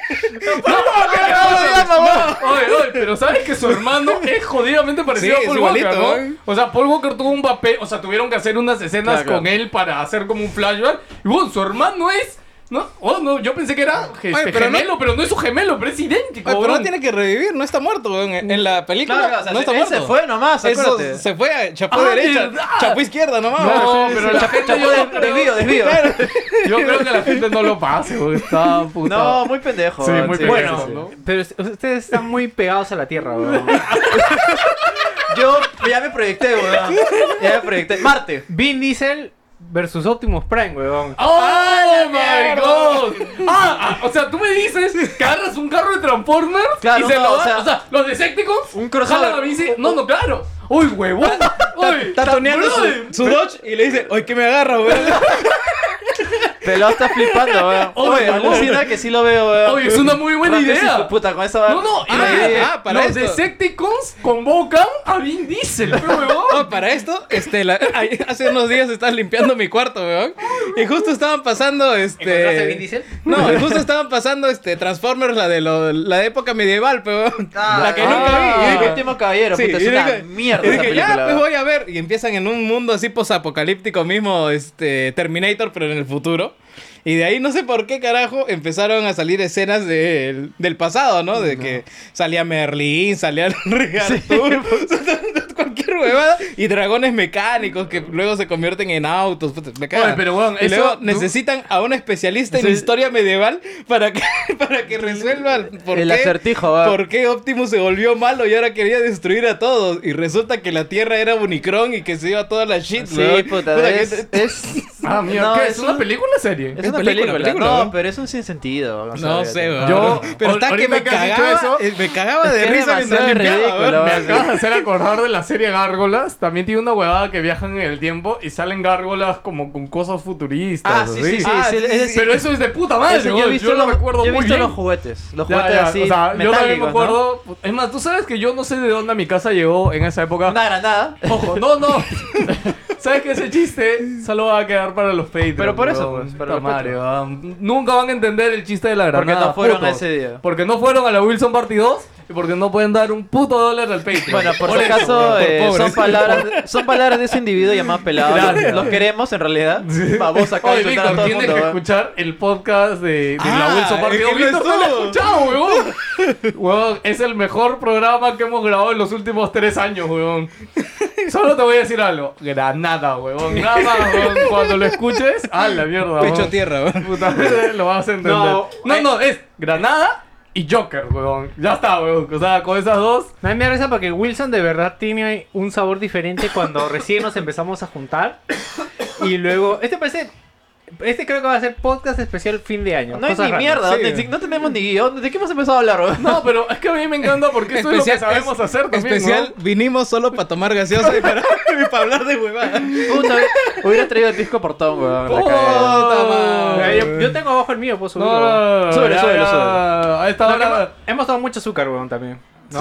S3: Oye, oye, pero sabes que su hermano es jodidamente parecido
S4: Sí,
S3: a Paul
S4: es
S3: Walker,
S4: igualito,
S3: ¿no?
S4: ¿eh?
S3: O sea, Paul Walker tuvo un papel, o sea, tuvieron que hacer unas escenas
S2: Claro,
S3: con él para hacer como un flashback. Y bueno, su hermano es No, oh, no, yo pensé que era este,
S4: Oye, pero no-
S3: gemelo, pero no es su gemelo, pero es idéntico.
S4: Oye, pero no
S3: weón.
S4: tiene que revivir, no está muerto, weón. En en la película
S2: Claro, o sea,
S4: no está
S2: él
S4: muerto.
S2: se fue nomás,
S4: Eso
S2: acuérdate.
S4: se fue, chapó
S3: Ah,
S4: derecha,
S3: ¿verdad?
S4: chapó izquierda, nomás.
S3: No,
S4: weón.
S3: pero la gente
S2: Chapo,
S3: yo no creo-
S2: desvío, desvío.
S3: Yo creo que la gente no lo pase, weón. Está puta.
S2: No, muy pendejo.
S3: Sí, muy pendejo,
S2: bueno,
S3: ¿no?
S5: Pero us- ustedes están muy pegados a la tierra, weón.
S2: Yo ya me proyecté, weón. Ya me proyecté. Marte.
S5: Vin Diesel versus Optimus Prime, weón.
S3: ¡Oh, my God! Ah, ah, o sea, tú me dices que agarras un carro de Transformers
S2: Claro,
S3: y se
S2: no,
S3: lo
S2: o
S3: das-
S2: sea,
S3: o sea, los Decepticons
S2: un crossover.
S3: jalan la bici. No, no, claro. ¡Uy, huevón! ¡Uy!
S4: Está toneando
S3: brother.
S4: su, su Dodge y le dice, oye, ¿qué me agarra, weón?
S2: Pelado está flipando, weón.
S3: Oh,
S2: Oye,
S3: my God.
S2: alucina que sí lo veo, weón.
S3: Oye, es una muy buena
S2: Rápido,
S3: idea.
S2: sí, Puta, con esa
S3: No, no, y
S4: Ah,
S3: la idea-
S4: ah, para
S3: los
S4: esto.
S3: Decepticons convocan a Vin Diesel, pero, huevón.
S4: No, para esto, este, la- ay, hace unos días estaba limpiando mi cuarto, weón. Y justo estaban pasando,
S5: ¿Encontraste Vin
S4: este...
S5: Diesel?
S4: No, y justo estaban pasando, este, Transformers, la de, lo- la de época medieval, weón. la que
S2: Ah,
S4: nunca vi. Y
S2: El
S4: dije,
S2: último caballero,
S4: Sí,
S2: puta, es
S4: y
S2: una
S4: dije-
S2: mierda
S4: y
S2: esa
S4: dije, ya,
S2: película.
S4: pues
S2: weón.
S4: voy a ver. Y empiezan en un mundo así posapocalíptico mismo, este, Terminator, pero en el futuro. Y de ahí, no sé por qué carajo, empezaron a salir escenas del, del pasado, ¿no? De que salía Merlín, salía Rey Arturo,
S2: pues.
S4: cualquier huevada. Y dragones mecánicos que luego se convierten en autos. puta, me caga.
S3: Oye, pero, weón,
S4: y
S3: eso-
S4: luego
S3: tú-
S4: necesitan a un especialista en
S2: Sí.
S4: historia medieval para que, para que resuelva el- por
S2: El
S4: qué-
S2: acertijo, weón.
S4: ¿Por qué Optimus se volvió malo y ahora quería destruir a todos? Y resulta que la Tierra era Unicron y que se iba toda la shit,
S2: Sí,
S4: weón.
S2: puta,
S4: que-
S2: es, es,
S3: Ah, mira,
S2: No,
S3: ¿qué?
S2: es
S3: ¿Es una
S2: un-
S3: película o serie?
S2: es
S4: Es
S2: una película,
S4: película, película,
S2: no,
S4: weón.
S2: pero es un sinsentido. weón,
S4: No
S2: o sea,
S4: sé, weón.
S3: Yo-
S4: pero
S3: ahor-
S4: está que
S3: ahorita
S4: me
S3: que has dicho
S4: cagaba,
S3: eso-
S4: eh, me cagaba
S2: Es
S4: de
S2: que era
S4: risa mientras
S2: demasiado
S4: limpiaba,
S2: ridículo,
S4: weón.
S2: weón.
S3: Me acabas de hacer acordar de la serie Gárgolas. También tiene una huevada que viajan en el tiempo y salen gárgolas como con cosas futuristas.
S2: Ah, sí,
S3: así.
S2: sí, sí, sí, es decir-
S3: Pero eso es de puta
S2: Eso
S3: madre,
S2: yo
S3: weón.
S2: he
S3: yo,
S2: visto,
S3: lo
S2: los-
S3: recuerdo
S2: yo he
S3: muy
S2: visto
S3: bien.
S2: los juguetes. Los
S3: Ya,
S2: juguetes
S3: ya,
S2: así.
S3: o sea, yo también me
S2: metálicos, ¿no?
S3: acuerdo. Es más, tú sabes que yo no sé de dónde a mi casa llegó en esa época.
S2: Una granada.
S3: Ojo, no, no. ¿Sabes que ese chiste solo va a quedar para los Patreons?
S2: Pero por eso,
S3: weón.
S2: pues, para
S3: Puta
S2: los
S3: madre, weón. Nunca van a entender el chiste de la granada.
S2: Porque no fueron
S3: putos.
S2: a ese día.
S3: Porque no fueron a la Wilson Party 2 y porque no pueden dar un puto dólar al Patreon.
S2: Bueno, por, si
S3: eso,
S2: acaso,
S3: weón, por
S2: eh, son,
S3: pobres.
S2: palabras, son palabras de ese individuo llamado pelado.
S3: Claro.
S2: Los, los queremos, en realidad. Vamos a acá
S3: Oye,
S2: insultar a
S3: Víctor,
S2: todo el
S3: tienes
S2: mundo.
S3: que
S2: ¿verdad?
S3: escuchar el podcast de, de la
S4: Ah,
S3: Wilson Party
S4: es
S3: 2.
S4: que no
S3: Víctor, no lo has
S4: estuvo.
S3: escuchado, weón. Weón, es el mejor programa que hemos grabado en los últimos tres años, weón. Solo te voy a decir algo. Granada, weón. Nada más, weón. Cuando lo escuches, a la mierda,
S4: Pecho
S3: weón.
S4: tierra, weón.
S3: Puta madre, lo vas a entender. No,
S5: No,
S3: no,
S5: eh.
S3: es Granada y Joker, weón. Ya está, weón. O sea, con esas dos.
S5: A mí me da risa porque Wilson de verdad tiene un sabor diferente cuando recién nos empezamos a juntar. Y luego, este parece. Este creo que va a ser podcast especial fin de año.
S2: No es
S5: Cosas
S2: ni
S5: raras.
S2: mierda.
S4: sí.
S2: No, te- no tenemos ni guión. ¿De qué hemos empezado a hablar? weón?
S3: No, pero es que a mí me encanta porque esto es lo que sabemos
S4: es-
S3: hacer también,
S4: especial,
S3: weón.
S4: vinimos solo para tomar gaseosa y para, y para hablar de huevadas.
S2: Puta, hubiera traído el disco por Tom, weón. la
S3: Oh.
S2: cagué.
S4: Puta
S5: Mira,
S4: madre.
S5: Yo, yo tengo abajo el mío, puedo subirlo.
S3: No, no,
S2: Súbelo,
S3: ya,
S2: súbelo,
S3: ya. A esta
S5: No, que
S3: hora-
S5: hemos, hemos dado mucho azúcar, weón, también.
S2: Sí,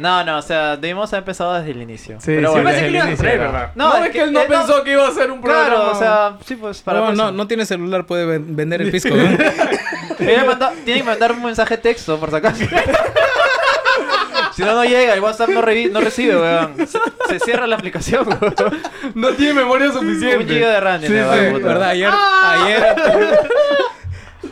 S2: no, no, o sea, debimos haber empezado desde el inicio.
S3: Sí,
S2: Pero
S3: sí,
S2: bueno.
S5: Pensé que
S3: el
S5: lo ibas a
S3: inicio,
S5: traer,
S3: ¿verdad?
S5: ¿verdad?
S3: No, es que él no pensó que iba a ser un programa.
S2: Claro, o sea, sí, pues para
S4: No,
S2: la
S4: no,
S2: próxima.
S4: no tiene celular, puede ven- vender el pisco. weón.
S2: Tiene que mandar- tiene que mandar un mensaje texto, por si acaso. si no, no llega. El WhatsApp no, revi- no recibe, weón. Se, se cierra la aplicación, weón.
S3: no tiene memoria
S2: Un
S3: suficiente.
S2: giga de RAM.
S4: Sí,
S2: tiene,
S4: sí, Ah.
S2: weón, puta.
S4: verdad, ayer, ayer-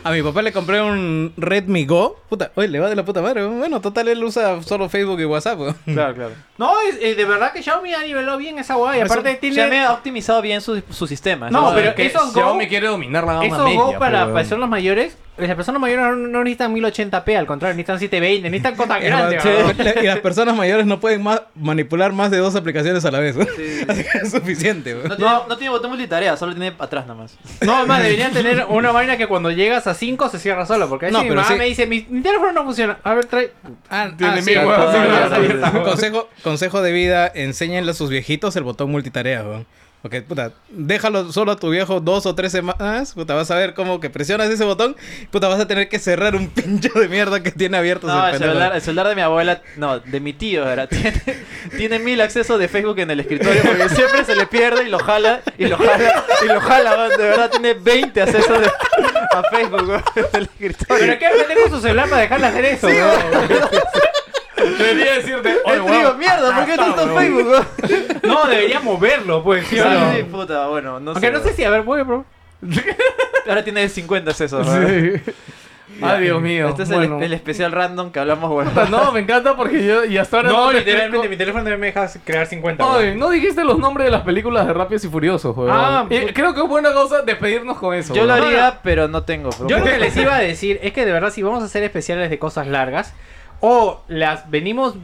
S4: a mi papá le compré un Redmi Go. Puta, oye, le va de la puta madre. weón. Bueno, total, él usa solo Facebook y WhatsApp. weón.
S2: Claro, claro.
S5: No, es- eh, de verdad que Xiaomi ha nivelado bien esa guay.
S4: Eso-
S5: Aparte,
S2: Tiene... Ya me
S5: tiene.
S2: ha optimizado bien su, su sistema.
S5: No,
S2: ¿sabes?
S5: pero esos Go-
S3: Xiaomi quiere dominar la gama
S5: Eso
S3: media,
S5: go para
S3: pues.
S5: personas mayores. Las personas mayores no, no necesitan 1080p, al contrario, necesitan 720, necesitan cosas grandes. weón.
S4: Y las personas mayores no pueden ma- manipular más de dos aplicaciones a la vez. weón. Así que es suficiente. weón.
S2: No tiene, no tiene botón multitarea, solo tiene atrás nada más.
S5: No, más deberían tener una vaina que cuando llegas a 5 se cierra solo. Porque ahí
S4: No,
S5: sí mi
S4: pero
S5: mamá
S4: sí.
S5: me dice, mi, mi teléfono no funciona. A ver, trae.
S4: Ah,
S3: Tiene
S4: ah, sí,
S3: mil
S4: weón.
S3: huevos,
S2: sí,
S4: Ah,
S2: claro,
S4: sí.
S2: sí,
S3: claro.
S4: consejo, consejo de vida, enséñenle a sus viejitos el botón multitarea, weón. Porque, puta, déjalo solo a tu viejo dos o tres semanas, puta, vas a ver cómo que presionas ese botón, puta, vas a tener que cerrar un pincho de mierda que tiene abierto
S2: No,
S4: ese
S2: el
S4: pendejo.
S2: celular, el celular de mi abuela, no, de mi tío era. Tiene, tiene mil accesos de Facebook en el escritorio porque siempre se le pierde y lo jala, y lo jala, y lo jala. man. De verdad, tiene 20 accesos de- a Facebook man, en el
S5: ¿Pero
S2: escritorio.
S5: qué pendejo su celular para dejarle hacer eso? weón?
S3: Debería decirte, oye,
S2: El
S3: weón,
S2: trigo, mierda, ¿por qué
S3: hasta,
S2: tanto
S3: weón.
S2: Facebook? man?
S5: No, debería moverlo, pues. ¿sí o no?
S2: Sí, puta, bueno, no
S5: Aunque no sé si, a ver, voy, bro.
S2: Ahora tiene 50 es eso, ¿verdad?
S3: Sí. Ay, Dios mío.
S2: Este es el-
S3: Bueno.
S2: el, especial random que hablamos, bueno.
S3: Puta, No, me encanta porque yo y hasta ahora
S5: No,
S3: te
S5: literalmente, mi
S3: explico-
S5: teléfono también me deja crear 50.
S3: Ay,
S5: weón.
S3: no dijiste los nombres de las películas de Rápidos y Furiosos, weón.
S5: Ah,
S3: Y creo que es buena cosa despedirnos con eso.
S2: Yo lo
S3: weón.
S2: haría, pero no tengo. bro.
S5: Yo lo que les iba a decir es que de verdad si vamos a hacer especiales de cosas largas o las venimos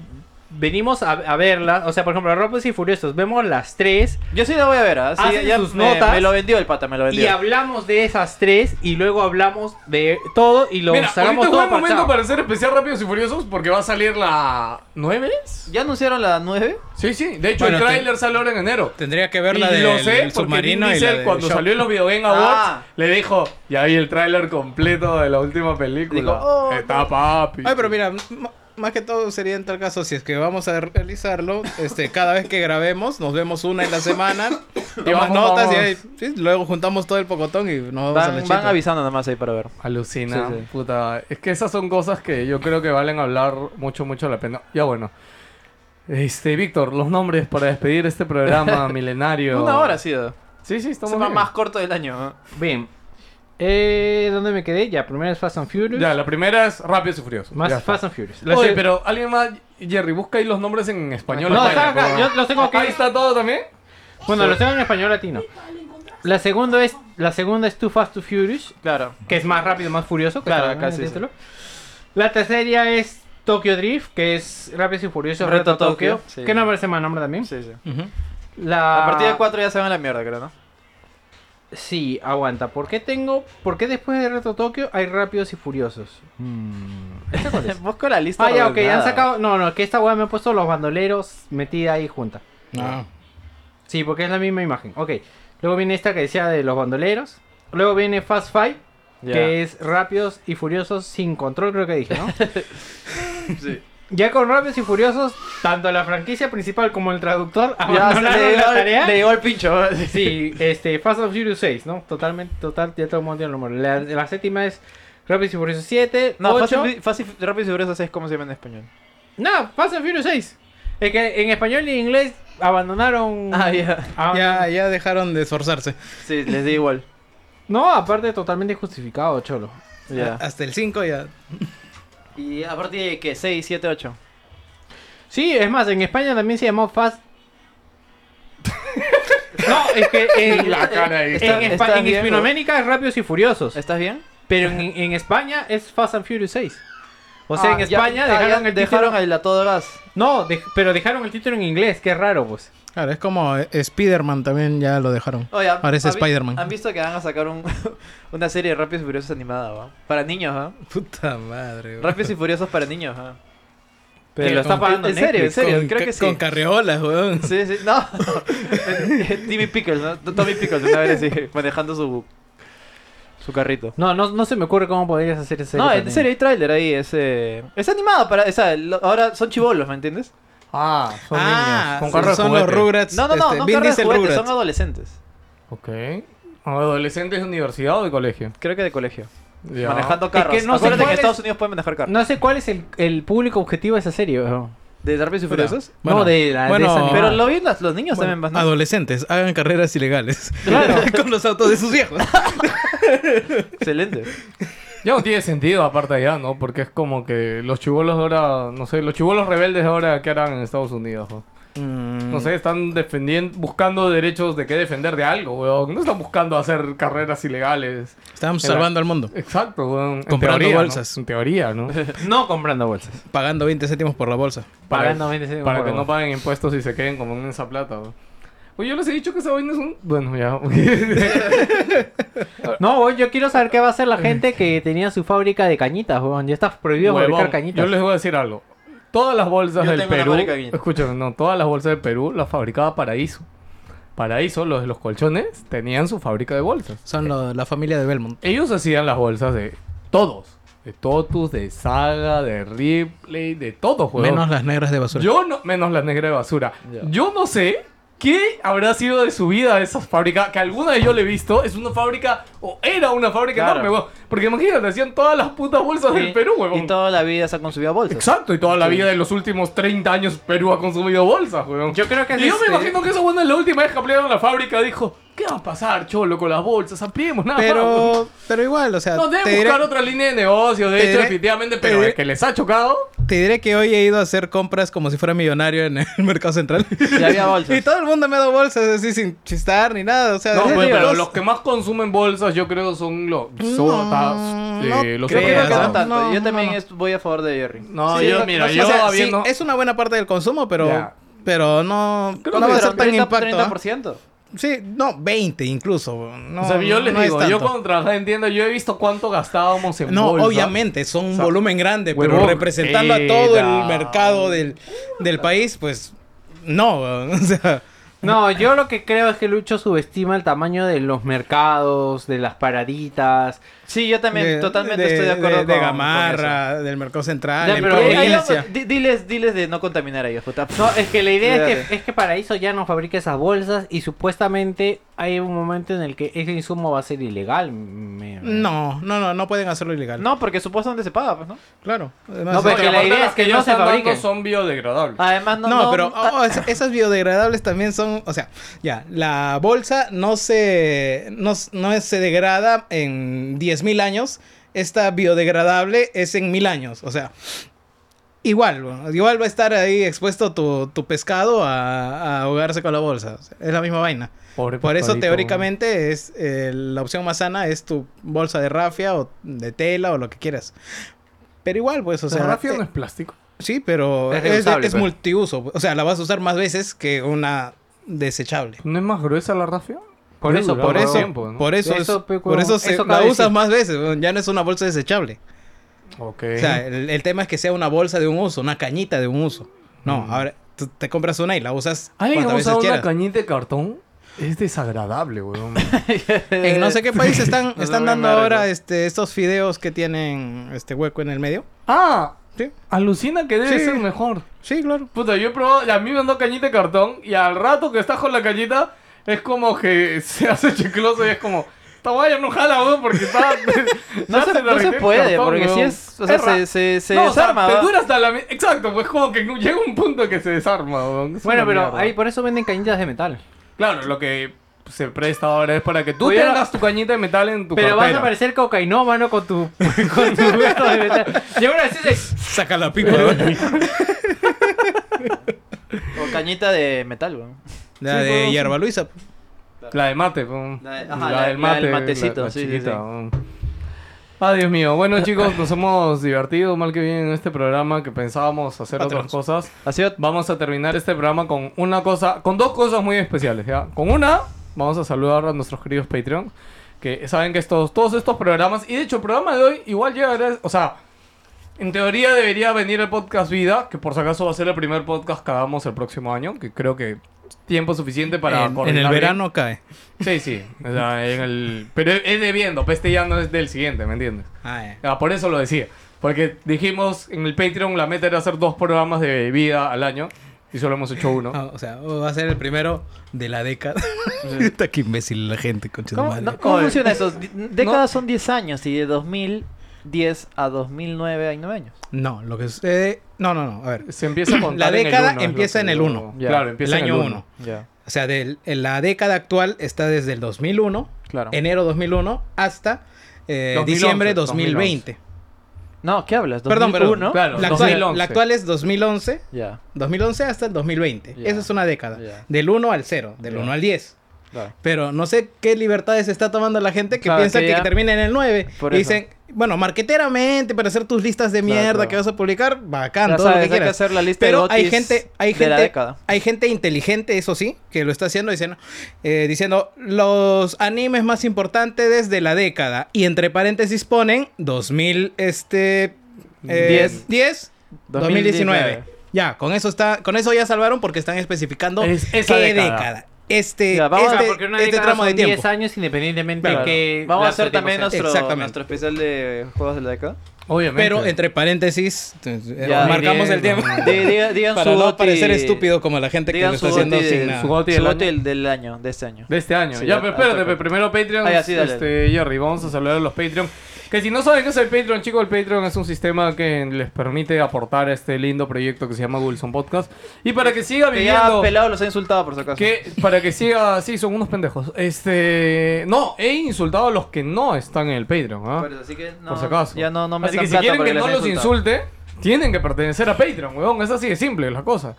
S5: venimos a, a verlas, o sea, por ejemplo, Rápidos y Furiosos, vemos las tres
S2: Yo sí la voy a ver, ¿ah? Sí,
S5: Hacen
S2: ya
S5: sus
S2: me,
S5: notas.
S2: me lo vendió el pata, me lo
S5: y
S2: vendió.
S5: hablamos de esas tres y luego hablamos de todo y lo
S3: Mira, ahorita
S5: sacamos
S3: es
S5: todo
S3: buen momento
S5: parchado.
S3: para hacer especial Rápidos y Furiosos porque va a salir la... ¿Nueve?
S2: ¿Ya anunciaron la 9?
S3: Sí, sí. De hecho, el
S4: Bueno, te-
S3: tráiler sale ahora en enero.
S4: Tendría que ver la
S3: y
S4: del
S3: lo sé porque Vin
S4: submarino y la
S3: Diesel
S4: del
S3: cuando
S4: shock.
S3: salió en los Video Game Awards
S2: Ah.
S3: le dijo, ya vi el tráiler completo de la última película.
S2: Dijo, "Oh,
S3: Está papi.
S4: Ay, pero mira, m- más que todo sería en tal caso, si es que vamos a realizarlo, este, cada vez que grabemos, nos vemos una en la semana,
S3: vamos,
S4: tomas notas y
S3: vamos.
S4: ahí, sí, luego juntamos todo el pocotón y nos vamos a la
S2: Van, van
S4: chita.
S2: avisando nada más ahí para ver.
S3: Alucina,
S2: Sí, sí.
S3: puta. Es que esas son cosas que yo creo que valen hablar mucho, mucho la pena. Ya bueno. Este, Víctor, los nombres para despedir este programa milenario.
S2: Una hora ha sido.
S3: Sí, sí,
S2: Es
S3: estamos
S2: el más-
S3: bien.
S2: más corto del año. ¿eh?
S5: Bien. Eh, ¿dónde me quedé? Ya, primero es Fast and Furious.
S3: Ya, la primera es Rápidos y Furiosos.
S5: más
S3: Ya está.
S5: Fast and Furious. La
S3: Oye,
S5: se-
S3: pero alguien más, Jerry, busca ahí los nombres en español.
S5: No,
S3: latino,
S5: está acá,
S3: por
S5: yo
S3: favor.
S5: los tengo aquí.
S3: Ahí está todo también.
S5: Bueno, lo tengo en español latino. La segunda es la segunda es Too Fast to Furious,
S2: Claro.
S5: que es más rápido, más furioso. que
S2: Claro,
S5: está en
S2: casi,
S5: el título. La tercera es Tokyo Drift, que es Rápidos y Furiosos Reto, Tokio.
S2: sí.
S5: Que no me parece mal nombre también.
S2: Sí, sí.
S4: Ujú.
S5: La...
S2: A partir de 4 ya se van a la mierda, creo, ¿no?
S5: Sí, aguanta. ¿Por qué tengo? ¿Por qué después de Reto Tokio hay Rápidos y Furiosos?
S2: Hmm.
S5: ¿Esta cuál es?
S2: Busco la lista.
S5: ah, ya, ok,
S2: ordenada.
S5: han sacado. No, no, que esta weá me ha puesto los bandoleros metida ahí junta.
S4: Ah.
S5: Sí, porque es la misma imagen. Ok. Luego viene esta que decía de los bandoleros. Luego viene Fast Five,
S2: Ya.
S5: que es Rápidos y Furiosos sin control, creo que dije, ¿no?
S2: Sí.
S5: ya con Rápidos y Furiosos, tanto la franquicia principal como el traductor
S2: Ya se
S5: abandonaron
S2: le
S5: la
S2: llegó,
S5: tarea.
S2: le llegó el pincho. ¿eh?
S5: Sí, este, Fast and Furious 6, ¿no? Totalmente, total, ya todo el mundo tiene el número. La, la séptima es Rápidos y Furiosos 7,
S2: No,
S5: 8...
S2: fácil, fácil, rápido y furioso es como se llama en español.
S5: No, Fast and Furious 6. Es que en español y en inglés abandonaron...
S2: Ah, ya.
S5: abandonaron-
S4: Ya, ya dejaron de esforzarse.
S2: Sí, les da igual.
S5: No, aparte totalmente justificado, cholo. Ah.
S2: Ya.
S4: Hasta el 5 ya.
S2: Y a partir de que 6, 7, 8.
S5: Sí, es más, en España también se llamó Fast. no, es que en,
S3: La cara ahí.
S5: en,
S2: Está-
S5: Espa-
S2: estás
S5: en
S2: bien,
S5: Hispanoamérica es Rápidos y Furiosos,
S2: ¿Estás bien?
S5: pero en, en España es Fast and Furious 6. O sea,
S2: Ah,
S5: en
S2: ya-
S5: España
S2: ah,
S5: dejaron,
S2: ya
S5: el
S2: dejaron
S5: título.
S2: el a todo gas.
S5: No, dej- pero dejaron el título en inglés, qué raro, pues.
S4: Claro, es como eh, Spider-Man también ya lo dejaron.
S2: Oye, ¿han-
S4: Parece
S2: han vi-
S4: Spider-Man.
S2: Han visto que van a sacar un- una serie de Rápidos y Furiosos animada, ¿va? Para niños, ¿ah?
S4: Puta madre. güey.
S2: Rápidos y Furiosos para niños, ¿ah?
S5: Pero
S4: ¿Qué?
S5: lo está
S4: ¿Con-
S5: pagando
S2: ¿En serio?
S5: Netflix.
S2: ¿En serio?
S4: Con
S2: Creo
S4: ca-
S2: que sí.
S4: Con carreolas, weón.
S2: Sí, sí, no. Timmy Pickles, ¿no? Tommy Pickles, una vez así, manejando su, su carrito.
S5: No, no, no se me ocurre cómo podrías hacer ese.
S2: No, en serio hay tráiler ahí, es, eh, es animado para, o sea, lo- ahora son chivolos, ¿me entiendes?
S3: Ah, son
S4: ah,
S3: niños. Con carro de
S4: son los
S3: juguete.
S4: Rugrats.
S2: No, no, no,
S4: este,
S2: no
S4: Vin
S2: carros de
S4: Diesel
S2: juguetes,
S4: Rugrats.
S2: son adolescentes.
S3: Ok. ¿Adolescentes de universidad o de colegio?
S2: Creo que de colegio.
S3: Ya.
S2: Manejando
S5: Es que
S2: carros.
S5: no
S2: Acuérdate
S5: sé
S2: que
S5: cuál
S2: en
S5: es-
S2: Estados Unidos pueden manejar carros.
S5: No sé cuál es el, el público objetivo de esa serie, weón.
S2: ¿De Rápidos y Furiosos?
S4: Bueno,
S5: no, de la de
S4: bueno,
S5: esa-
S2: Pero lo vi, los, los niños
S4: Bueno, Ah,
S2: también van ¿no?
S4: adolescentes, hagan carreras ilegales.
S2: Claro.
S4: con los autos de sus viejos.
S2: Excelente.
S3: Ya no tiene sentido aparte de allá, ¿no? Porque es como que los chibolos de ahora, no sé, los chibolos rebeldes de ahora que harán en Estados Unidos, ¿no?
S4: Mm.
S3: No sé, están defendiendo, buscando derechos de qué defender de algo, weón. No están buscando hacer carreras ilegales.
S4: Estamos salvando al mundo,
S3: Exacto, weón. En
S4: Comprando
S3: teoría, ¿no?
S4: bolsas.
S3: En teoría, ¿no?
S5: no comprando bolsas.
S4: pagando 20 céntimos por la bolsa.
S5: Pagando 20 céntimos
S3: Para
S5: por
S3: que
S5: bolsa.
S3: no paguen impuestos y se queden como en esa plata, weón. Oye, yo les he dicho que esa vaina es un... Bueno, ya.
S5: No, weón, yo quiero saber qué va a hacer la gente que tenía su fábrica de cañitas, weón. Ya está prohibido
S3: Huevón,
S5: fabricar cañitas.
S3: yo les voy a decir algo. Todas las bolsas
S2: Yo
S3: del
S2: tengo una
S3: Perú.
S2: fábrica de viñetas.
S3: Escúchame, no, todas las bolsas del Perú las fabricaba Paraíso. Paraíso, los de los colchones, tenían su fábrica de bolsas.
S4: Son lo- la familia de Belmont.
S3: Ellos hacían las bolsas de todos. De Totus, de Saga, de Ripley, de todos, juegos.
S4: Menos las negras de basura.
S3: Yo no, menos la negra de basura. Yo no sé qué habrá sido de su vida esa fábrica, que alguna de yo le he visto, es una fábrica, o era una fábrica
S2: Claro.
S3: enorme, huevón. Porque imagínate, hacían todas las putas bolsas del
S2: Y-
S3: Perú, huevón.
S2: Y toda la vida se han consumido bolsas.
S3: Exacto, y toda la vida de los últimos 30 años Perú ha consumido bolsas, weón.
S5: Yo creo que
S3: este,
S4: este-
S3: y yo me imagino que esa buena es la última vez que ampliaron la fábrica, dijo. ¿Qué va a pasar, cholo, con las bolsas? Ampliemos, nada más,
S4: Pero, pero igual, o sea,
S3: No, deben
S4: te,
S3: buscar
S4: diré,
S3: otra línea de negocio, de
S4: te
S3: hecho,
S4: diré-
S3: definitivamente,
S4: te
S3: pero
S4: diré-
S3: el que les ha chocado.
S4: te diré que hoy he ido a hacer compras como si fuera millonario en el mercado central.
S2: Y había bolsas.
S4: y todo el mundo me ha dado bolsas así sin chistar ni nada. O sea,
S3: No,
S4: es
S3: pues, pero
S4: dos-
S3: los que más consumen bolsas, yo creo, son los
S4: no
S3: sodas, eh, los
S2: Yo creo que
S4: Creas,
S2: no
S3: supermercados.
S2: tanto.
S4: no,
S2: yo
S4: no,
S2: también
S4: no.
S2: est- voy a favor de Jerry.
S3: No,
S4: Sí,
S3: yo,
S4: no-
S3: mira,
S4: no,
S3: yo
S4: o sea,
S3: habiendo-
S4: sí, es una buena parte del consumo, pero,
S3: Ya.
S4: pero no,
S3: Creo que
S4: no va a
S2: Pero
S4: ser tan
S2: 30,
S4: impacto. ¿ah?
S2: 30%.
S4: Sí, no, 20 incluso. No,
S3: o sea, yo les
S4: no es
S3: digo, yo
S4: tanto.
S3: cuando trabajaba en tienda, yo he visto cuánto gastábamos en
S4: No,
S3: bolsa.
S4: obviamente, son un
S3: O sea,
S4: volumen grande, pero
S3: huevón,
S4: representando a
S3: eh,
S4: todo
S3: da.
S4: el mercado del, del país, pues no, o sea,
S5: No, yo lo que creo es que Lucho subestima el tamaño de los mercados, de las paraditas.
S2: Sí, yo también
S4: de-
S2: totalmente estoy de acuerdo
S4: de,
S2: con, con
S4: Gamarra, del mercado central,
S5: Ya,
S4: en
S5: pero
S2: eso. Eh, ahí lo-
S4: provincia.
S2: di- diles, diles de no contaminar a ellos, puta.
S5: No, es que la idea es
S2: Cuídate.
S5: que, es que Paraíso ya no fabrica esas bolsas y supuestamente hay un momento en el que ese insumo va a ser ilegal. me-
S4: No, no, no, no pueden hacerlo ilegal.
S2: No, porque supuestamente se paga, pues, ¿no?
S4: Claro. Además,
S5: No,
S4: es-
S5: porque la idea
S3: las
S5: es que
S3: ya
S5: no se
S3: están dando
S5: fabriquen.
S3: son biodegradables.
S2: Además, no.
S4: no, pero oh, es- esas biodegradables también son, o sea, ya, la bolsa no se, no, s- no es- se degrada en 10.000 años, esta biodegradable es en 1.000 años, o sea, igual, bueno, igual va a estar ahí expuesto tu, tu pescado a, a ahogarse con la bolsa, o sea, es la misma vaina.
S3: Pobre
S4: Por eso
S3: pescadito.
S4: teóricamente es eh, la opción más sana es tu bolsa de rafia o de tela o lo que quieras. Pero igual, pues, o
S3: La
S4: sea,
S3: rafia
S4: eh,
S3: no es plástico.
S4: Sí, pero
S5: Es
S4: es, es
S5: reusable, pero-
S4: multiuso. O sea, la vas a usar más veces que una desechable.
S3: ¿No es más gruesa la rafia?
S5: Por
S3: Debe
S5: eso,
S3: durar
S4: Por
S3: más
S4: eso,
S3: tiempo, pues, ¿no?
S4: por eso, es-
S5: Eso, pe,
S4: por eso,
S5: huevón,
S4: se,
S5: eso
S4: la
S5: cabe
S4: usas
S5: decir.
S4: más veces. weón. Ya no es una bolsa desechable.
S3: Ok.
S4: O sea, el, el tema es que sea una bolsa de un uso, una cañita de un uso. No, ahora tú te compras una y la usas
S3: ¿Alguien ha
S4: cuantas veces
S3: usado una
S4: quieras.
S3: cañita de cartón? Es desagradable, weón.
S2: eh,
S4: En no sé qué país están,
S2: sé
S4: están
S2: por qué
S4: dando
S2: me da
S4: ahora
S2: risa.
S4: este, estos fideos que tienen este hueco en el medio.
S3: ah,
S4: Sí,
S3: alucina que debe
S4: Sí.
S3: ser mejor.
S4: sí, claro.
S3: Puta, yo he probado, y a mí me han dado cañita de cartón y al rato que estás con la cañita es como que se hace chicloso y es como, esta guaya no jala, weón, porque está...
S2: No
S3: ya
S2: se,
S3: te
S2: no se
S3: derritió el
S2: puede,
S3: cartón,
S2: porque
S3: weón.
S2: si es. O sea,
S3: Es ra-
S2: se, se, se
S3: No, o sea,
S2: desarma.
S3: te
S2: ¿va?
S3: dura hasta la... mi- Exacto, pues como que llega un punto en que se desarma, weón. Es
S5: Bueno,
S3: una
S5: pero
S3: mierda.
S5: ahí por eso venden cañitas de metal.
S3: Claro, lo que se presta ahora es para que tú
S5: Oye,
S3: tengas tu cañita de metal en tu
S5: Pero vas
S3: cartera.
S5: a parecer cocainómano con tu... con tu beso de metal. Y ahora dices,
S4: Saca la pipa. weón.
S2: O cañita de metal, weón.
S4: La de Yerba Luisa.
S3: La de mate, pum.
S2: La de- ajá, la- la del matecito, sí, sí,
S3: chiquita,
S2: sí.
S3: pum. Ah, Dios mío. Bueno, chicos, nos hemos divertido mal que bien en este programa que pensábamos hacer otras
S4: Patrons.
S3: cosas.
S2: Ha sido
S3: Vamos a terminar este programa con una cosa, con dos cosas muy especiales, ¿ya? Con una, vamos a saludar a nuestros queridos Patreon, que saben que estos, todos estos programas, y de hecho el programa de hoy igual llega, gracias- o sea, en teoría debería venir el podcast Vida, que por si acaso va a ser el primer podcast que hagamos el próximo año, que creo que tiempo suficiente para
S4: En- en el
S3: coordinar bien.
S4: verano cae.
S3: Sí, sí. O sea, en el... Pero es de viendo, este ya no es del siguiente, ¿me entiendes?
S4: Ah, eh.
S3: Ah, por eso lo decía. Porque dijimos en el Patreon la meta era hacer dos programas de vida al año y solo hemos hecho uno.
S4: Ah, o sea, va a ser el primero de la década. Está que imbécil la gente, concha de
S2: ¿Cómo,
S4: madre.
S2: no, cómo
S3: Oye.
S2: funciona eso? Di- Décadas son 10 años y de 2010 a 2009 hay 9 años.
S4: No, lo que sucede. No, no, no. A ver.
S3: Se empieza a contar
S4: La
S3: en el
S4: década
S3: uno, es lo
S4: empieza
S3: que
S4: en el
S3: yo-
S4: uno.
S2: Ya.
S3: Claro, empieza
S4: El
S3: en
S4: año
S3: el uno.
S4: uno. O sea, del- en la década actual está desde el 2001,
S3: Claro.
S4: enero 2001, hasta eh,
S3: 2011,
S4: diciembre 2020.
S2: No, ¿qué hablas? ¿2001?
S4: Perdón, perdón.
S3: Claro,
S4: La, actual,
S3: 2011.
S4: la actual es 2011,
S2: Ya.
S4: 2011 hasta el 2020.
S2: Ya.
S4: Esa es una década.
S2: Ya.
S4: Del 1 al 0, del
S2: Ya.
S4: 1 al 10.
S2: Claro.
S4: Pero no sé qué libertades está tomando la gente que
S2: Claro,
S4: piensa
S2: que
S4: que,
S2: ya-
S4: termina en el 9.
S2: Por
S4: Y
S2: eso.
S4: dicen, bueno, marqueteramente para hacer tus listas de
S2: Claro,
S4: mierda
S2: claro.
S4: que vas a publicar, bacán,
S2: Ya
S4: todo lo
S2: sabes,
S4: que
S2: hay que
S4: quieras.
S2: hacer la lista de
S4: Pero
S2: gotis
S4: hay gente, hay
S2: de la
S4: gente,
S2: década.
S4: hay gente inteligente, eso sí, que lo está haciendo diciendo, eh, diciendo los animes más importantes desde la década. Y entre paréntesis ponen 2000, este, eh,
S2: 10.
S4: 10, 2019. Ya, con eso está, con eso ya salvaron porque están especificando
S3: Es- esa
S4: qué
S3: década.
S4: década. Este,
S2: Ya, vamos a-
S5: "Ah,
S4: este,
S5: porque una
S4: este
S5: década
S4: tramo de
S5: son
S4: tiempo.
S5: 10 años independientemente
S4: Claro.
S5: que...
S2: Vamos a
S5: lapso de
S2: hacer
S5: tiempo
S2: también
S5: sea.
S2: nuestro,
S4: Exactamente.
S2: nuestro especial de juegos de la década.
S3: Obviamente.
S4: Pero entre paréntesis, eh,
S2: Ya,
S4: marcamos
S5: bien,
S4: el tiempo.
S5: no.
S2: Di- diga- digan
S4: Para
S2: su
S4: no
S2: goti-
S4: parecer estúpido como la gente que
S2: digan
S4: lo está
S2: su
S4: haciendo
S2: goti de-
S4: sin nada.
S3: su goti
S2: Su
S3: del
S2: goti
S3: año.
S2: del, del año, de este año.
S3: De este año.
S2: Sí, ya,
S3: ya, pero
S2: hasta
S3: espérate,
S2: acá.
S3: pero primero Patreon.
S2: Ah, ya, sí, dale.
S3: este, Jerry, vamos a saludar a los Patreon. Que si no saben qué es el Patreon, chicos, el Patreon es un sistema que les permite aportar a este lindo proyecto que se llama Wilson Podcast. Y para que siga
S2: Que ya
S3: viviendo...
S2: pelado los ha insultado por si acaso.
S3: Que para que siga... Sí, son unos pendejos. Este... No, he insultado a los que no están en el Patreon. ¿ah?
S2: Pero así que no,
S3: por si acaso.
S2: Ya no, no me
S3: así que si quieren que no los
S2: insulten
S3: insulte, tienen que pertenecer a Patreon, weón. Es así de simple la cosa.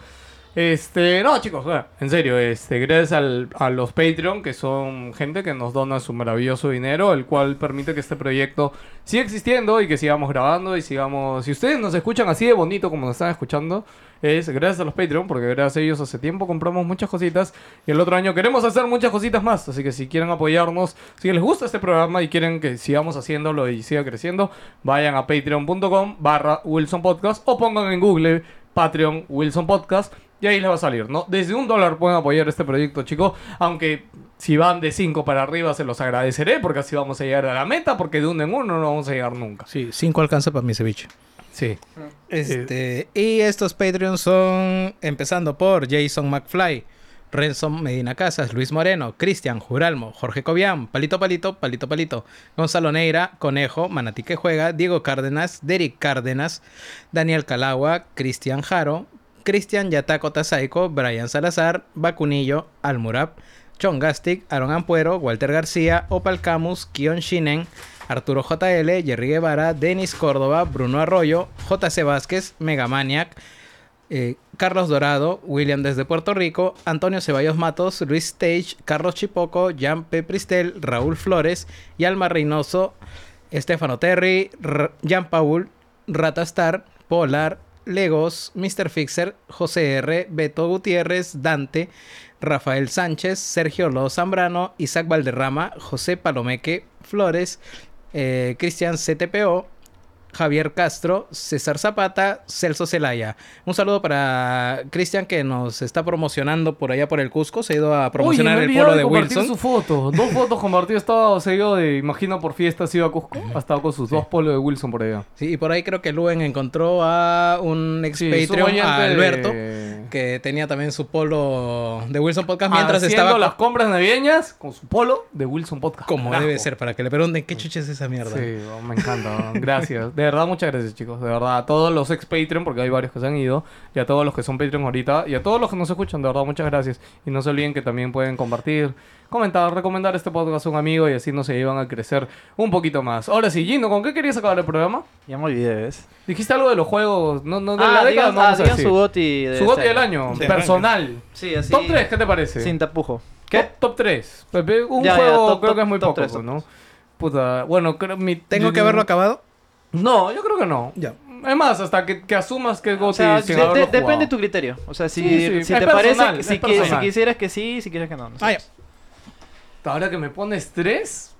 S3: Este, no, chicos, bueno, en serio, este, gracias al- a los Patreon, que son gente que nos dona su maravilloso dinero, el cual permite que este proyecto siga existiendo y que sigamos grabando y sigamos. Si ustedes nos escuchan así de bonito como nos están escuchando, es gracias a los Patreon, porque gracias a ellos hace tiempo compramos muchas cositas y el otro año queremos hacer muchas cositas más. Así que si quieren apoyarnos, si les gusta este programa y quieren que sigamos haciéndolo y siga creciendo, vayan a patreon.com barra Wilson Podcast o pongan en Google Patreon Wilson Podcast y ahí les va a salir, ¿no? Desde un dólar pueden apoyar este proyecto, chicos, aunque si van de 5 para arriba se los agradeceré porque así vamos a llegar a la meta porque de uno en uno no vamos a llegar nunca.
S4: Sí, cinco alcanza para mi ceviche.
S3: Sí.
S4: Este, y estos Patreons son, empezando por Jason McFly, Renson Medina Casas, Luis Moreno, Cristian Juralmo, Jorge Cobian, Palito Palito, Palito Palito, Gonzalo Neira, Conejo, Manatí que juega, Diego Cárdenas, Derek Cárdenas, Daniel Calagua, Cristian Jaro, Cristian Yataco Tazaico, Brian Salazar, Bacunillo, Almurab, John Gastic, Aaron Ampuero, Walter García, Opal Camus, Kion Shinen, Arturo JL, Jerry Guevara, Denis Córdoba, Bruno Arroyo, JC Vázquez, Megamaniac, eh, Carlos Dorado, William desde Puerto Rico, Antonio Ceballos Matos, Luis Stage, Carlos Chipoco, Jan P. Pristel, Raúl Flores, Yalma Reynoso, Estefano Terry, R- Jan Paul, Ratastar, Polar, Legos, Mr. Fixer, José R., Beto Gutiérrez, Dante, Rafael Sánchez, Sergio Lo Zambrano, Isaac Valderrama, José Palomeque, Flores, eh, Cristian CTPO, Javier Castro, César Zapata, Celso Celaya. Un saludo para Cristian que nos está promocionando por allá por el Cusco. Se ha ido a promocionar
S3: Oye, me
S4: el
S3: he olvidado
S4: polo de
S3: compartir
S4: Wilson.
S3: su foto. Dos fotos compartidas estaba seguido de, imagino, por fiesta ha ido a Cusco. Ha estado con sus dos polos de Wilson por allá.
S4: Sí, y por ahí creo que Luen encontró a un ex
S3: Sí, su
S4: Patreon,
S3: oyente
S4: a Alberto,
S3: de-
S4: que tenía también su polo de Wilson Podcast mientras
S3: Haciendo
S4: estaba
S3: las compras navideñas con su polo de Wilson Podcast.
S4: como
S3: Carajo.
S4: debe ser, para que le pregunten qué chuches es esa mierda.
S3: Sí, oh, me encanta. oh, Gracias. De verdad, muchas gracias, chicos. De verdad, a todos los ex Patreon, porque hay varios que se han ido, y a todos los que son Patreon ahorita, y a todos los que nos escuchan, de verdad, muchas gracias. Y no se olviden que también pueden compartir, comentar, recomendar este podcast a un amigo, y así nos ayudan a crecer un poquito más. Ahora sí, Gino, ¿con qué querías acabar el programa?
S2: Ya me olvidé, ¿ves?
S3: Dijiste algo de los juegos, no, no, de
S2: Ah,
S3: la década,
S2: digan,
S3: no
S2: ah,
S3: vamos a
S2: digan
S3: decir.
S2: su este goti.
S3: Su goti del año,
S4: Del
S3: personal.
S2: Sí, así.
S3: Top 3, ¿qué te parece?
S2: Sin tapujo.
S3: Top, top 3. Pepe, Un
S2: Ya, ya,
S3: juego
S2: top-
S3: creo
S2: top-
S3: que es muy
S2: top
S3: poco,
S2: tres, top
S3: ¿no? Puta, bueno, creo mi...
S4: ¿Tengo que haberlo acabado?
S3: No, yo creo que no.
S4: Ya.
S3: Es más, hasta que, que asumas que es
S2: O
S3: Gotti
S2: sea,
S3: sin
S2: de-
S3: haberlo
S2: de- depende de
S3: jugado.
S2: tu criterio. O sea, si,
S3: Sí, sí,
S2: si
S3: es
S2: te
S3: personal,
S2: parece,
S3: es
S2: si, qui- si
S3: personal.
S2: quisieras que sí, si quisieras que no. no sé.
S4: Ah, ya.
S3: Ahora que me pones tres...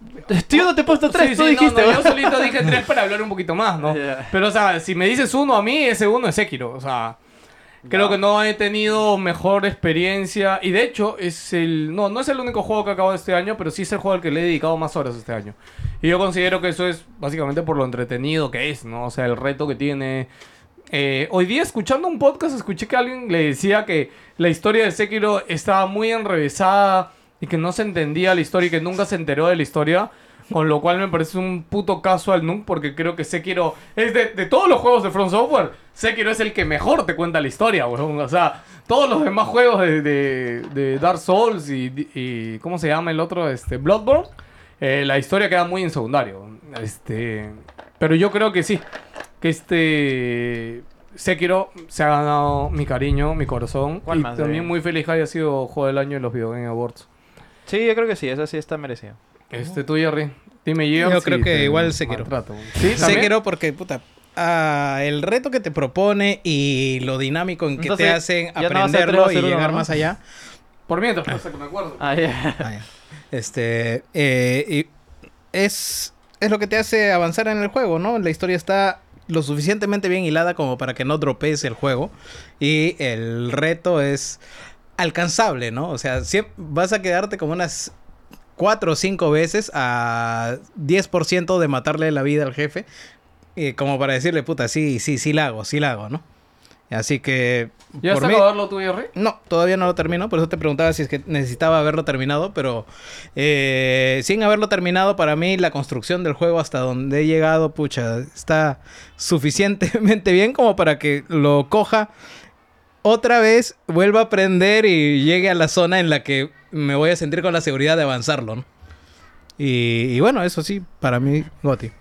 S2: Tío, no te he puesto tres,
S3: Sí,
S2: tú
S3: sí, no,
S2: dijiste.
S3: no, yo
S2: ¿verdad?
S3: solito dije tres para hablar un poquito más, ¿no?
S2: Ya.
S3: Pero, o sea, si me dices uno a mí, ese uno es Sekiro. O sea, creo que no he tenido mejor experiencia. Y de hecho, es el. No, no es el único juego que acabo este año, pero sí es el juego al que le he dedicado más horas este año. Y yo considero que eso es básicamente por lo entretenido que es, ¿no? O sea, el reto que tiene. Eh, hoy día escuchando un podcast escuché que alguien le decía que la historia de Sekiro estaba muy enrevesada y que no se entendía la historia y que nunca se enteró de la historia. Con lo cual me parece un puto caso al Noom porque creo que Sekiro es de, de todos los juegos de From Software. Sekiro es el que mejor te cuenta la historia, weón. O sea, todos los demás juegos de, de- de Dark Souls y, y- ¿Cómo se llama el otro? Este, Bloodborne. eh, la historia queda muy en secundario. Este, pero yo creo que sí que este Sekiro se ha ganado mi cariño, mi corazón.
S2: ¿Cuál
S3: y
S2: más,
S3: también
S2: eh?
S3: muy feliz que haya sido juego del año en los Video Game Awards.
S2: Sí, yo creo que sí, esa sí está merecida.
S3: Este, tú, Jerry. Dime, Gio,
S4: Yo
S3: si
S4: creo que
S3: te
S4: igual Sekiro.
S3: maltrato. Sí,
S4: Se
S3: ¿También?
S4: quedó porque, puta, ah, el reto que te propone y lo dinámico en que te
S2: Entonces,
S4: hacen
S2: ya no vas a atrever a
S4: aprenderlo y
S2: hacer uno,
S4: llegar
S2: ¿no?
S4: más allá.
S3: Por mientras, pasa que me acuerdo.
S2: Ah, ya.
S4: Ah, ya. Este, eh, y es, es lo que te hace avanzar en el juego, ¿no? La historia está lo suficientemente bien hilada como para que no dropees el juego. Y el reto es alcanzable, ¿no? O sea, siem- vas a quedarte como unas cuatro o cinco veces a 10% de matarle la vida al jefe. eh, como para decirle, puta, sí, sí, sí la hago, sí la hago, ¿no? Así que.
S3: ¿Ya has
S4: por mí-
S3: acabado lo tuyo, Rick?
S4: No, todavía no lo termino. Por eso te preguntaba si es que necesitaba haberlo terminado. Pero eh, sin haberlo terminado, para mí la construcción del juego hasta donde he llegado, pucha, está suficientemente bien como para que lo coja otra vez, vuelva a aprender y llegue a la zona en la que me voy a sentir con la seguridad de avanzarlo. ¿no? Y, y bueno, eso sí, para mí, Goti.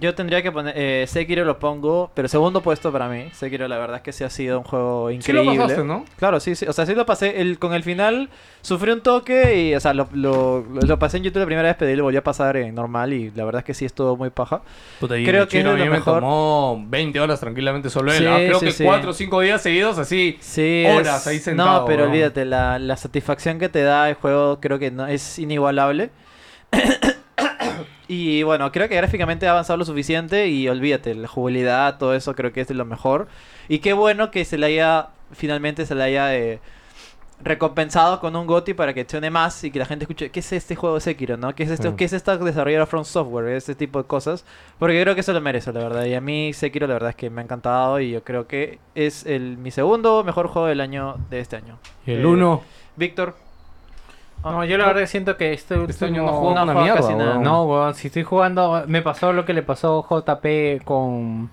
S2: Yo tendría que poner. Eh, Sekiro lo pongo, pero segundo puesto para mí. Sekiro, la verdad es que sí ha sido un juego
S3: lo
S2: increíble.
S3: pasaste, ¿no?
S2: Claro, sí, sí. O sea, sí lo pasé. El, con el final sufrí un toque y, o sea, lo, lo, lo- lo pasé en YouTube la primera vez, pero lo volví a pasar en normal y la verdad es que sí estuvo muy paja. Creo que es de
S3: a
S2: lo
S3: mí
S2: mejor.
S3: me tomó 20 horas tranquilamente solo él.
S2: Sí,
S3: ah, Creo
S2: sí,
S3: que
S2: sí.
S3: 4 o 5 días seguidos así.
S2: Sí,
S3: Horas ahí sentado,
S2: No, pero
S3: ¿no?
S2: olvídate, la, la satisfacción que te da el juego creo que no, es inigualable. y bueno, creo que gráficamente ha avanzado lo suficiente y olvídate, la jugabilidad, todo eso creo que es de lo mejor. Y qué bueno que se le haya, finalmente se le haya eh, recompensado con un GOTY para que suene más y que la gente escuche, ¿qué es este juego de Sekiro, no? ¿Qué es,
S3: Mm.
S2: esto, ¿qué es esta desarrolladora From Software? Ese tipo de cosas. Porque creo que eso lo merece, la verdad. Y a mí Sekiro, la verdad es que me ha encantado y yo creo que es el, mi segundo mejor juego del año de este año. Eh, Víctor. Ah,
S5: No, yo la verdad que siento que este último...
S3: Este año no juego una
S5: juego
S3: mierda,
S5: casi nada.
S3: weón.
S5: No, weón, si estoy jugando... Me pasó lo que le pasó a JP con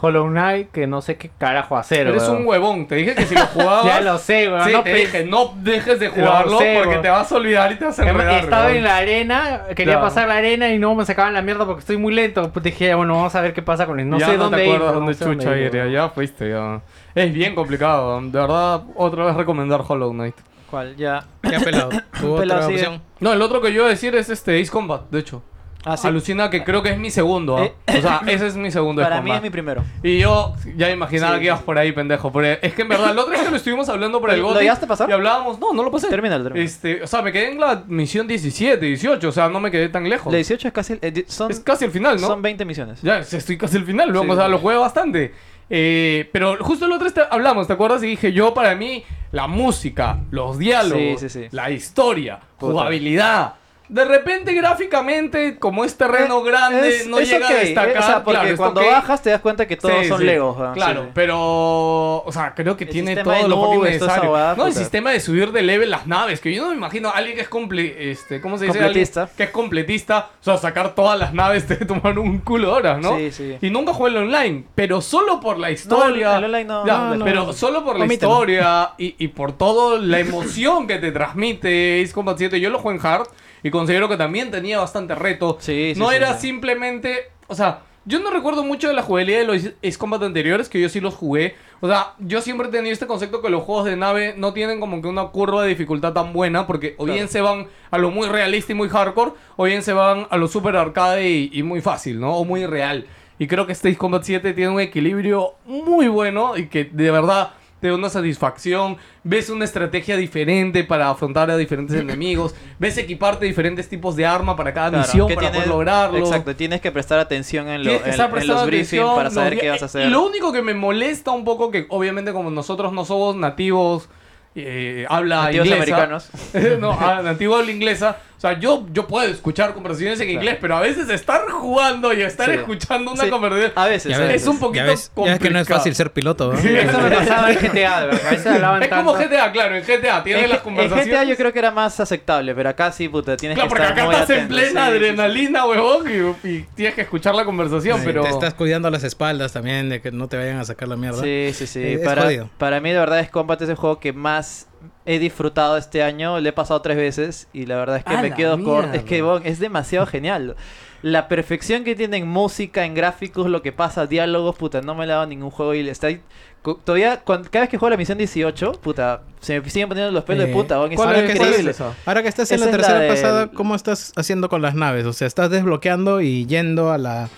S5: Hollow Knight, que no sé qué carajo hacer,
S3: Eres
S5: weón.
S3: un huevón. Te dije que si lo jugabas.
S5: Ya lo sé, weón.
S3: Sí,
S5: no
S3: te
S5: pe-
S3: dije, no dejes de jugarlo
S5: sé,
S3: porque
S5: weón.
S3: te vas a olvidar y te vas a
S5: Em-
S3: enredar.
S5: Estaba
S3: weón.
S5: en la arena, quería
S3: Claro.
S5: pasar la arena y no me sacaban la mierda porque estoy muy lento. Pues dije, ya, bueno, vamos a ver qué pasa con él. No
S3: ya
S5: sé
S3: no
S5: dónde
S3: te
S5: ir,
S3: acuerdas
S5: weón, no
S3: dónde
S5: sé dónde
S3: chucha
S5: ir,
S3: ir, ya,
S5: weón.
S3: ya fuiste, ya. Es bien complicado, de verdad, otra vez recomendar Hollow Knight.
S2: ¿Cuál? Ya.
S4: Ya pelado. ¿Tu otra
S2: Pelado, sigue.
S4: opción?
S3: No, el otro que yo iba a decir es este Ace Combat, de hecho.
S2: Ah, sí.
S3: Alucina que creo que es mi segundo, ¿ah?
S2: Eh.
S3: O sea, ese es mi segundo Ace
S2: Para mí es
S3: Combat.
S2: mi primero.
S3: Y yo ya imaginaba
S2: Sí,
S3: que ibas por ahí, pendejo. Pero es que en verdad, la otra vez que lo estuvimos hablando por el
S2: ¿Lo
S3: GOTY
S2: llegaste a pasar?
S3: Y hablábamos, no, no lo pasé.
S2: Termínalo, termínalo.
S3: Este, o sea, me quedé en la misión 17, 18, o sea, no me quedé tan lejos.
S2: La 18 es casi... el- eh, di- son,
S3: Es casi el final, ¿no?
S2: son 20 misiones.
S3: Ya, estoy casi al final, luego, o sea, lo jugué bastante. Eh, pero justo el otro día este, hablamos, ¿te acuerdas? Y dije, yo para mí, la música, los diálogos,
S2: Sí, sí, sí.
S3: la historia,
S2: Puta.
S3: jugabilidad. De repente, gráficamente, como es terreno
S2: Eh,
S3: grande,
S2: es-
S3: no
S2: es
S3: llega
S2: ok,
S3: a destacar.
S2: eh, O sea, porque
S3: claro, es
S2: cuando
S3: ok.
S2: bajas te das cuenta que todos
S3: Sí,
S2: son
S3: sí.
S2: legos. ¿verdad?
S3: Claro,
S2: Sí, sí.
S3: pero. O sea, creo que
S2: El
S3: tiene
S2: sistema
S3: todo
S2: de
S3: lo fucking
S2: nubes, toda esa
S3: necesario.
S2: huevada,
S3: no, el
S2: puta.
S3: sistema de subir de level las naves. Que yo no me imagino a alguien que es comple este, ¿cómo se dice? Alguien
S2: Completista.
S3: que es completista. O sea, sacar todas las naves te tomar un culo de horas, ¿no?
S2: Sí, sí.
S3: Y nunca jugué el online. Pero solo por la historia.
S2: el online no-
S3: Ya,
S2: no, no,
S3: pero
S2: no.
S3: solo por la
S4: Omítelo.
S3: historia y, y por toda la emoción que te transmite Ace Combat 7. Yo lo jugué en hard y considero que también tenía bastante reto.
S2: Sí, sí,
S3: no
S2: sí,
S3: era
S2: sí.
S3: simplemente. O sea, yo no recuerdo mucho de la jugabilidad de los Ace Combat anteriores, que yo sí los jugué. O sea, yo siempre he tenido este concepto que los juegos de nave no tienen como que una curva de dificultad tan buena, porque o bien se van a lo muy realista y muy hardcore, o bien se van a lo super arcade y, y muy fácil, ¿no? O muy real. Y creo que este Ace Combat 7 tiene un equilibrio muy bueno y que de verdad te da una satisfacción, ves una estrategia diferente para afrontar a diferentes enemigos, ves equiparte diferentes tipos de arma para cada
S2: Claro,
S3: misión
S2: que
S3: para
S2: tienes-
S3: poder lograrlo.
S2: Exacto, tienes que prestar atención en, lo-
S3: Tienes que
S2: en-
S3: estar
S2: en
S3: prestando
S2: los briefings
S3: atención,
S2: para
S3: los
S2: saber
S3: di-
S2: qué vas a hacer.
S3: Lo único que me molesta un poco que obviamente como nosotros no somos nativos eh, habla
S2: Nativos
S3: inglesa.
S2: americanos.
S3: no, ah, nativo habla inglesa. O sea, yo, yo puedo escuchar conversaciones en inglés, pero a veces estar jugando y estar
S2: Sí.
S3: escuchando una
S2: Sí, Ah,
S3: conversación
S2: A veces,
S4: Ya
S2: a
S4: ves,
S3: es
S2: veces.
S3: un poquito
S4: ya ves, ya ves que no es
S3: complicado.
S4: fácil ser piloto. ¿no?
S3: Sí,
S5: Eso me pasaba en GTA, de verdad. A veces hablaban
S3: Es como
S5: tanto.
S3: GTA, claro, en GTA tienes
S2: En,
S3: las
S2: G- en
S3: conversaciones.
S2: GTA yo creo que era más aceptable, pero acá sí, puta, tienes
S3: Claro,
S2: que
S3: porque
S2: estar
S3: acá
S2: muy
S3: estás en
S2: atento,
S3: plena
S2: sí, sí, sí.
S3: adrenalina, huevón, y, y tienes que escuchar la conversación,
S4: Sí,
S3: pero...
S4: Te estás cuidando las espaldas también de que no te vayan a sacar la mierda.
S2: Sí, sí, sí.
S4: Eh, es
S2: para,
S4: jodido.
S2: para mí, de verdad, es Combat es el juego que más he disfrutado este año. Le he pasado tres veces y la verdad es que
S5: ¡A
S2: me
S5: la
S2: quedo corto.
S5: mierda!
S2: Es que bon, es demasiado genial. La perfección que tiene en música, en gráficos, lo que pasa, diálogos, puta, no me la ha dado ningún juego y le está ahí- co- Todavía, cuan- cada vez que juego la misión 18, puta, se me siguen poniendo los pelos pues, de
S4: Eh,
S2: puta, bon, es
S4: ¿cuál es- cuál es
S2: increíble.
S3: esa?
S4: Ahora que estás en
S2: Esa
S4: la
S2: es la
S4: tercera
S2: del-
S4: pasada, ¿cómo estás haciendo con las naves? O sea, estás desbloqueando y yendo a la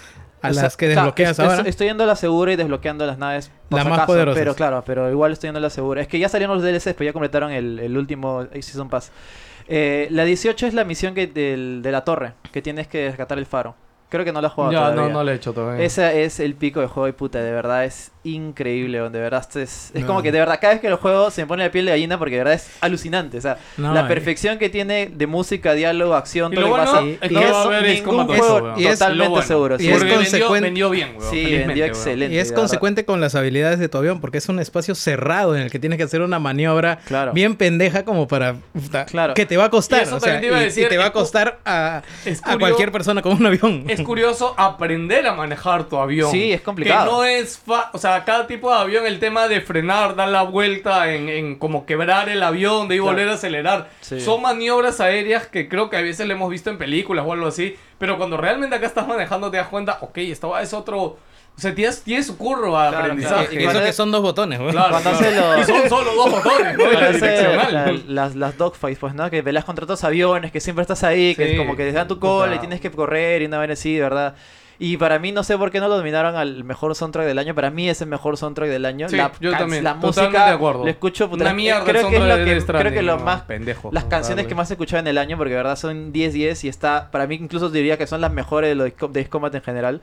S4: a
S2: O sea,
S4: las que
S2: o sea, es-
S4: desbloqueas
S2: es-
S4: ahora.
S2: Estoy yendo a la segura y desbloqueando las naves. por
S4: Las
S2: si
S4: más
S2: acaso,
S4: poderosas.
S2: Pero claro, pero igual estoy yendo a la segura. Es que ya salieron los DLCs, pero ya completaron el, el último Season Pass. Eh, la 18 es la misión que del- de la torre, que tienes que rescatar el faro. Creo que no lo has jugado
S3: ya,
S2: todavía.
S3: no, no le he hecho todavía.
S2: Ese es el pico de juego y puta, de verdad es increíble, weón, de verdad este es, es como que de verdad cada vez que lo juego se me pone la piel de gallina porque de verdad es alucinante, o sea,
S3: No,
S2: la
S3: eh.
S2: perfección que tiene de música, diálogo, acción,
S3: Y
S2: todo lo
S3: lo
S2: que
S3: bueno
S2: pasa,
S3: es que
S2: y
S3: no va a
S2: eso
S3: haber
S2: ningún
S3: escamatoso,
S2: juego
S3: weón.
S4: Y es lo
S2: totalmente
S3: bueno.
S2: seguro,
S4: Y
S2: sí.
S4: es
S3: Porque vendió,
S4: consecuente.
S3: vendió bien, weón.
S2: Sí,
S3: felizmente,
S2: vendió
S3: weón.
S2: excelente.
S4: Y es
S2: de verdad.
S4: consecuente con las habilidades de tu avión, porque es un espacio cerrado en el que tienes que hacer una maniobra
S2: Claro.
S4: bien pendeja como para... puta,
S2: Claro.
S4: Que te va a
S3: Y
S4: costar.
S3: eso
S4: o sea,
S3: también te iba a
S4: y- y
S3: decir,
S4: te va
S3: es
S4: a costar a,
S3: es
S4: a
S3: curio-
S4: cualquier persona con un avión.
S3: Es curioso aprender a manejar tu avión.
S2: Sí, es complicado.
S3: Que no es fa- O sea, cada tipo de avión, el tema de frenar, dar la vuelta, en, en como quebrar el avión, de ir volver a acelerar.
S2: Sí.
S3: Son maniobras aéreas que creo que a veces le hemos visto en películas o algo así. Pero cuando realmente acá estás manejando te das cuenta, ok, esto es otro... O sea, tienes, tienes su curro a
S2: Claro,
S3: aprendizaje.
S2: claro.
S4: Y Eh, eso que son dos botones, weón.
S3: Claro,
S2: Cuando
S3: claro.
S2: hace lo-
S3: Y son solo dos botones, ¿no?
S2: Cuando
S3: La
S2: hace
S3: direccional.
S2: la- las, las dogfights, pues, ¿no? Que velas contra otros aviones, que siempre estás ahí, que
S3: Sí,
S2: como que te dan tu cola y
S3: puta.
S2: tienes que correr y una vez así, de ¿verdad? Y para mí, no sé por qué no lo dominaron al mejor soundtrack del año. Para mí es el mejor soundtrack del año.
S3: Sí,
S2: la,
S3: yo
S2: can-
S3: también.
S2: La
S3: Totalmente
S2: música,
S3: de acuerdo.
S2: lo escucho, puta,
S3: Una mierda el
S2: creo que es
S3: soundtrack
S2: lo
S3: de
S2: que,
S3: Death
S2: creo que
S3: Stranding,
S2: lo
S3: no,
S2: más...
S3: pendejo,
S2: las
S3: no,
S2: canciones
S3: dale.
S2: que más he escuchado en el año, porque de verdad son 10-10 y está... Para mí incluso diría que son las mejores de los Ace Com- de Ace Combat en general.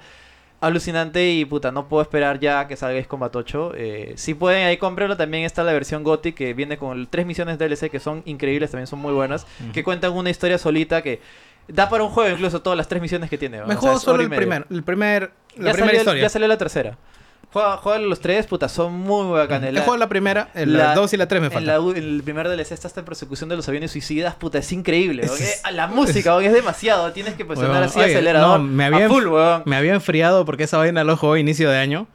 S2: Alucinante y puta, no puedo esperar ya que salga Ace Combat 8. Eh, si pueden, ahí cómprenlo. También está la versión Gothic que viene con tres misiones DLC que son increíbles, también son muy buenas. Que cuentan una historia solita que da para un juego incluso todas las tres misiones que tiene. ¿no?
S4: Me
S2: O sea,
S4: juego
S2: es
S4: solo
S2: hora y
S4: el
S2: media.
S4: primero. El primer... La
S2: ya
S4: primera
S2: salió,
S4: historia.
S2: Ya salió la tercera. Juega, juega los tres, puta, son muy bacanes.
S4: He
S2: La-
S4: jugado la primera, en la
S2: la-
S4: dos y la tres me
S2: en
S4: faltan.
S2: la u- en el primer DLC está esta persecución de los aviones suicidas, puta, es increíble.
S4: Es-
S2: weón.
S4: es-
S2: Eh, la música, weón, es demasiado. Tienes que presionar
S4: Huevón,
S2: así
S4: oye,
S2: acelerador.
S4: no, me había,
S2: a full, weón.
S4: me había enfriado porque esa vaina lo jugué a inicio de año.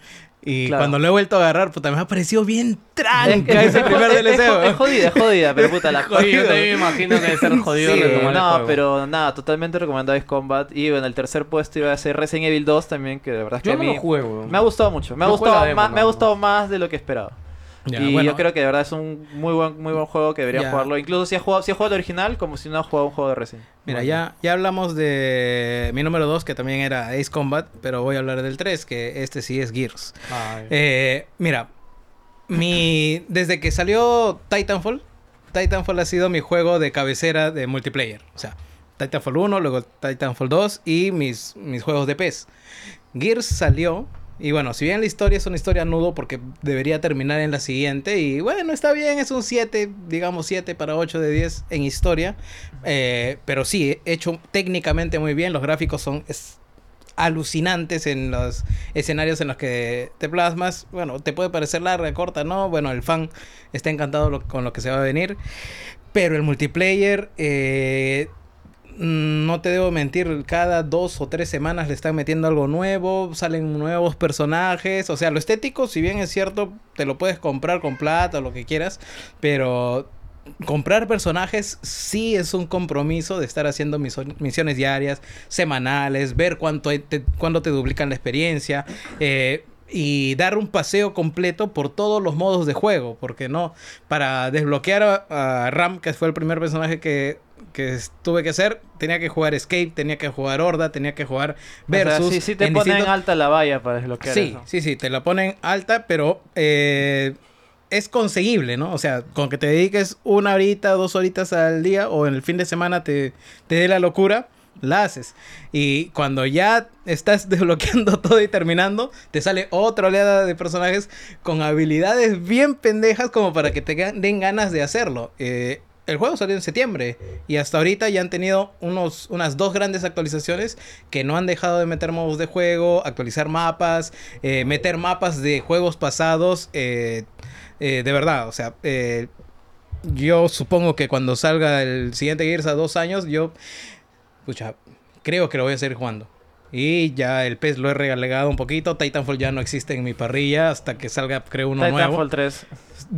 S4: Y
S2: Claro.
S4: cuando lo he vuelto a agarrar, puta, me ha parecido bien
S2: Es,
S4: tranca ese
S2: es-
S4: primer
S2: es-
S4: DLC.
S2: es-
S4: weón.
S2: es jodida, es jodida, pero puta, la
S3: Oye, yo también me imagino que debe ser jodido
S2: Sí,
S3: retomar el
S2: no,
S3: juego.
S2: pero nada, totalmente recomendado Ace Combat. Y en el tercer puesto iba a ser Resident Evil 2 también, que de verdad es
S3: Yo
S2: que
S3: no
S2: a mí
S3: lo jugué, weón.
S2: me ha gustado mucho. Me ha
S3: Yo jugué la
S2: gustado,
S3: demo,
S2: más, me ha
S3: nada
S2: gustado más de lo que esperaba.
S4: Ya,
S2: y
S4: bueno,
S2: yo creo que de verdad es un muy buen, muy buen juego que deberían
S4: Ya.
S2: jugarlo. Incluso si has jugado, si has jugado el original, como si no has jugado un juego de Resident.
S4: Mira, ya, ya hablamos de mi número 2, que también era Ace Combat, pero voy a hablar del 3, que este sí es Gears.
S3: Ay.
S4: Eh, mira, mi, desde que salió Titanfall, Titanfall ha sido mi juego de cabecera de multiplayer. O sea, Titanfall 1, luego Titanfall 2 y mis, mis juegos de PES. Gears salió. Y bueno, si bien la historia es una historia nudo porque debería terminar en la siguiente y bueno, está bien, es un 7, digamos 7 para 8 de 10 en historia, eh, pero sí, hecho técnicamente muy bien, los gráficos son es- alucinantes en los escenarios en los que te plasmas, bueno, te puede parecer larga, corta, ¿no? Bueno, el fan está encantado lo- con lo que se va a venir, pero el multiplayer... eh, mm, no te debo mentir, cada dos o tres semanas le están metiendo algo nuevo, salen nuevos personajes, o sea, lo estético, si bien es cierto, te lo puedes comprar con plata o lo que quieras, pero comprar personajes sí es un compromiso de estar haciendo mis misiones diarias, semanales, ver cuánto te, cuándo te duplican la experiencia. eh, y dar un paseo completo por todos los modos de juego, porque no, para desbloquear a, a Ram, que fue el primer personaje que, que es- tuve que hacer, tenía que jugar Escape, tenía que jugar Horda, tenía que jugar Versus.
S2: o sea, sí, sí te
S4: en
S2: ponen
S4: distintos-
S2: alta la valla para desbloquear
S4: Sí,
S2: eso.
S4: sí, sí, te la ponen alta, pero eh, es conseguible, ¿no? O sea, con que te dediques una horita, dos horitas al día o en el fin de semana te, te dé la locura, la haces. Y cuando ya estás desbloqueando todo y terminando, te sale otra oleada de personajes con habilidades bien pendejas como para que te ga- den ganas de hacerlo. Eh, el juego salió en septiembre y hasta ahorita ya han tenido unos, unas dos grandes actualizaciones que no han dejado de meter modos de juego, actualizar mapas, eh, meter mapas de juegos pasados. eh, eh, de verdad, o sea, eh, yo supongo que cuando salga el siguiente Gears a dos años, yo, pucha, creo que lo voy a seguir jugando. Y ya el PES lo he relegado un poquito. Titanfall ya no existe en mi parrilla hasta que salga, creo, uno
S2: Titanfall
S4: nuevo.
S2: 3.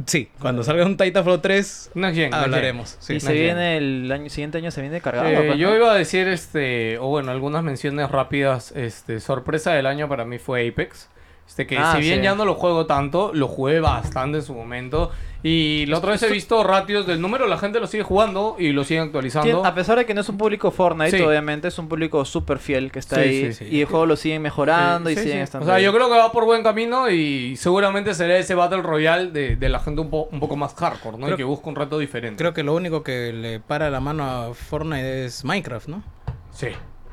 S4: Sí, cuando salga un Titanfall 3,
S3: No es bien, no es bien.
S4: hablaremos. Sí.
S2: y se
S3: no
S2: viene el año siguiente año se viene cargado.
S3: Eh,
S2: pues,
S3: yo
S2: ¿no?
S3: iba a decir, este, o bueno, algunas menciones rápidas. Este, sorpresa del año para mí fue Apex. Este, que
S2: Ah,
S3: si bien
S2: sí.
S3: ya no lo juego tanto, lo jugué bastante en su momento. Y la otra vez he visto ratios del número, la gente lo sigue jugando y lo sigue
S2: Tien-
S3: actualizando.
S2: a pesar de que no es un público Fortnite,
S3: Sí.
S2: obviamente, es un público súper fiel que está
S3: Sí,
S2: ahí.
S3: sí, sí.
S2: Y el juego lo siguen mejorando y
S3: Sí, sí,
S2: siguen
S3: sí.
S2: estando.
S3: O sea,
S2: ahí.
S3: yo creo que va por buen camino y seguramente será ese Battle Royale de, de la gente un, po- un poco más hardcore, ¿no?
S4: Creo-
S3: y que busca un reto diferente.
S4: Creo que lo único que le para la mano a Fortnite es Minecraft, ¿no?
S3: Sí.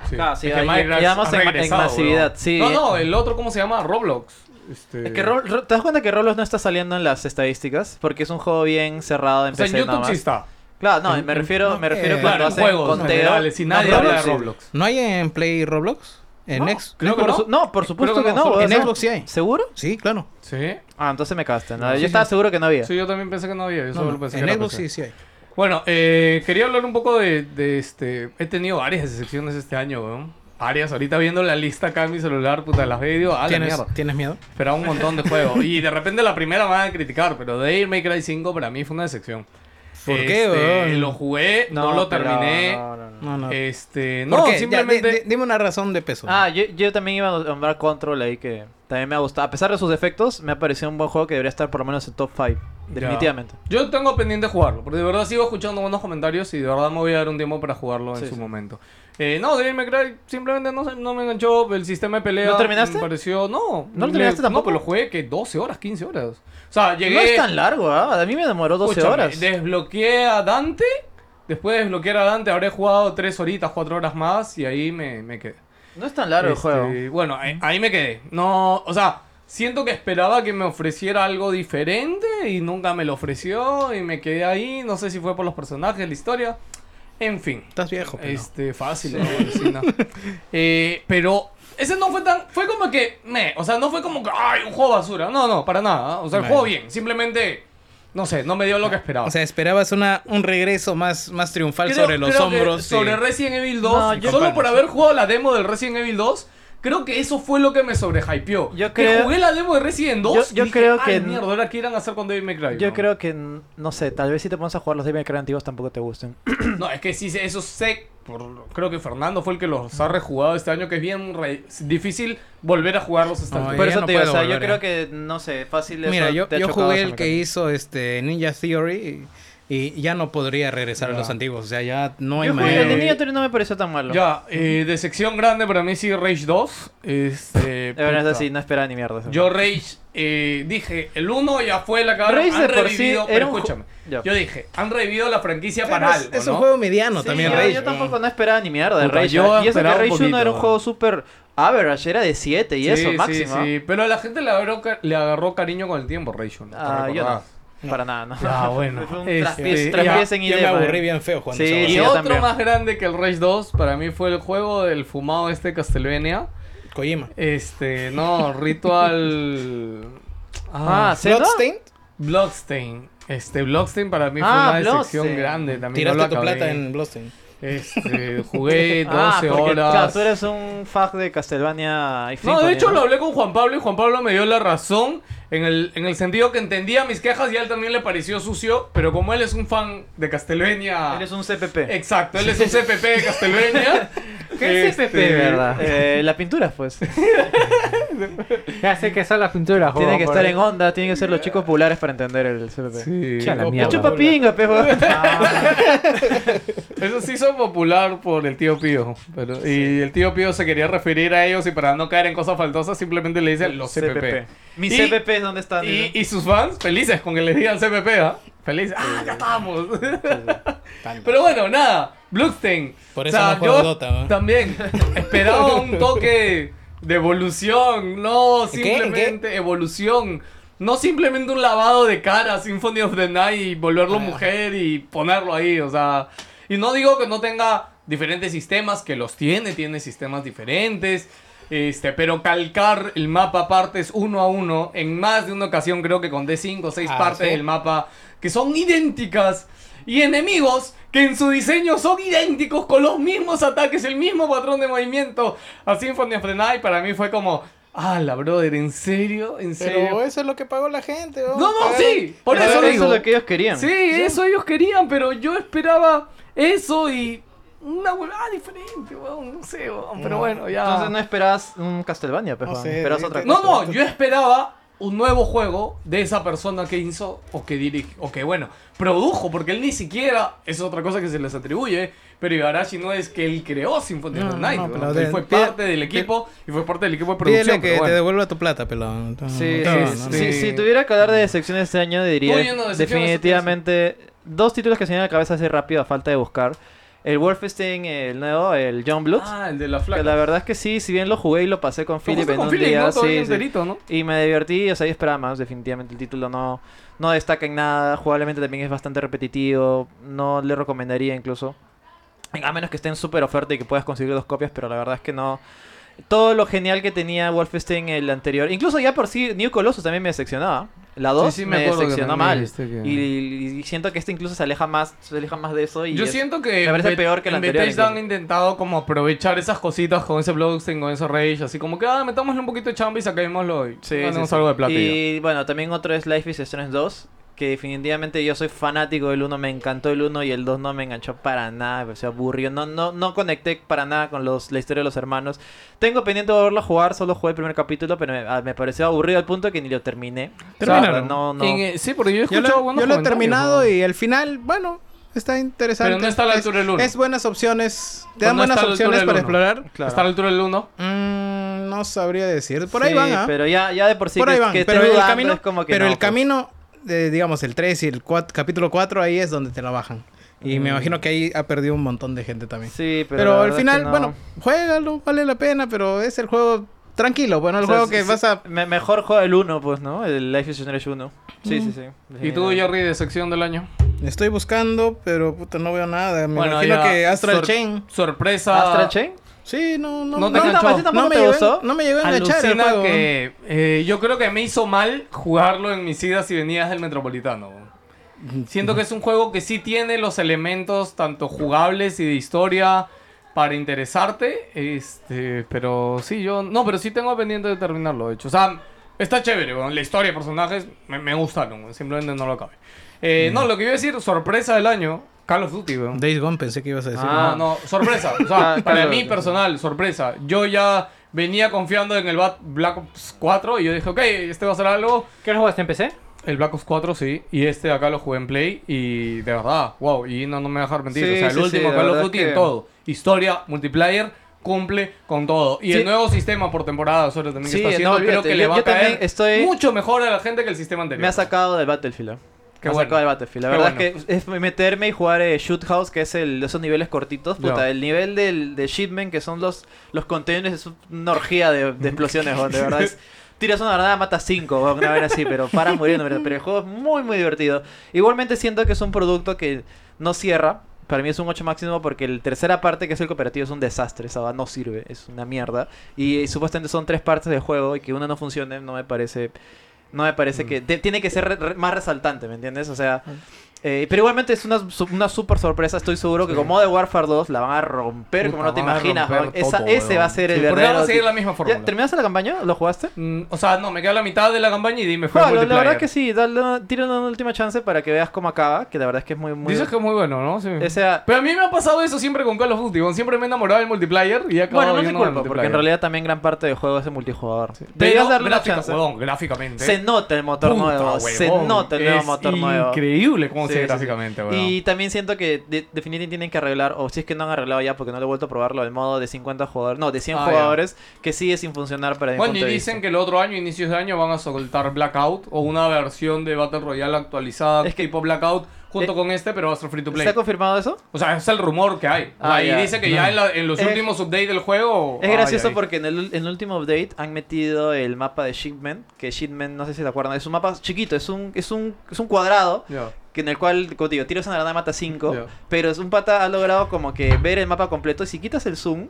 S3: Sí.
S2: Ah, sí,
S3: Es que
S2: ahí-
S3: Minecraft
S2: ya más
S3: ha
S2: en- en
S3: regresado,
S2: masividad,
S3: weón.
S2: sí.
S3: No, no, el otro, ¿cómo se llama? Roblox. Este...
S2: Es que Ro- Ro- ¿Te das cuenta que Roblox no está saliendo en las estadísticas? Porque es un juego bien cerrado en
S3: O sea,
S2: PC
S3: en
S2: nada
S3: YouTube
S2: más.
S3: sí está.
S2: Claro, no, me refiero, me refiero
S4: eh,
S2: cuando
S3: Claro, en
S2: hacen
S3: juegos,
S2: conteo.
S3: generales, si nadie
S2: no,
S3: habla de
S2: sí.
S3: Roblox.
S4: ¿No hay en Play Roblox? ¿En
S3: No,
S4: Xbox?
S3: creo
S2: No,
S3: que
S2: por
S3: no.
S2: su- no, por supuesto
S3: Creo que
S2: que
S3: no,
S2: no.
S4: en
S2: o sea,
S4: Xbox sí hay.
S2: ¿Seguro?
S4: Sí, claro.
S3: Sí.
S2: Ah, entonces me cagaste. ¿no?
S3: Sí,
S2: yo estaba
S3: sí.
S2: seguro que no había.
S3: Sí, yo también pensé que no había. Yo
S4: No,
S3: solo
S4: no,
S3: pensé
S4: en
S3: que era
S4: Xbox
S3: PC.
S4: sí, sí hay.
S3: Bueno, eh, quería hablar un poco de, de este. He tenido varias decepciones este año, weón. Varias. Ahorita viendo la lista acá en mi celular, puta, las veo y digo, ah, la
S4: ¿Tienes,
S3: mierda.
S4: ¿Tienes miedo?
S3: Esperaba un montón de juegos. Y de repente la primera van a criticar, pero Devil May Cry 5 para mí fue una decepción. Este,
S4: ¿Por qué, weón?
S3: Lo jugué, no, lo
S2: pero
S3: terminé.
S2: no, no, no.
S4: No, no.
S3: Este,
S4: ¿Por
S3: no,
S4: qué? Ya,
S3: simplemente.
S4: di- di- dime una razón de peso.
S2: Ah, yo, yo también iba a nombrar Control ahí que también me ha gustado. A pesar de sus defectos, me ha parecido un buen juego que debería estar por lo menos en top 5.
S3: Ya.
S2: Definitivamente.
S3: Yo tengo pendiente jugarlo, porque de verdad sigo escuchando buenos comentarios y de verdad me voy a dar un tiempo para jugarlo
S2: Sí,
S3: en su
S2: sí.
S3: momento. Eh, no, Devil May Cry simplemente no, se- no me enganchó, el sistema de pelea
S2: ¿No terminaste?
S3: me pareció... No,
S2: ¿No lo terminaste tampoco?
S3: pero lo jugué que 12 horas, 15 horas. O sea, llegué...
S2: No es tan largo, ¿ah? A mí me demoró 12
S3: Escúchame,
S2: horas.
S3: Desbloqueé a Dante, después de desbloquear a Dante habré jugado 3 horitas, 4 horas más y ahí me, me quedé.
S2: No es tan largo
S3: Este,
S2: el juego.
S3: Bueno, ahí, ahí me quedé. No, o sea, siento que esperaba que me ofreciera algo diferente y nunca me lo ofreció y me quedé ahí. No sé si fue por los personajes, la historia. En fin.
S4: Estás viejo, pero.
S3: Este, fácil, ¿no? Alucina. Eh, pero ese no fue tan. Fue como que. meh, o sea, no fue como que. ¡Ay, un juego basura! No, no, para nada. ¿ah? O sea, el
S4: Bueno.
S3: juego bien. Simplemente. No sé, no me dio lo que esperaba.
S4: O sea, esperabas una, un regreso más, más triunfal
S3: Creo-
S4: sobre los
S3: creo que
S4: hombros.
S3: Sobre
S4: sí.
S3: Resident Evil 2.
S2: No,
S3: y
S2: yo-
S3: solo por haber jugado la demo del Resident Evil 2. Creo que eso fue lo que me sobrehypeó.
S2: Yo
S3: que
S2: creo-
S3: jugué la demo de Resident 2.
S2: Yo- yo
S3: y dije,
S2: creo
S3: "Ay,
S2: que-
S3: mierda, ahora qué irán a hacer con David McRae.
S2: Yo creo que, n- no sé, tal vez si te pones a jugar los Devil May Cry antiguos tampoco te gusten.
S3: No, es que sí, eso sé. por- creo que Fernando fue el que los ha rejugado este año, que es bien re- difícil volver a jugarlos hasta
S4: No,
S3: el
S2: Por
S4: ya
S2: eso
S4: no
S2: te digo, o
S4: puedo
S2: sea, yo
S4: volver,
S2: creo
S4: ¿eh?
S2: que, no sé, fácil eso
S4: Mira, yo,
S2: te ha
S4: yo
S2: chocado
S4: jugué
S2: esa
S4: el que
S2: mecánica.
S4: hizo este Ninja Theory y, y ya no podría regresar a los
S3: Ah.
S4: antiguos. O sea, ya no hay
S2: Yo jugué el de
S4: manera.
S2: Ninja Theory no me pareció tan malo.
S3: Ya, eh, de sección grande para mí sí, Rage 2.
S2: De
S3: Este,
S2: verdad, es
S3: puta.
S2: así, no esperaba ni mierda. eso.
S3: Yo Rage, eh, dije, el 1 ya fue la cagada.
S2: Rage de
S3: han
S2: por sí
S3: revivido,
S2: era
S3: pero
S2: un ju-
S3: escúchame.
S2: Ya.
S3: Yo dije, han revivido la franquicia
S4: Pero
S3: para
S4: es,
S3: algo,
S4: es
S3: ¿no?
S4: un juego mediano también,
S2: yo,
S4: Rage.
S2: yo
S4: ¿no?
S2: tampoco no esperaba ni mierda de
S3: Puta,
S2: Rage.
S3: yo
S2: Y eso que
S3: esperaba un
S2: Rage 1 era un
S3: poquito.
S2: juego súper average, era de 7 y
S3: Sí,
S2: eso,
S3: sí,
S2: máximo.
S3: sí, pero a la gente le agarró, ca- le agarró cariño con el tiempo, Rage 1. ¿te
S2: Ah, yo no.
S3: recordás?
S2: Para nada, no.
S3: Ah, bueno.
S2: Fue un
S3: Este,
S2: traspiés-
S3: ya,
S2: traspiés en
S4: Yo
S2: idea.
S4: me
S2: madre.
S4: aburrí bien feo cuando
S2: Sí,
S4: se
S3: Y
S2: yo
S3: otro
S2: también.
S3: más grande que el Rage 2 para mí fue el juego del fumado este Castlevania.
S4: Kojima.
S3: Este, no, Ritual.
S2: Ah, ¿Zelda?
S4: Bloodstained,
S3: Bloodstain. Este, Bloodstain para mí
S2: Ah,
S3: fue una decepción
S2: Bloodstained.
S3: grande también. no
S4: tiraste
S3: lo
S4: tu
S3: acabé.
S4: plata en Bloodstained.
S3: Este, jugué 12
S2: Ah, porque,
S3: horas.
S2: claro, tú eres un fan de Castlevania y
S3: No,
S2: Symphony,
S3: de hecho lo hablé con Juan Pablo y Juan Pablo me dio la razón en el, en el sentido que entendía mis quejas y a él también le pareció sucio, pero como él es un fan de Castlevania...
S2: Eres un CPP.
S3: Exacto, él es un CPP de Castlevania.
S5: ¿Qué es
S3: este,
S5: CPP, verdad?
S2: Eh, la pintura, pues.
S5: Ya sé que son las pinturas, joder.
S2: tiene que estar en onda, tienen que ser los chicos populares para entender el CPP.
S3: Sí.
S5: Echa la
S3: Como-
S5: mierda.
S2: Chupa pinga, pejo.
S3: Ah, Eso sí hizo popular por el tío Pío. Pero, Y el tío Pío se quería referir a ellos y para no caer en cosas faltosas simplemente le dice los CPP.
S2: Mi
S3: Y-
S2: CPP es donde están.
S3: Y,
S2: dice.
S3: y sus fans felices con que les digan CPP, ¿ah? Felices. ¡Ah, ya estamos! Pero bueno, nada. Bluestein.
S4: Por eso no juego Dota, ¿no?
S3: También esperaba un toque de evolución. No,
S4: ¿En qué? ¿En
S3: simplemente evolución. No simplemente un lavado de cara, Symphony of the Night y
S4: Ah.
S3: volverlo mujer y ponerlo ahí, o sea. Y no digo que no tenga diferentes sistemas, que los tiene, tiene sistemas diferentes. Este, pero calcar el mapa partes uno a uno, en más de una ocasión creo que con D5 o 6
S4: Ah,
S3: partes
S4: ¿sí?
S3: del este mapa, que son idénticas, y enemigos que en su diseño son idénticos, con los mismos ataques, el mismo patrón de movimiento a Symphony of the Night, para mí fue como, la brother, ¿en serio? ¿En serio?
S4: Pero eso es lo que pagó la gente.
S3: No, no, sí, por
S2: Pero
S3: eso digo.
S2: es lo que ellos querían.
S3: Sí, eso ellos querían, pero yo esperaba eso y una huevada diferente, weón, no sé, weón, pero bueno, ya.
S2: Entonces no esperabas un Castlevania, pejo.
S4: No sé,
S2: esperabas
S4: de-
S2: otra
S4: de-
S2: cosa.
S3: No, no, yo esperaba un nuevo juego de esa persona que hizo o que dirige, o que bueno, produjo, porque él ni siquiera, es otra cosa que se les atribuye, pero Igarashi no es que él creó Symphony of the
S4: No,
S3: Night,
S4: no,
S3: weón,
S4: pero
S3: que él
S4: de-
S3: fue
S4: pide-
S3: parte del equipo y fue parte del equipo de
S4: Pídele
S3: producción.
S4: que
S3: pero
S4: te
S3: bueno.
S4: devuelva tu plata, pelón. No,
S2: Sí,
S4: no,
S2: sí,
S4: no,
S2: sí,
S4: no.
S2: sí, si tuviera que hablar de decepciones este año, diría
S3: Estoy lleno de decepciones,
S2: definitivamente dos títulos que se me vienen a la cabeza así rápido a falta de buscar. El Wolfenstein, el nuevo, el John Blood.
S3: Ah, el de la
S2: que
S3: flaca.
S2: la verdad es que sí, si bien lo jugué y lo pasé con Philip en
S3: con
S2: un
S3: Philip,
S2: día,
S3: ¿no?
S2: sí,
S3: Todavía
S2: sí.
S3: enterito, ¿no?
S2: Y me divertí, o sea, yo esperaba más, definitivamente. El título no, no destaca en nada. Jugablemente también es bastante repetitivo. No le recomendaría incluso. A menos que esté en súper oferta y que puedas conseguir dos copias, pero la verdad es que no. Todo lo genial que tenía Wolfenstein el anterior. Incluso ya por sí, New Colossus también me decepcionaba. La 2
S3: Sí, sí, me
S2: me,
S3: acuerdo que
S2: decepcionó
S3: también
S2: mal.
S3: dijiste que-
S2: Y, y siento que este incluso se aleja más, se aleja más de eso. Y
S3: Yo
S2: es-
S3: siento que
S2: me parece
S3: Bet-
S2: peor que el
S3: en
S2: anterior,
S3: Bethesda han
S2: incluso.
S3: intentado como aprovechar esas cositas con ese Bloodstain, con ese Rage, así como que ah, metámosle un poquito de chamba y saquémoslo y
S2: Sí,
S3: ganemos
S2: sí, sí.
S3: algo de platillo.
S2: Y bueno, también otro es Life is Strange 2, que definitivamente yo soy fanático del 1, me encantó el 1 y el 2 no me enganchó para nada, o sea, aburrió, no, no, no conecté para nada con los, la historia de los hermanos. Tengo pendiente de volverlo a jugar, solo jugué el primer capítulo, pero me, ah, me pareció aburrido al punto que ni lo terminé. O sea,
S4: Termínalo.
S2: no, no.
S3: En, eh, sí, porque yo he
S4: Yo
S3: escuchado
S4: lo,
S3: buenos
S4: yo lo he
S3: comentarios,
S4: terminado
S3: ¿no?
S4: y al final, bueno, está interesante.
S3: Pero no está a la
S4: Es-
S3: altura del uno.
S4: Es buenas opciones. Te
S3: Pero
S4: dan
S3: no está
S4: buenas
S3: a la altura
S4: opciones
S3: del
S4: para
S3: uno.
S4: explorar. Claro.
S3: Está a la altura del 1.
S4: Mm, no sabría decir. Por ahí
S2: Sí,
S4: van, ¿ah?
S2: Pero ya, ya de por sí
S4: Por
S2: que,
S4: ahí van.
S2: que estés
S4: pero el
S2: dudando
S4: camino,
S2: es como que
S4: pero
S2: no,
S4: el
S2: pues.
S4: camino de, digamos, el 3 y el 4, capítulo 4, ahí es donde te la bajan. Y
S2: Mm.
S4: me imagino que ahí ha perdido un montón de gente también.
S2: Sí, pero,
S4: pero
S2: la
S4: al
S2: verdad es
S4: final,
S2: que no.
S4: bueno, juégalo, vale la pena, pero es el juego tranquilo. Bueno, el
S2: O sea,
S4: juego
S2: sí,
S4: que
S2: sí,
S4: vas a
S2: me- mejor juega el 1, pues, ¿no? El Life is Strange 1. Sí, sí, sí.
S3: ¿Y tú,
S2: Definitivamente.
S3: Jordi, de sección del año?
S4: Estoy buscando, pero puta, no veo nada. Me
S3: Bueno, ya,
S4: imagino que Astral
S3: sor-
S4: Chain.
S3: Sorpresa.
S2: ¿Astral Chain?
S4: Sí, no, no,
S3: No te
S4: no,
S3: enganchó.
S4: no,
S2: ¿Tampoco
S4: me
S2: te
S4: llegó,
S2: gustó?
S4: no me llegó a enganchar el
S3: Alucina
S4: juego.
S3: que eh, yo creo que me hizo mal jugarlo en mis idas y venidas del Metropolitano. Siento que es un juego que sí tiene los elementos tanto jugables y de historia para interesarte, este, pero sí yo no, pero sí tengo pendiente de terminarlo, de hecho. O sea, está chévere, weón. la historia, personajes me, me gustaron, weón. simplemente no lo acabé. Eh,
S4: Mm.
S3: no, lo que iba a decir, sorpresa del año, Call of Duty, weón.
S4: Days Gone pensé que ibas a decir.
S3: Ah, no, sorpresa. O sea,
S2: Ah,
S3: para
S2: claro.
S3: mí personal, sorpresa. Yo ya venía confiando en el Bat- Black Ops 4 y yo dije, ok, este va a ser algo.
S5: ¿Qué lo jugaste en PC?
S3: El Black Ops 4 sí, y este acá lo jugué en Play y de verdad, wow, y no, no me va a dejar mentir.
S2: Sí,
S3: o sea, el
S2: sí, sí,
S3: último
S2: la
S3: Call of
S2: verdad
S3: Duty
S2: es que-
S3: en todo. Historia, multiplayer, cumple con todo. Y el
S2: Sí.
S3: nuevo sistema por temporada, sobre también que
S2: Sí,
S3: está haciendo,
S2: no,
S3: creo
S2: olvídate,
S3: que le
S2: yo-
S3: va a
S2: yo también
S3: caer
S2: estoy-
S3: mucho mejor a la gente que el sistema anterior.
S2: Me ha sacado del Battlefield. ¿eh?
S3: Qué
S2: me ha
S3: bueno.
S2: sacado del Battlefield. La
S3: Qué
S2: verdad
S3: bueno.
S2: es que es meterme y jugar eh, Shoot House, que es el, esos niveles cortitos. Puta,
S3: Ya.
S2: el nivel del, de Shipment, que son los, los contenedores, es una orgía de, de explosiones, weón, de verdad. es- tiras una granada, matas cinco, weón, una vez así, pero paras muriendo. Pero pero el juego es muy, muy divertido. Igualmente siento que es un producto que no cierra. Para mí es un 8 máximo porque la tercera parte, que es el cooperativo, es un desastre. Esa va- no sirve, es una mierda. Y, eh, supuestamente son tres partes del juego y que una no funcione no me parece... No me
S3: Mm.
S2: parece que... te- tiene que ser re- re- más resaltante, ¿me entiendes? O
S3: Ah.
S2: sea... eh, pero igualmente es una, su- una super sorpresa, estoy seguro que con Modern Warfare 2 la van a romper, como
S3: Puta,
S2: no te
S3: van a
S2: imaginas.
S3: romper
S2: weón. Esa-
S3: todo,
S2: ese
S3: weón.
S2: va a ser el
S3: Sí, porque van a
S2: verdadero...
S3: seguir
S2: ti-
S3: la misma
S2: ¿Ya
S3: fórmula.
S2: ¿Terminaste la campaña? ¿Lo jugaste?
S3: Mm, O sea, no, me queda la mitad de la campaña y dime, fue
S2: Juégalo, la
S3: multiplayer.
S2: verdad que sí, dale una, tírale una última chance para que veas cómo acaba, que la verdad es que es muy... muy
S3: Dices que es muy bueno, ¿no? Sí.
S2: o sea,
S3: Pero a mí me ha pasado eso siempre con Call of Duty. weón. Siempre me he enamorado del multiplayer y he
S2: bueno,
S3: acabado
S2: no te
S3: yendo al
S2: culpo, porque
S3: multiplayer.
S2: en realidad también gran parte del juego es el multijugador.
S3: Pero
S2: Deberías darle una
S3: gráfica-
S2: chance.
S3: huevón, gráficamente.
S2: Se nota el motor
S3: Puta,
S2: nuevo, se
S3: huevón,
S2: nota el nuevo
S3: es
S2: motor nuevo.
S3: Increíble cómo
S2: Sí,
S3: se ve
S2: sí, sí.
S3: gráficamente, weón.
S2: Y también siento que de- definitivamente tienen que arreglar, o si es que no han arreglado ya, porque no lo he vuelto a probarlo, el modo de 50 jugadores, no, de 100
S3: Ah, ya.
S2: jugadores, que sigue sin funcionar para mi
S3: Bueno, y
S2: punto de vista.
S3: dicen que el otro año, inicios de año, van a soltar Blackout o una versión de Battle Royale actualizada
S2: Es que-
S3: tipo Blackout junto
S2: Eh,
S3: con este, pero va a ser free to play.
S2: ¿Está confirmado eso?
S3: O sea, es el rumor que hay.
S2: Ah,
S3: Ahí
S2: ya.
S3: dice que ya en, la- en los
S2: Es-
S3: últimos updates del juego. Ah,
S2: Es
S3: ay,
S2: gracioso
S3: ay.
S2: porque en el, en el último update han metido el mapa de Shipment, que Shipment, no sé si te acuerdan, es un mapa chiquito, es un, es un, es un cuadrado
S3: Ya.
S2: que en el cual, como te digo, tiras una granada mata 5,
S3: Ya.
S2: pero es un pata ha logrado como que ver el mapa completo y si quitas el zoom,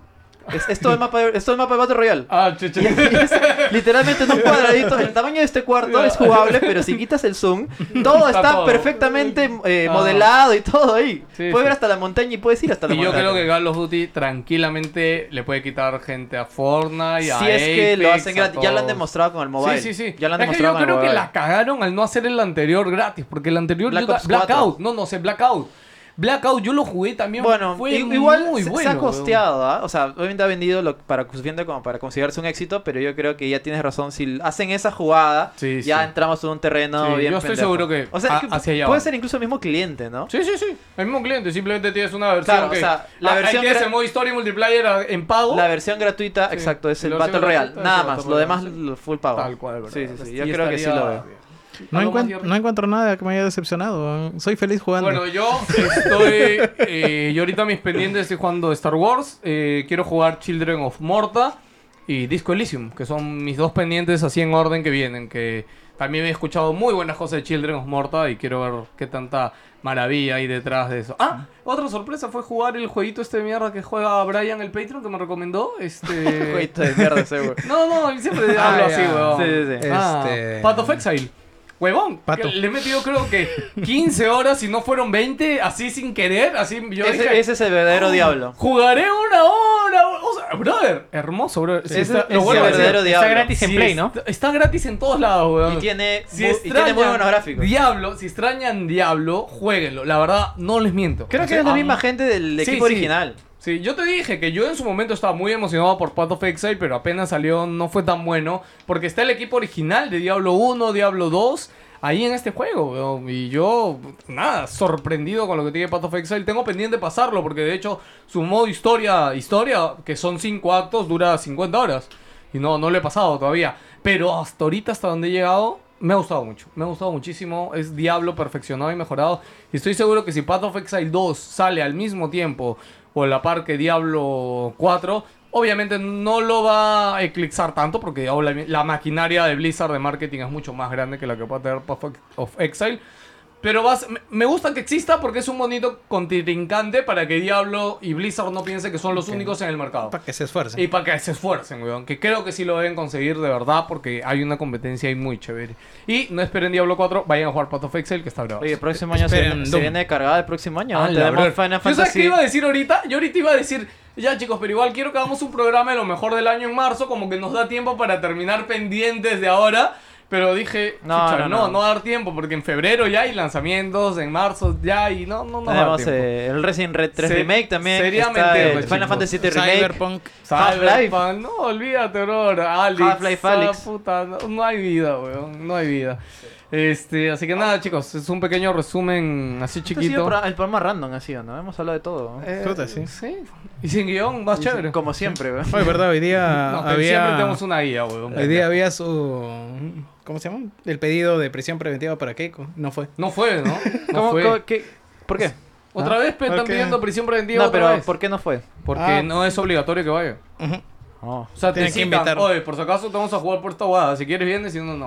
S2: es, es todo el mapa de, es todo el mapa de Battle Royale.
S3: Ah, chucha.
S2: Es literalmente en un cuadradito, el tamaño de este cuarto es jugable, pero si quitas el zoom, todo
S3: Está
S2: está,
S3: todo.
S2: perfectamente eh,
S3: Ah.
S2: modelado y todo ahí.
S3: Sí,
S2: puedes ver
S3: sí.
S2: hasta la montaña y puedes ir hasta la
S3: Y yo
S2: montaña.
S3: creo que Call of Duty tranquilamente le puede quitar gente a Fortnite, a
S2: si es que lo
S3: Apex,
S2: hacen
S3: a
S2: gratis, ya lo han
S3: todos.
S2: demostrado con el mobile.
S3: Sí, sí, sí.
S2: Ya lo han
S3: es que yo
S2: demostrado con
S3: creo
S2: el
S3: que
S2: mobile.
S3: la cagaron al no hacer el anterior gratis, porque el anterior
S2: Black
S3: yo ta-
S2: Ops 4.
S3: Blackout, no, no sé, Blackout. Blackout yo lo jugué también.
S2: Bueno,
S3: fue
S2: i- igual
S3: muy
S2: se,
S3: bueno.
S2: se ha
S3: weón.
S2: costeado, ¿ah? O sea, obviamente ha vendido lo, para suficiente como para considerarse un éxito, pero yo creo que ya tienes razón. Si hacen esa jugada,
S3: Sí,
S2: ya
S3: sí.
S2: entramos en un terreno
S3: Sí,
S2: bien
S3: yo estoy
S2: pendejo.
S3: seguro que
S2: O sea,
S3: a-
S2: es que
S3: hacia allá
S2: puede
S3: van.
S2: ser incluso el mismo cliente, ¿no?
S3: Sí, sí, sí. El mismo cliente, simplemente tienes una versión.
S2: Claro, o
S3: que-
S2: sea, la
S3: Ah, ahí
S2: versión
S3: tienes
S2: gra-
S3: el modo historia y multiplayer ah, en pago.
S2: La versión gratuita,
S3: Sí,
S2: exacto, es
S3: la
S2: el
S3: versión
S2: Battle Royale.
S3: gratuita es
S2: Nada
S3: el
S2: más,
S3: Battle
S2: lo
S3: Royale,
S2: demás
S3: sí.
S2: lo- full pago.
S3: Tal cual, ¿verdad?
S2: Sí, sí, sí.
S3: Y
S2: Yo creo que sí
S3: estaría
S2: lo veo.
S3: bien.
S4: No,
S3: ¿Algo más,
S4: encuent-
S3: Jerry?
S4: no encuentro nada que me haya decepcionado. weón. Soy feliz jugando.
S3: Bueno, yo estoy. eh, yo ahorita mis pendientes estoy jugando Star Wars. eh, quiero jugar Children of Morta y Disco Elysium, que son mis dos pendientes así en orden que vienen. Que también he escuchado muy buenas cosas de Children of Morta y quiero ver qué tanta maravilla hay detrás de eso. Ah, otra sorpresa fue jugar el jueguito este de mierda que juega Brian el Patreon que me recomendó. Este.
S2: Jueguito de mierda ese, güey.
S3: No, no, él siempre hablo
S5: Ah,
S3: así,
S5: ya.
S3: weón.
S2: Sí, sí, sí.
S3: Ah,
S4: Este-
S3: Path of Exile. Huevón,
S4: Pato.
S3: le he metido creo que 15 horas, si no fueron 20, así sin querer, así yo
S2: Ese,
S3: dije, Oh.
S2: ese es el verdadero diablo.
S3: jugaré una hora, o sea, brother, hermoso, brother.
S2: Ese es-
S3: lo
S2: ese
S3: vuelvo a decir,
S2: verdadero
S5: Está
S2: diablo.
S5: gratis en
S3: si
S5: Play,
S3: es-
S5: ¿no?
S3: Está gratis en todos lados, weón.
S2: Y tiene,
S3: Si
S2: mu- y tiene muy
S3: extrañan
S2: buenos gráficos.
S3: Diablo, si extrañan Diablo, jueguenlo. La verdad, no les miento.
S2: Creo que es la misma gente del
S3: Sí,
S2: equipo
S3: sí.
S2: original.
S3: Sí, yo te dije que yo en su momento estaba muy emocionado por Path of Exile, pero apenas salió no fue tan bueno, porque está el equipo original de Diablo 1, Diablo 2, ahí en este juego, weón. y yo, nada, sorprendido con lo que tiene Path of Exile, tengo pendiente pasarlo, porque de hecho su modo historia, historia, que son 5 actos, dura 50 horas, y no, no lo he pasado todavía, pero hasta ahorita, hasta donde he llegado... Me ha gustado mucho, me ha gustado muchísimo. Es Diablo perfeccionado y mejorado. Y estoy seguro que si Path of Exile 2 sale al mismo tiempo o a la par que Diablo 4. Obviamente no lo va a eclipsar tanto porque obvi- la maquinaria de Blizzard de marketing es mucho más grande que la que puede tener Path of- of Exile. Pero vas, me- me gusta que exista porque es un bonito contrincante para que Diablo y Blizzard no piensen que son los únicos en el mercado.
S4: Para que se esfuercen.
S3: Y para que se esfuercen, weón. Que creo que sí lo deben conseguir de verdad porque hay una competencia ahí muy chévere. Y no esperen Diablo 4, vayan a jugar Path of Exile que está bravo.
S2: Oye, el próximo año se
S4: Esperen,
S2: viene, se
S4: Doom.
S2: viene cargada el próximo año.
S3: Ah,
S2: ¿no?
S3: la
S2: Tenemos
S3: verdad.
S2: Final
S3: ¿Yo sabes qué
S2: Fantasy.
S3: iba a decir ahorita? Yo ahorita iba a decir, ya chicos, pero igual quiero que hagamos un programa de lo mejor del año en marzo, como que nos da tiempo para terminar pendientes de ahora. Pero dije,
S2: No,
S3: chucha,
S2: no,
S3: no,
S2: no.
S3: no va a dar tiempo, porque en febrero ya hay lanzamientos, en marzo ya, y no, no, no va a dar
S2: Tenemos
S3: tiempo.
S2: eh, el Resident Evil 3
S3: Se-
S2: Remake también.
S3: seriamente,
S2: está el
S3: pues,
S2: Final
S3: chicos.
S2: Fantasy VII Remake.
S4: Cyberpunk.
S2: Half-Life.
S3: Cyberpunk, No, olvídate, bro. Alex.
S2: Half-Life,
S3: ah,
S2: Alex.
S3: puta, no, no hay vida, weón. No hay vida. Este, así que nada, chicos, es un pequeño resumen así
S2: Este ha sido
S3: chiquito.
S2: el pro- el programa random ha sido, ¿no? Hemos hablado de todo. ¿no?
S3: Eh,
S4: Puta, sí.
S3: Y sin guión, más chévere.
S2: Como siempre, güey.
S4: Oye, verdad, hoy día
S3: No, pero siempre
S4: había...
S3: tenemos una guía, weón.
S4: Hoy día había su... ¿Cómo se llama? El pedido de prisión preventiva para Keiko. No fue.
S3: No fue, ¿no? No
S2: ¿Cómo-
S3: fue.
S2: cómo- qué- ¿Por qué?
S3: Otra vez pe, están
S4: ok.
S3: pidiendo prisión preventiva
S2: No,
S3: otra
S2: pero
S3: vez.
S2: ¿por qué no fue?
S3: Porque
S4: Ah.
S3: no es obligatorio que vaya.
S2: Oh.
S3: O sea, te
S4: Tienen que
S3: citan,
S4: invitar.
S3: Oye, por si acaso te vamos a jugar por esta guada. Si quieres vienes, si no, no.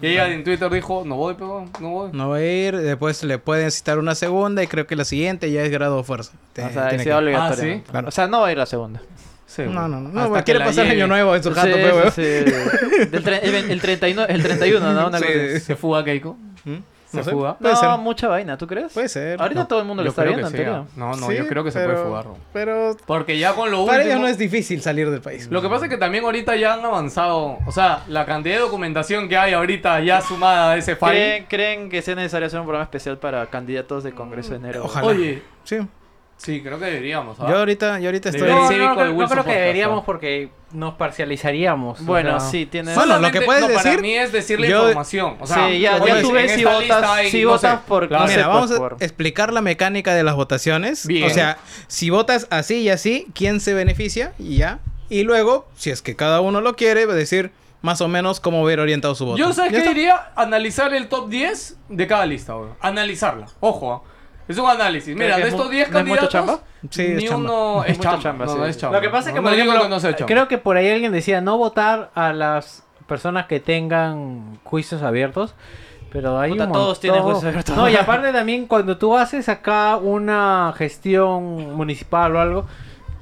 S3: Y ella en Twitter dijo, no voy, pero no voy.
S4: No va a ir. Después le pueden citar una segunda y creo que la siguiente ya es grado de fuerza. Te-
S2: O sea, ha
S4: tiene
S2: sido
S4: que-
S2: obligatorio.
S3: Ah, ¿sí?
S4: Claro.
S2: O sea, no va a ir la segunda.
S3: Sí,
S4: No,
S3: weón.
S4: no, no.
S3: Hasta
S4: no
S3: que
S4: quiere
S3: la
S4: pasar
S3: llegue.
S4: año nuevo en su jato,
S2: Sí,
S4: pe,
S2: sí,
S4: weón.
S2: sí. Del tre- el, ve- el 31, el 31, ¿no? Una
S4: Sí.
S2: cosa así.
S3: ¿Se fuga Keiko? ¿Se
S4: No sé.
S3: fuga?
S4: Puede
S2: no,
S4: ser.
S2: mucha vaina, ¿tú crees?
S4: Puede ser.
S2: Ahorita
S4: No,
S2: todo el mundo lo
S3: Yo
S2: está
S3: creo
S2: viendo, en
S3: que sí,
S2: teoría.
S3: ah. No, no,
S4: Sí,
S3: yo creo que se puede
S4: pero-
S3: fugar. weón.
S4: Pero
S3: Porque ya con lo
S4: para
S3: último...
S4: ellos no es difícil salir del país.
S3: Lo que pasa es que también ahorita ya han avanzado. O sea, la cantidad de documentación que hay ahorita ya sumada a ese file.
S2: ¿Creen, creen que sea necesario hacer un programa especial para candidatos de Congreso de enero?
S4: Ojalá.
S3: Oye,
S4: Sí.
S3: sí, creo que deberíamos. ¿ah?
S4: Yo ahorita, yo ahorita estoy...
S3: Pero el
S5: No, no,
S3: cívico
S5: no,
S3: del
S5: no
S3: Wilson
S5: creo que
S3: Podcast,
S5: deberíamos
S3: ¿no?
S5: porque nos parcializaríamos. o
S2: Bueno,
S5: sea.
S2: sí, tienes...
S4: Solo-
S3: Solamente-
S4: lo que puedes
S3: no, para
S4: decir-
S3: mí es decir la
S4: yo-
S3: información. O sea,
S2: sí, ya,
S4: como
S2: ya
S4: es,
S2: tú
S4: en
S2: ves si votas, si votas por...
S3: la-
S2: no sé,
S4: Mira,
S2: pues,
S4: vamos a
S2: por-
S4: explicar la mecánica de las votaciones.
S3: Bien.
S4: O sea, si votas así y así, ¿quién se beneficia? Y ya. Y luego, si es que cada uno lo quiere, va a decir más o menos cómo ver orientado su voto.
S3: Yo, ¿sabes
S4: Ya
S3: qué
S4: está.
S3: diría? Analizar el top 10 de cada lista, weón. Analizarla. Ojo, ah. es un análisis.
S2: ¿Crees
S3: Mira,
S2: que
S3: de
S2: es
S3: estos
S2: mu-
S3: 10
S2: no es mucha
S3: candidatos,
S2: chamba?
S4: Sí, es
S3: ni
S4: chamba.
S3: uno es
S2: Mucha
S3: chamba.
S2: chamba,
S3: no,
S2: sí.
S3: no es chamba.
S5: Lo que pasa es que,
S3: No,
S5: por
S3: no, yo
S5: ejemplo,
S3: creo que no sea chamba.
S5: creo que por ahí alguien decía no votar a las personas que tengan juicios abiertos. Pero hay
S2: Puta,
S5: un
S2: todos
S5: montón-
S2: tienen juicios abiertos.
S5: No, y aparte también cuando tú haces acá una gestión municipal o algo,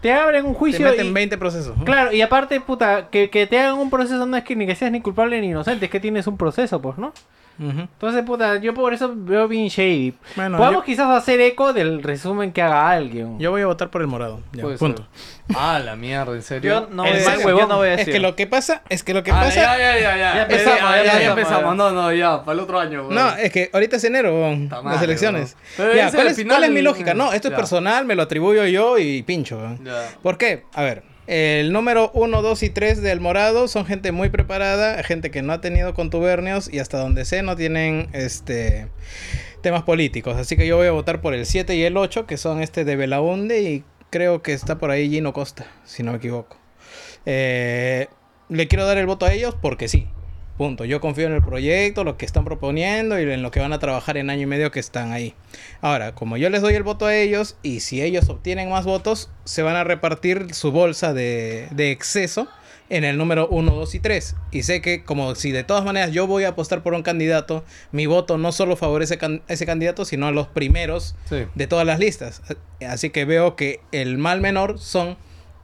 S5: te abren un
S4: Te
S5: juicio
S4: meten
S5: y-
S4: 20 procesos.
S5: Claro, y aparte, puta, que, que te hagan un proceso no es que ni que seas ni culpable ni inocente, es que tienes un proceso, pues, ¿no?
S4: Ujú.
S5: Entonces, puta, yo por eso veo bien shady.
S4: Bueno,
S5: Podemos
S4: yo-
S5: quizás hacer eco del resumen que haga alguien.
S4: Yo voy a votar por el morado. Ya,
S3: Puede
S4: punto.
S3: ser. Ah, la mierda, en serio.
S2: Yo no,
S4: El
S2: voy a
S4: más
S2: decir-
S4: Eh, huevón.
S2: yo no voy a
S4: Es
S2: decir.
S4: que lo que pasa, es que lo que
S3: Ah,
S4: pasa...
S3: ya, ya, ya, ya.
S2: Ya
S3: Esa-
S2: empezamos,
S3: ya,
S2: ya
S3: ya
S2: empezamos.
S3: empezamos. No, no, ya, para el otro año, weón.
S4: No, es que ahorita es enero, weón,
S3: Puta
S4: las
S3: madre,
S4: elecciones.
S3: weón. Pero
S4: Ya,
S3: ese
S4: ¿cuál,
S3: al
S4: es,
S3: final-
S4: cuál es mi lógica? No, esto
S3: Ya.
S4: es personal, me lo atribuyo yo y pincho. weón.
S3: Ya.
S4: ¿Por qué? A ver, el número 1, 2 y 3 del Morado son gente muy preparada, gente que no ha tenido contubernios y hasta donde sé no tienen este temas políticos. Así que yo voy a votar por el 7 y el 8, que son este de Belaunde y creo que está por ahí Gino Costa, si no me equivoco. Eh, le quiero dar el voto a ellos porque sí. Punto. Yo confío en el proyecto, lo que están proponiendo y en lo que van a trabajar en año y medio que están ahí. Ahora, como yo les doy el voto a ellos y si ellos obtienen más votos, se van a repartir su bolsa de, de exceso en el número 1, 2 y 3. Y sé que como si de todas maneras yo voy a apostar por un candidato, mi voto no solo favorece can- a ese candidato, sino a los primeros
S3: Sí.
S4: de todas las listas. Así que veo que el mal menor son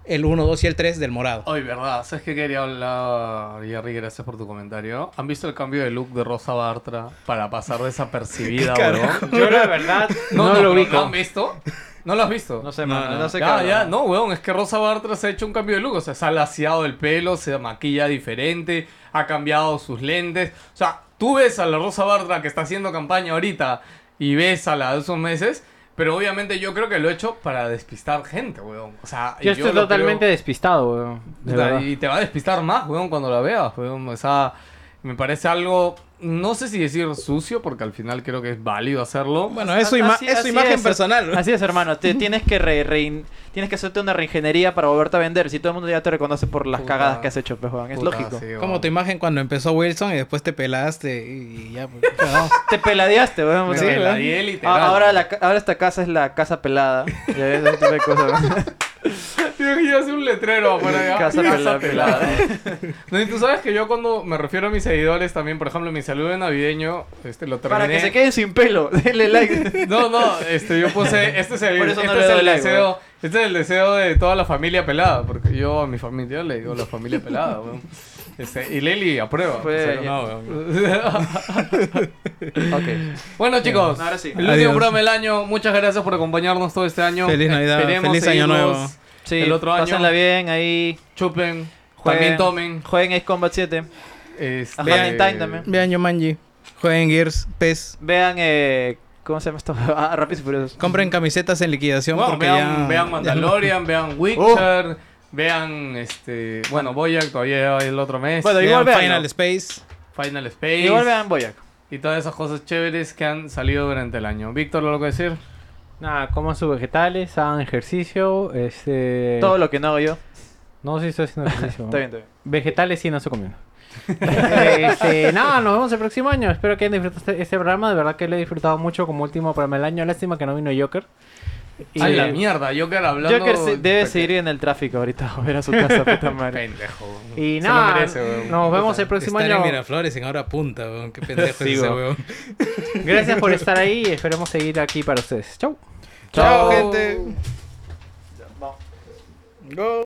S4: el 1, 2 y el 3 del morado.
S3: Ay, verdad. ¿Sabes qué quería hablar, Jerry? Gracias por tu comentario. ¿Han visto el cambio de look de Rosa Bartra para pasar desapercibida, weón?
S5: Yo la verdad
S3: No, no,
S5: no, lo
S3: pero ¿No
S5: ubico.
S3: han visto? ¿No lo has visto?
S2: No sé, mano, no, sé
S3: ya, ya, no, weón, es que Rosa Bartra se ha hecho un cambio de look, o sea, se ha laciado el pelo, se maquilla diferente, ha cambiado sus lentes. O sea, tú ves a la Rosa Bartra que está haciendo campaña ahorita y ves a la de esos meses, pero obviamente yo creo que lo he hecho para despistar gente, weón. O sea,
S5: Yo estoy
S3: lo
S5: totalmente
S3: creo-
S5: despistado, weón. de
S3: Puta,
S5: verdad.
S3: y te va a despistar más, weón, cuando la veas, weón. O sea, me parece algo, no sé si decir sucio, porque al final creo que es válido hacerlo.
S4: Bueno, es su, ima-
S2: Así-
S4: es su
S2: así
S4: imagen
S2: es.
S4: personal.
S2: Así es, hermano. Te tienes que re- rein- tienes que hacerte una reingeniería para volverte a vender. Si todo el mundo ya te reconoce por las
S3: Puta.
S2: cagadas que has hecho, pues, weón. Es
S3: Puta,
S2: lógico.
S3: sí, weón.
S4: Como tu imagen cuando empezó Wilson y después te pelaste y ya. pues, no.
S2: Te peladeaste, weón.
S3: Me
S2: Sí,
S3: la
S2: weón.
S3: di literal.
S2: Ah, ahora, la ca- ahora esta casa es la casa pelada. Ya ves, ese tipo de cosas. weón.
S3: Tienes que hacer un letrero para allá.
S2: casa pelada.
S3: pelada.
S2: pelada.
S3: No, y tú sabes que yo cuando me refiero a mis seguidores también, por ejemplo, mi saludo de navideño, este lo terminé.
S2: Para que se queden sin pelo. Denle like.
S3: No, no, este yo puse, este es el,
S2: Por eso no
S3: este
S2: le
S3: es
S2: doy
S3: el
S2: like,
S3: deseo,
S2: weón.
S3: este es el deseo de toda la familia pelada, porque yo a mi familia le digo la familia pelada, weón. Este, y Leli aprueba.
S2: Fue
S3: o sea,
S2: ayer.
S3: no, weón.
S2: Ok.
S3: Bueno, chicos,
S2: ahora sí.
S3: el último
S4: Adiós.
S3: programa del año. Muchas gracias por acompañarnos todo este año.
S4: Feliz Navidad, feliz año
S3: seguirnos.
S4: nuevo.
S2: Sí,
S3: El otro año.
S2: pásenla bien ahí.
S3: Chupen,
S2: Jueguen,
S3: también tomen.
S2: Jueguen Ace Combat 7.
S3: Este,
S2: A Hand in Time también.
S4: Vean Yumanji, jueguen Gears, PES,
S2: Vean, eh, ¿cómo se llama esto? Ah, Rápidos y Furiosos.
S4: compren camisetas en liquidación
S3: Bueno,
S4: porque
S3: vean,
S4: ya...
S3: vean Mandalorian,
S2: Oh.
S3: vean Witcher, vean este. Bueno, Boyac todavía el otro mes.
S2: Bueno,
S4: vean
S2: igual vean.
S4: Final Space.
S3: Final Space.
S2: Igual vean Boyac.
S3: Y todas esas cosas chéveres que han salido durante el año. Víctor, ¿lo que decir?
S5: Nada, coman sus vegetales, hagan ejercicio, este...
S2: Todo lo que no hago yo.
S5: No sé si estoy haciendo ejercicio.
S2: Está bien, está bien.
S5: Vegetales sí no se comiendo. este, nada, nos vemos el próximo año. Espero que hayan disfrutado este, este programa. De verdad que lo he disfrutado mucho como último programa del año. Lástima que no vino Joker. Y-
S3: A la mierda, Joker hablando.
S2: Joker se- debe
S3: Porque-
S2: seguir en el tráfico ahorita. Ver a su casa, puta madre.
S3: Pendejo. Se
S5: Y nada,
S3: lo merece, weón.
S5: nos vemos el próximo
S4: Estar en
S5: año.
S4: Miraflores en hora punta, weón. Qué pendejo
S5: Sí,
S4: es ese,
S5: weón.
S4: weón.
S5: Gracias por estar ahí y esperemos seguir aquí para ustedes. Chau.
S4: Chao, gente. Go.